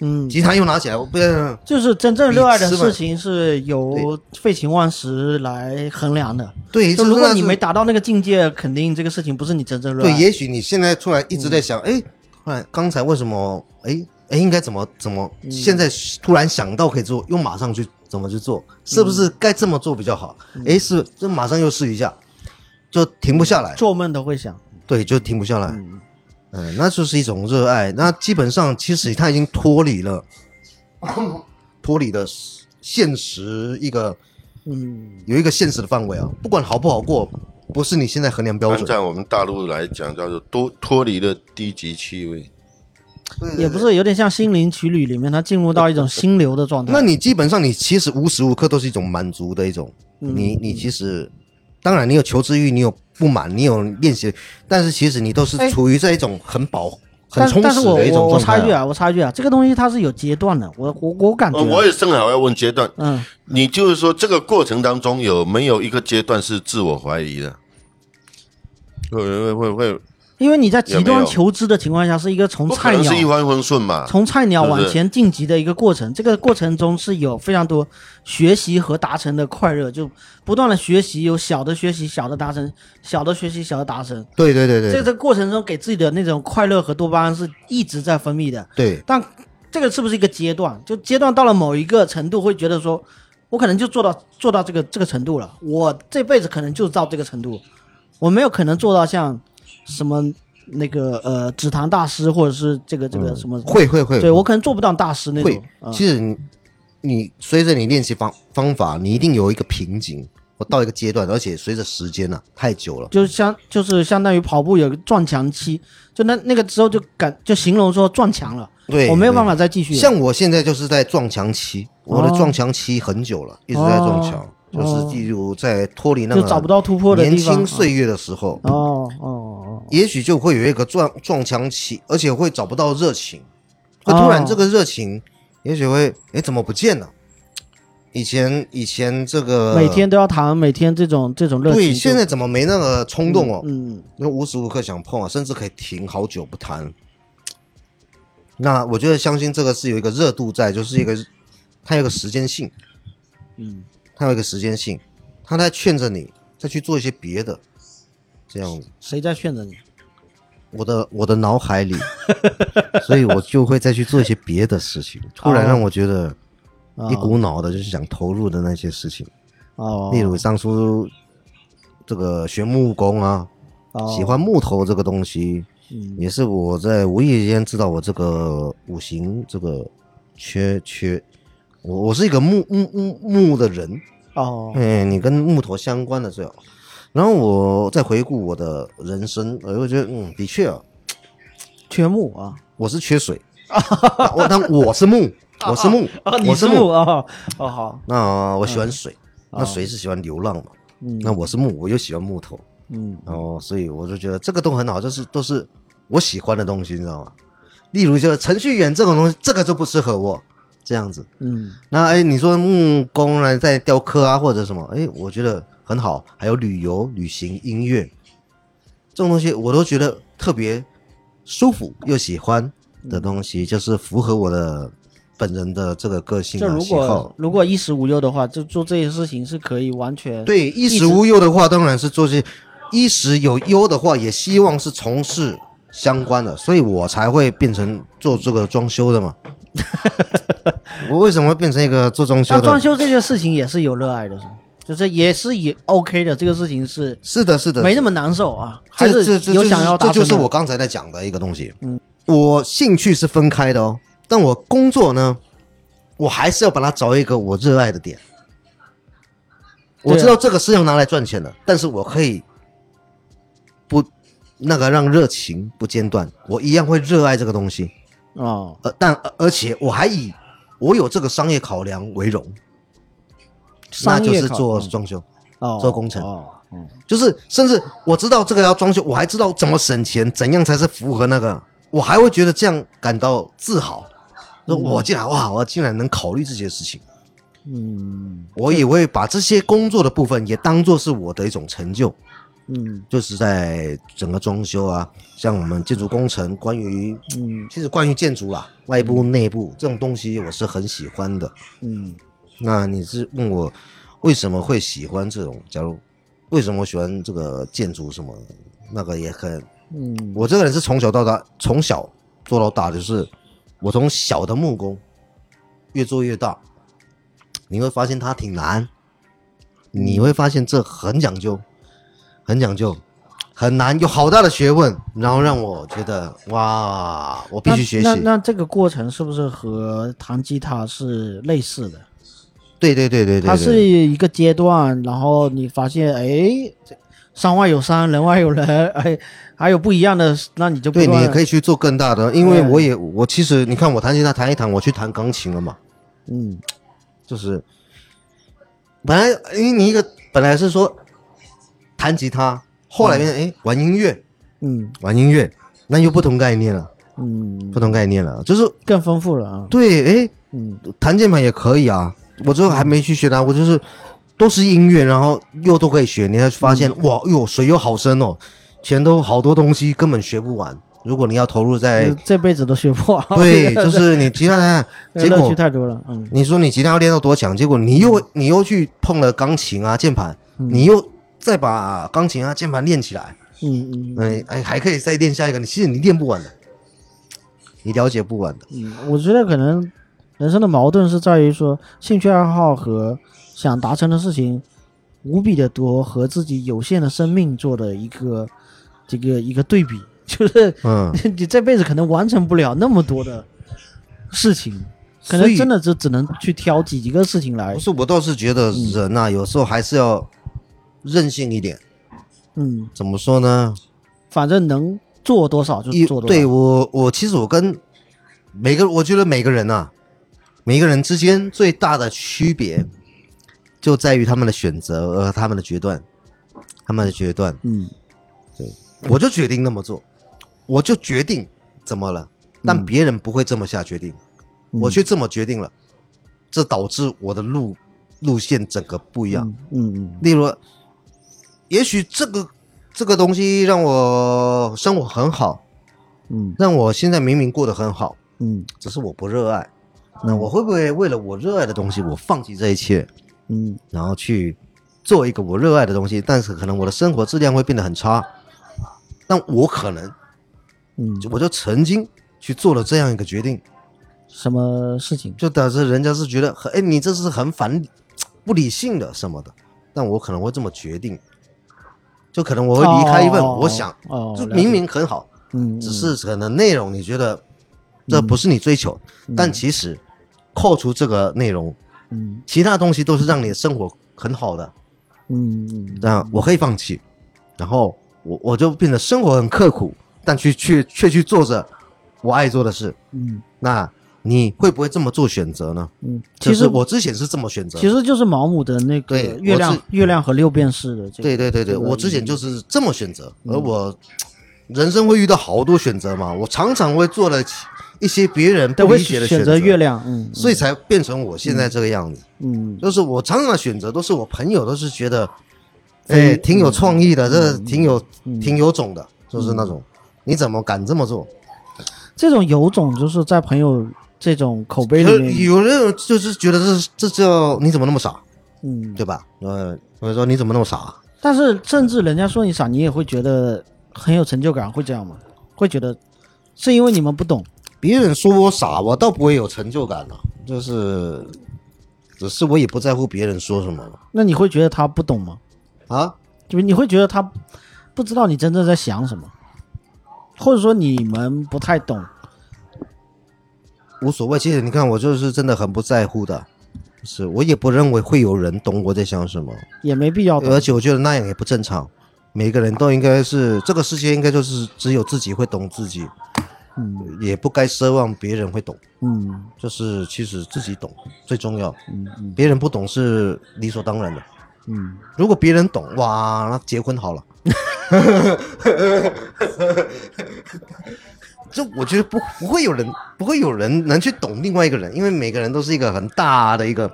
S1: 嗯，
S2: 吉他又拿起来，我不要。
S1: 就是真正热爱的
S2: 你吃吧
S1: 事情是由废寝忘食来衡量的。
S2: 对，
S1: 就
S2: 这
S1: 如果
S2: 那
S1: 你
S2: 是
S1: 没达到那个境界，肯定这个事情不是你真正热
S2: 对，
S1: 爱。
S2: 也许你现在突然一直在想，哎、突然刚才为什么，哎哎，应该怎么怎么，现在突然想到可以做，又马上去怎么去做，是不是该这么做比较好？哎、是，这马上又试一下，就停不下来，
S1: 做梦都会想，
S2: 对，就停不下来。嗯那就是一种热爱。那基本上，其实他已经脱离了，脱离了现实一个
S1: 嗯
S2: 有一个现实的范围啊，不管好不好过，不是你现在衡量标
S3: 按
S2: 准。
S3: 照我们大陆来讲，叫做脱脱离了低级趣味。
S1: 也不是有点像《心灵奇旅》里面，他进入到一种心流的状态。
S2: 那你基本上你其实无时无刻都是一种满足的一种，
S1: 嗯
S2: 你你其实，当然你有求知欲，你有不满，你有练习，但是其实你都是
S1: 哎
S2: 处于在一种很饱、很
S1: 但
S2: 充
S1: 但是
S2: 实
S1: 我
S2: 的一
S1: 我
S2: 种
S1: 我
S2: 状
S1: 插一句
S2: 态啊。
S1: 啊，我插一句啊，这个东西它是有阶段的，我我我感觉
S3: 呃，
S1: 啊，
S3: 我也正好要问阶段，
S1: 嗯，
S3: 你就是说这个过程当中有没有一个阶段是自我怀疑的？会会会会，
S1: 因为你在
S3: 有
S1: 极
S3: 没
S1: 端
S3: 有
S1: 求知的情况下，是一个从
S3: 不可
S1: 菜
S3: 能
S1: 鸟
S3: 是一帆风顺嘛？
S1: 从菜鸟
S3: 是不是
S1: 往前晋级的一个过程。这个过程中是有非常多学习和达成的快乐，就不断的学习，有小的学习，小的达成，小的学习，小的达成。
S2: 对对对
S1: 这个
S2: 对
S1: 这个过程中给自己的那种快乐和多巴胺是一直在分泌的。
S2: 对，
S1: 但这个是不是一个阶段？就阶段到了某一个程度，会觉得说，我可能就做到做到这个这个程度了，我这辈子可能就到这个程度，我没有可能做到像什么那个呃紫檀大师或者是这个这个什么，
S2: 嗯会会会
S1: 对我可能做不到大师那
S2: 会
S1: 种。嗯。
S2: 其实你你随着你练习方方法，你一定有一个瓶颈，我到一个阶段，而且随着时间呢、太久了，
S1: 就相就是相当于跑步有个撞墙期，就那那个之后就感就形容说撞墙了，
S2: 对
S1: 我没有
S2: 对
S1: 办法再继续了。
S2: 像我现在就是在撞墙期，我的
S1: 哦
S2: 撞墙期很久了，一直在撞墙，就是例如在脱离那个
S1: 哦就找不到突破的地
S2: 年
S1: 方
S2: 轻岁月的时候，
S1: 哦哦哦，
S2: 也许就会有一个撞撞墙期，而且会找不到热情，会
S1: 哦
S2: 突然这个热情，也许会哎怎么不见了？以前以前这个
S1: 每天都要谈，每天这种这种热情
S2: 对，
S1: 就，
S2: 现在怎么没那个冲动哦？
S1: 嗯
S2: 因为无时无刻想碰啊，甚至可以停好久不谈。那我觉得相信这个是有一个热度在，就是一个它有一个时间性，
S1: 嗯
S2: 它有一个时间性，它在劝着你再去做一些别的，这样子。
S1: 谁在劝着你？
S2: 我的我的脑海 里，所以我就会再去做一些别的事
S1: 哦
S2: 情，突然让我觉得一股脑的就是想投入的那些事情，
S1: 哦，
S2: 例如当初这个学木工啊，
S1: 哦嗯
S2: 喜欢木头这个东西，也是我在无意间知道我这个五行这个缺缺，我我是一个木木木木的人，
S1: 哦，
S2: 哎，你跟木头相关的最好。然后我再回顾我的人生，呃我觉得嗯，的确啊，
S1: 缺木啊，
S2: 我是缺水， 但我但我是木，我是木，我是 木。
S1: 哦哦好，
S2: 那、我喜欢水，那水是喜欢流浪嘛？那我是木，我又喜欢木头，
S1: 嗯
S2: 然后所以我就觉得这个都很好，就是都是我喜欢的东西，你知道吗？例如就是程序员这种东西，这个就不适合我这样子。
S1: 嗯
S2: 那哎，你说木工呢，在雕刻啊或者什么，哎，我觉得很好。还有旅游、旅行、音乐这种东西，我都觉得特别舒服又喜欢的东西，就是符合我的本人的这个个性
S1: 就
S2: 啊
S1: 如
S2: 喜好
S1: 果。如果衣食无忧的话，就做这些事情是可以完全
S2: 对衣食无忧的话，当然是做些衣食有忧的话，也希望是从事 相关的，所以我才会变成做这个装修的嘛。我为什么会变成一个做装修
S1: 但
S2: 的
S1: 啊装？修这件事情也是有热爱的，是就是也是也 OK 的，这个事情是
S2: 是的，是的，
S1: 没那么难受啊，还
S2: 这这
S1: 是
S2: 这
S1: 有
S2: 就是
S1: 想要达
S2: 这
S1: 成的。
S2: 就是我刚才在讲的一个东西。嗯，我兴趣是分开的哦，但我工作呢，我还是要把它找一个我热爱的点。
S1: 对啊
S2: 我知道这个是要拿来赚钱的，但是我可以不那个让热情不间断，我一样会热爱这个东西。
S1: 哦，
S2: 呃，但而而且我还以我有这个商业考量为荣，那
S1: 商
S2: 就
S1: 业
S2: 是
S1: 考
S2: 做
S1: 嗯
S2: 装修。
S1: 哦
S2: 做工程
S1: 哦，
S2: 就是甚至我知道这个要装修，我还知道怎么省钱，怎样才是符合那个，我还会觉得这样感到自豪。说我竟然哇，我竟然能考虑这些事情，
S1: 嗯
S2: 我也会把这些工作的部分也当做是我的一种成就，
S1: 嗯
S2: 就是在整个装修啊，像我们建筑工程，关于
S1: 嗯
S2: 其实关于建筑啦，外部内部这种东西，我是很喜欢的。
S1: 嗯
S2: 那你是问我为什么会喜欢这种？假如为什么喜欢这个建筑什么？那个也很，
S1: 嗯，
S2: 我这个人是从小到大，从小做到大，就是我从小的木工越做越大，你会发现它挺难，你会发现这很讲究，很讲究，很难，有好大的学问，然后让我觉得哇，我必须学
S1: 那
S2: 习。
S1: 那那这个过程是不是和弹吉他是类似的？
S2: 对对对对对，
S1: 它
S2: 对
S1: 是一个阶段，然后你发现，哎，这山外有山，人外有人，哎，还有不一样的，那你就不
S2: 对你也可
S1: 以，
S2: 以去做更大的，因为
S1: 对
S2: 我也我其实你看我弹吉他弹一弹，我去弹钢琴了嘛，
S1: 嗯
S2: 就是本来因为你一个本来是说弹吉他，后来变成哎玩音乐，
S1: 嗯
S2: 玩音乐那又不同概念了，
S1: 嗯，
S2: 不同概念了，就是
S1: 更丰富了啊，
S2: 对哎
S1: 嗯
S2: 弹键盘也可以啊，我之后还没去学它，我就是都是音乐，然后又都可以学，你才发现、哇哟水又好深哦，全都好多东西根本学不完，如果你要投入在。
S1: 这这辈子都学不完，
S2: 对，就是你吉他弹，
S1: 这
S2: 结
S1: 乐趣
S2: 果
S1: 太多了，嗯
S2: 你说你吉他要练到多强，结果你又你又去碰了钢琴啊、键盘，你又再把钢琴啊、键盘练起来，
S1: 嗯嗯
S2: 哎哎，还可以再练下一个，你其实你练不完的，你了解不完的。
S1: 嗯，我觉得可能人生的矛盾是在于说，兴趣爱好和想达成的事情无比的多，和自己有限的生命做的一个这个一个对比， 就是
S2: 嗯，
S1: 你这辈子可能完成不了那么多的事情，可
S2: 所
S1: 能
S2: 以
S1: 真的就只能去挑几个事情来
S2: 不。是，我倒是觉得人呐、有时候还是要任性一点。
S1: 嗯，
S2: 怎么说呢？
S1: 反正能做多少就
S2: 一
S1: 做多少。
S2: 对我，我其实我跟每个，我觉得每个人啊，每个人之间最大的区别就在于他们的选择和他们的决断，他们的决断，
S1: 嗯
S2: 我就决定那么做，我就决定怎么了，但别人不会这么下决定，
S1: 嗯
S2: 我却这么决定了，这导致我的路路线整个不一样。
S1: 嗯嗯嗯
S2: 例如，也许这个这个东西让我生活很好，
S1: 嗯
S2: 让我现在明明过得很好，
S1: 嗯
S2: 只是我不热爱。那我会不会为了我热爱的东西，我放弃这一切，
S1: 嗯
S2: 然后去做一个我热爱的东西？但是可能我的生活质量会变得很差。但我可能，
S1: 嗯，
S2: 我就曾经去做了这样一个致决定，
S1: 什么事情？
S2: 就导致人家是觉得很，哎，你这是很反不理性的什么的。但我可能会这么决定，就可能我会离开一份，
S1: 哦
S2: 我想，
S1: 哦，
S2: 就
S1: 了解
S2: 明明很好，
S1: 嗯，嗯
S2: 只是可能内容你觉得这不是你追求，但其实扣除这个内容，
S1: 嗯
S2: 其他东西都是让你的生活很好的。
S1: 嗯嗯
S2: 那我可以放弃，然后我我就变得生活很刻苦，但去去却去做着我爱做的事。
S1: 嗯
S2: 那你会不会这么做选择呢？
S1: 嗯，
S2: 就
S1: 其
S2: 是
S1: 实
S2: 我之前是这么选择的。
S1: 其实就是毛姆的那个
S2: 对
S1: 月
S2: 我
S1: 亮
S2: 是
S1: 月亮和六便士的这个
S2: 对对对对，我之前就是这么选择，
S1: 嗯
S2: 而我人生会遇到好多选择嘛，我常常会做了一些别人
S1: 对
S2: 不
S1: 会
S2: 理解的
S1: 选
S2: 择
S1: 择，月亮，嗯
S2: 所以才变成我现在这个样子。
S1: 嗯
S2: 就是我常常的选择都是我朋友都是觉得，哎，挺有创意的，
S1: 嗯
S2: 这挺有挺有种的，就是那种，你怎么敢这么做？
S1: 这种有种就是在朋友这种口碑
S2: 有
S1: 里面，
S2: 有人就是觉得这这叫你怎么那么傻，
S1: 嗯，
S2: 对吧？呃，我就说你怎么那么傻？
S1: 但是甚至人家说你傻，你也会觉得很有成就感，会这样吗？会觉得是因为你们不懂，
S2: 别人说我傻，我倒不会有成就感了、就是，只是我也不在乎别人说什么了
S1: 那你会觉得他不懂吗？
S2: 啊。
S1: 就是你会觉得他不知道你真正在想什么，或者说你们不太懂。
S2: 无所谓。其实你看，我就是真的很不在乎的，是我也不认为会有人懂我在想什么，
S1: 也没必要懂
S2: 而且我觉得那样也不正常。每个人都应该是这个世界，应该就是只有自己会懂自己，嗯，也不该奢望别人会懂，
S1: 嗯
S2: 就是其实自己懂最重要，嗯，别人不懂是理所当然的。
S1: 嗯，
S2: 如果别人懂，哇，那结婚好了。 就我觉得不不会有人不会有人能去懂另外一个人，因为每个人都是一个很大的一个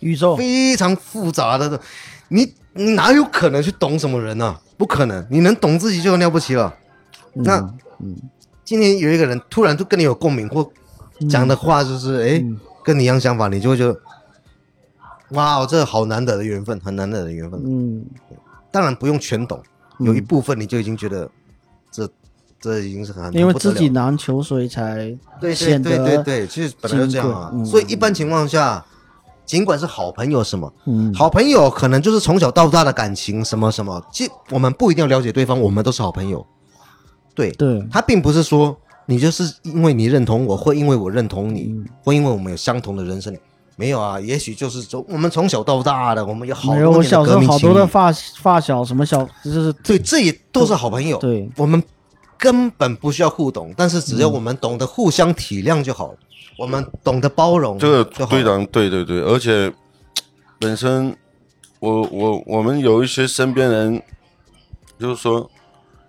S1: 宇宙
S2: 非常复杂的，你你哪有可能去懂什么人呢、不可能，你能懂自己就很了不起了。那嗯，今天有一个人突然就跟你有共鸣，或讲的话就是
S1: 嗯
S2: 哎、诶跟你一样想法，你就会觉得哇，这好难得的缘分，很难得的缘分。
S1: 嗯
S2: 当然不用全懂，有一部分你就已经觉得这这已经是很
S1: 因为
S2: 很不得
S1: 自
S2: 了
S1: 己难求，所以才
S2: 对对
S1: 显
S2: 对对
S1: 得
S2: 对，其实本来就这样啊
S1: 金。贵嗯
S2: 所以一般情况下，尽管是好朋友什么，
S1: 嗯
S2: 好朋友可能就是从小到大的感情什么什么，其实我们不一定要了解对方，我们都是好朋友。对，
S1: 对
S2: 他并不是说你就是因为你认同我，或因为我认同你，
S1: 嗯
S2: 或因为我们有相同的人生。没有啊，也许就是从我们从小到大的，我们有好
S1: 没有。
S2: 多
S1: 我
S2: 年的
S1: 小时
S2: 革
S1: 候
S2: 命
S1: 好
S2: 情
S1: 多的
S2: 谊，
S1: 发发小什么小，就是
S2: 对，这也都是好朋友。
S1: 对嗯
S2: 我们根本不需要互懂，但是只要我们懂得互相体谅就好了，我们懂得包容
S3: 这个
S2: 就好
S3: 队
S2: 了。
S3: 长，对对对，而且本身我我我们有一些身边人，就是说，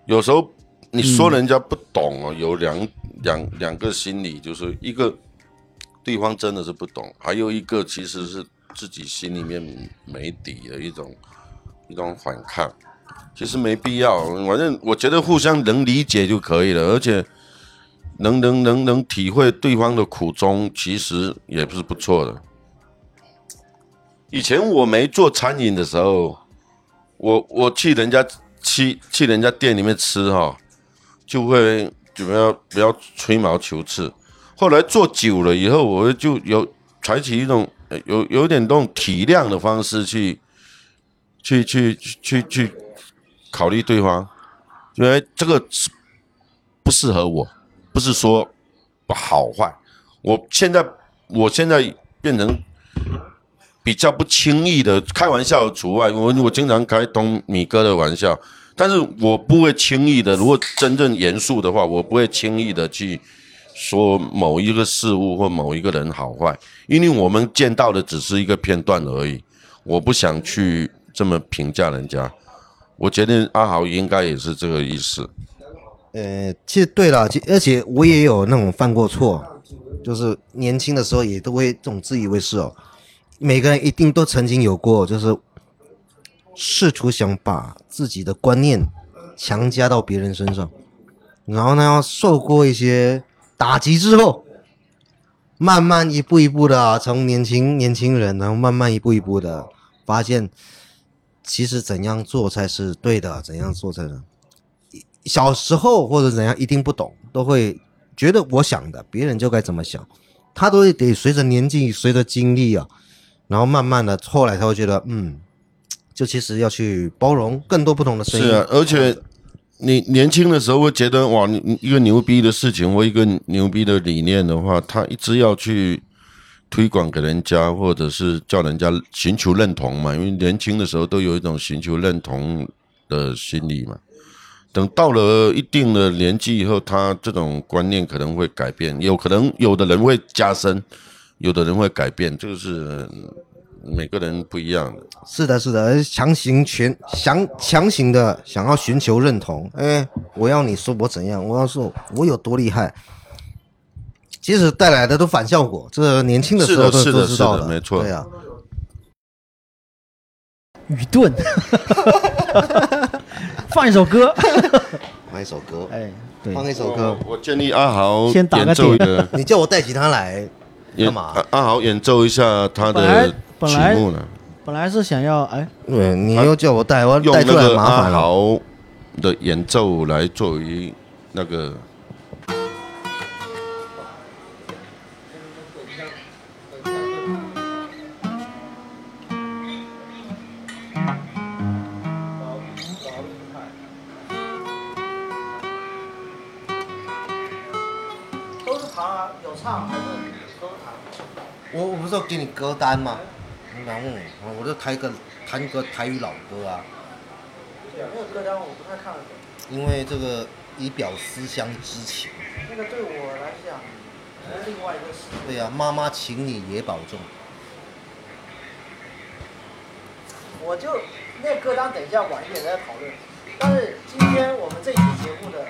S3: 有时候你说人家不懂
S2: 嗯
S3: 哦，有两两两个心理，就是一个对方真的是不懂，还有一个其实是自己心里面没底的一种一种反抗。其实没必要，反正我觉得互相能理解就可以了，而且能能能能体会对方的苦衷，其实也不是不错的。以前我没做餐饮的时候，我我去人家去去人家店里面吃哈、就会就不要不要吹毛求疵。后来做久了以后，我就有采取一种呃有有点那种体谅的方式去去去去去去考虑对方，因为这个是不适合我，不是说不好坏。我现在我现在变成比较不轻易的开玩笑除外，我我经常开东米哥的玩笑，但是我不会轻易的。如果真正严肃的话，我不会轻易的去说某一个事物或某一个人好坏，因为我们见到的只是一个片段而已。我不想去这么评价人家，我觉得阿豪应该也是这个意思。
S2: 呃，其实对了，其而且我也有那种犯过错，就是年轻的时候也都会这种自以为是哦。每个人一定都曾经有过，就是试图想把自己的观念强加到别人身上，然后呢，受过一些打击之后，慢慢一步一步的、从年轻年轻人，然后慢慢一步一步的发现，其实怎样做才是对的，怎样做才是。小时候或者怎样，一定不懂，都会觉得我想的，别人就该怎么想，他都会得随着年纪、随着经历啊，然后慢慢的，后来才会觉得，嗯，就其实要去包容更多不同的声音。
S3: 是啊，而且你年轻的时候会觉得哇，你你一个牛逼的事情或一个牛逼的理念的话，他一直要去推广给人家，或者是叫人家寻求认同嘛。因为年轻的时候都有一种寻求认同的心理嘛。等到了一定的年纪以后，他这种观念可能会改变，有可能有的人会加深，有的人会改变，这个是每个人不一样的。
S2: 是的，是的，而强行全强强行的想要寻求认同，哎，我要你说我怎样，我要说我有多厉害，其实带来的都反效果。这年轻的时候都
S3: 是的是的
S2: 都知道
S3: 是的没错
S2: 对啊，
S1: 愚钝。 放一首歌，
S2: 放一首歌，
S1: 哎，对，
S2: 放一首歌
S3: 我，我建议阿豪
S1: 先打个
S3: 演奏一个。
S2: 你叫我带吉他来
S3: 也啊
S2: 干嘛？
S3: 阿阿豪演奏一下他的
S1: 本
S3: 曲
S1: 来
S3: 目呢，
S1: 本来是想要哎，
S2: 对，你又叫我带，我
S3: 啊用
S2: 带
S3: 那
S2: 出来
S3: 个啊
S2: 麻
S3: 阿
S2: 烦啊了。
S3: 豪的演奏来作为那个
S1: 都是弹啊，有唱还是都是弹。
S2: 我我不是有给你歌单吗？然后我我就弹一个弹一个台语老歌啊，
S1: 对啊，那个歌单我不太看得懂，
S2: 因为这个以表思乡之情。
S1: 那个对我来讲是另外一个世界。
S2: 对呀、妈妈，请你也保重。
S1: 我就那歌单等一下晚一点再讨论。但是今天我们这期节目的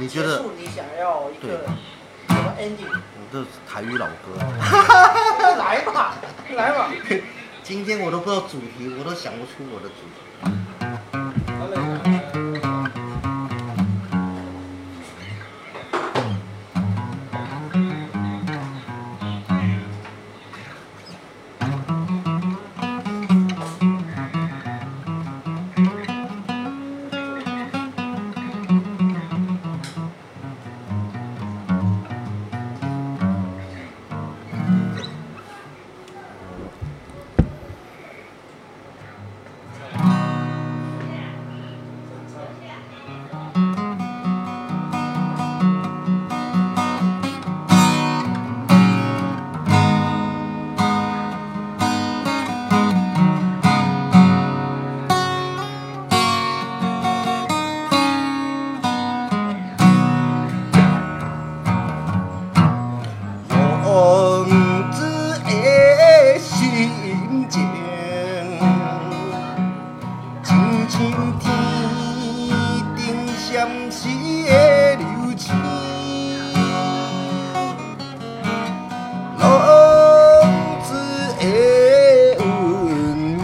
S2: 你觉
S1: 结
S2: 得
S1: 束，你想要一个
S2: 对
S1: 什么 ending？
S2: 我这是台语老歌？啊
S1: 来吧，来吧。
S2: 今天我都不知道主题，我都想不出我的主题。王子的心情，亲像天顶闪烁的流星，浪子的运命，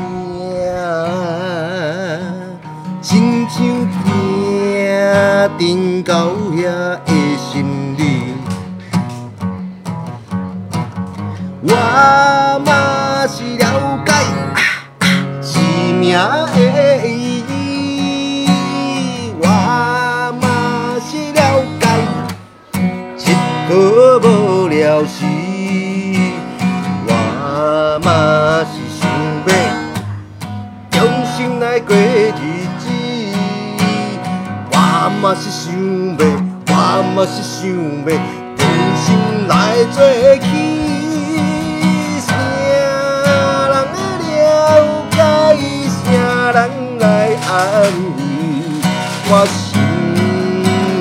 S2: 亲像天顶到遐的心灵。我嘛是了解啊啊生命的意义，我嘛是了解一个无聊时，我嘛是想要用心来过日子，我嘛是想要，我嘛是想要用心来做起。啥人的了解，啥人来安慰我心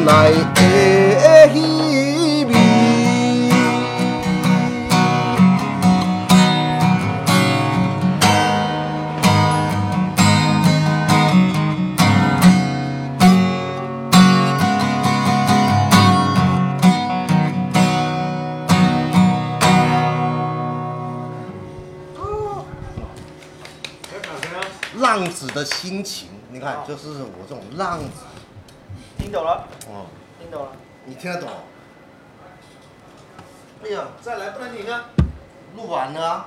S2: 内的稀微。浪子的心情，你看，就是我这种浪子，
S1: 听懂了，
S2: 哦，
S1: 听懂了。
S2: 你听得懂？哎呀，再来，不然你看，录完了啊。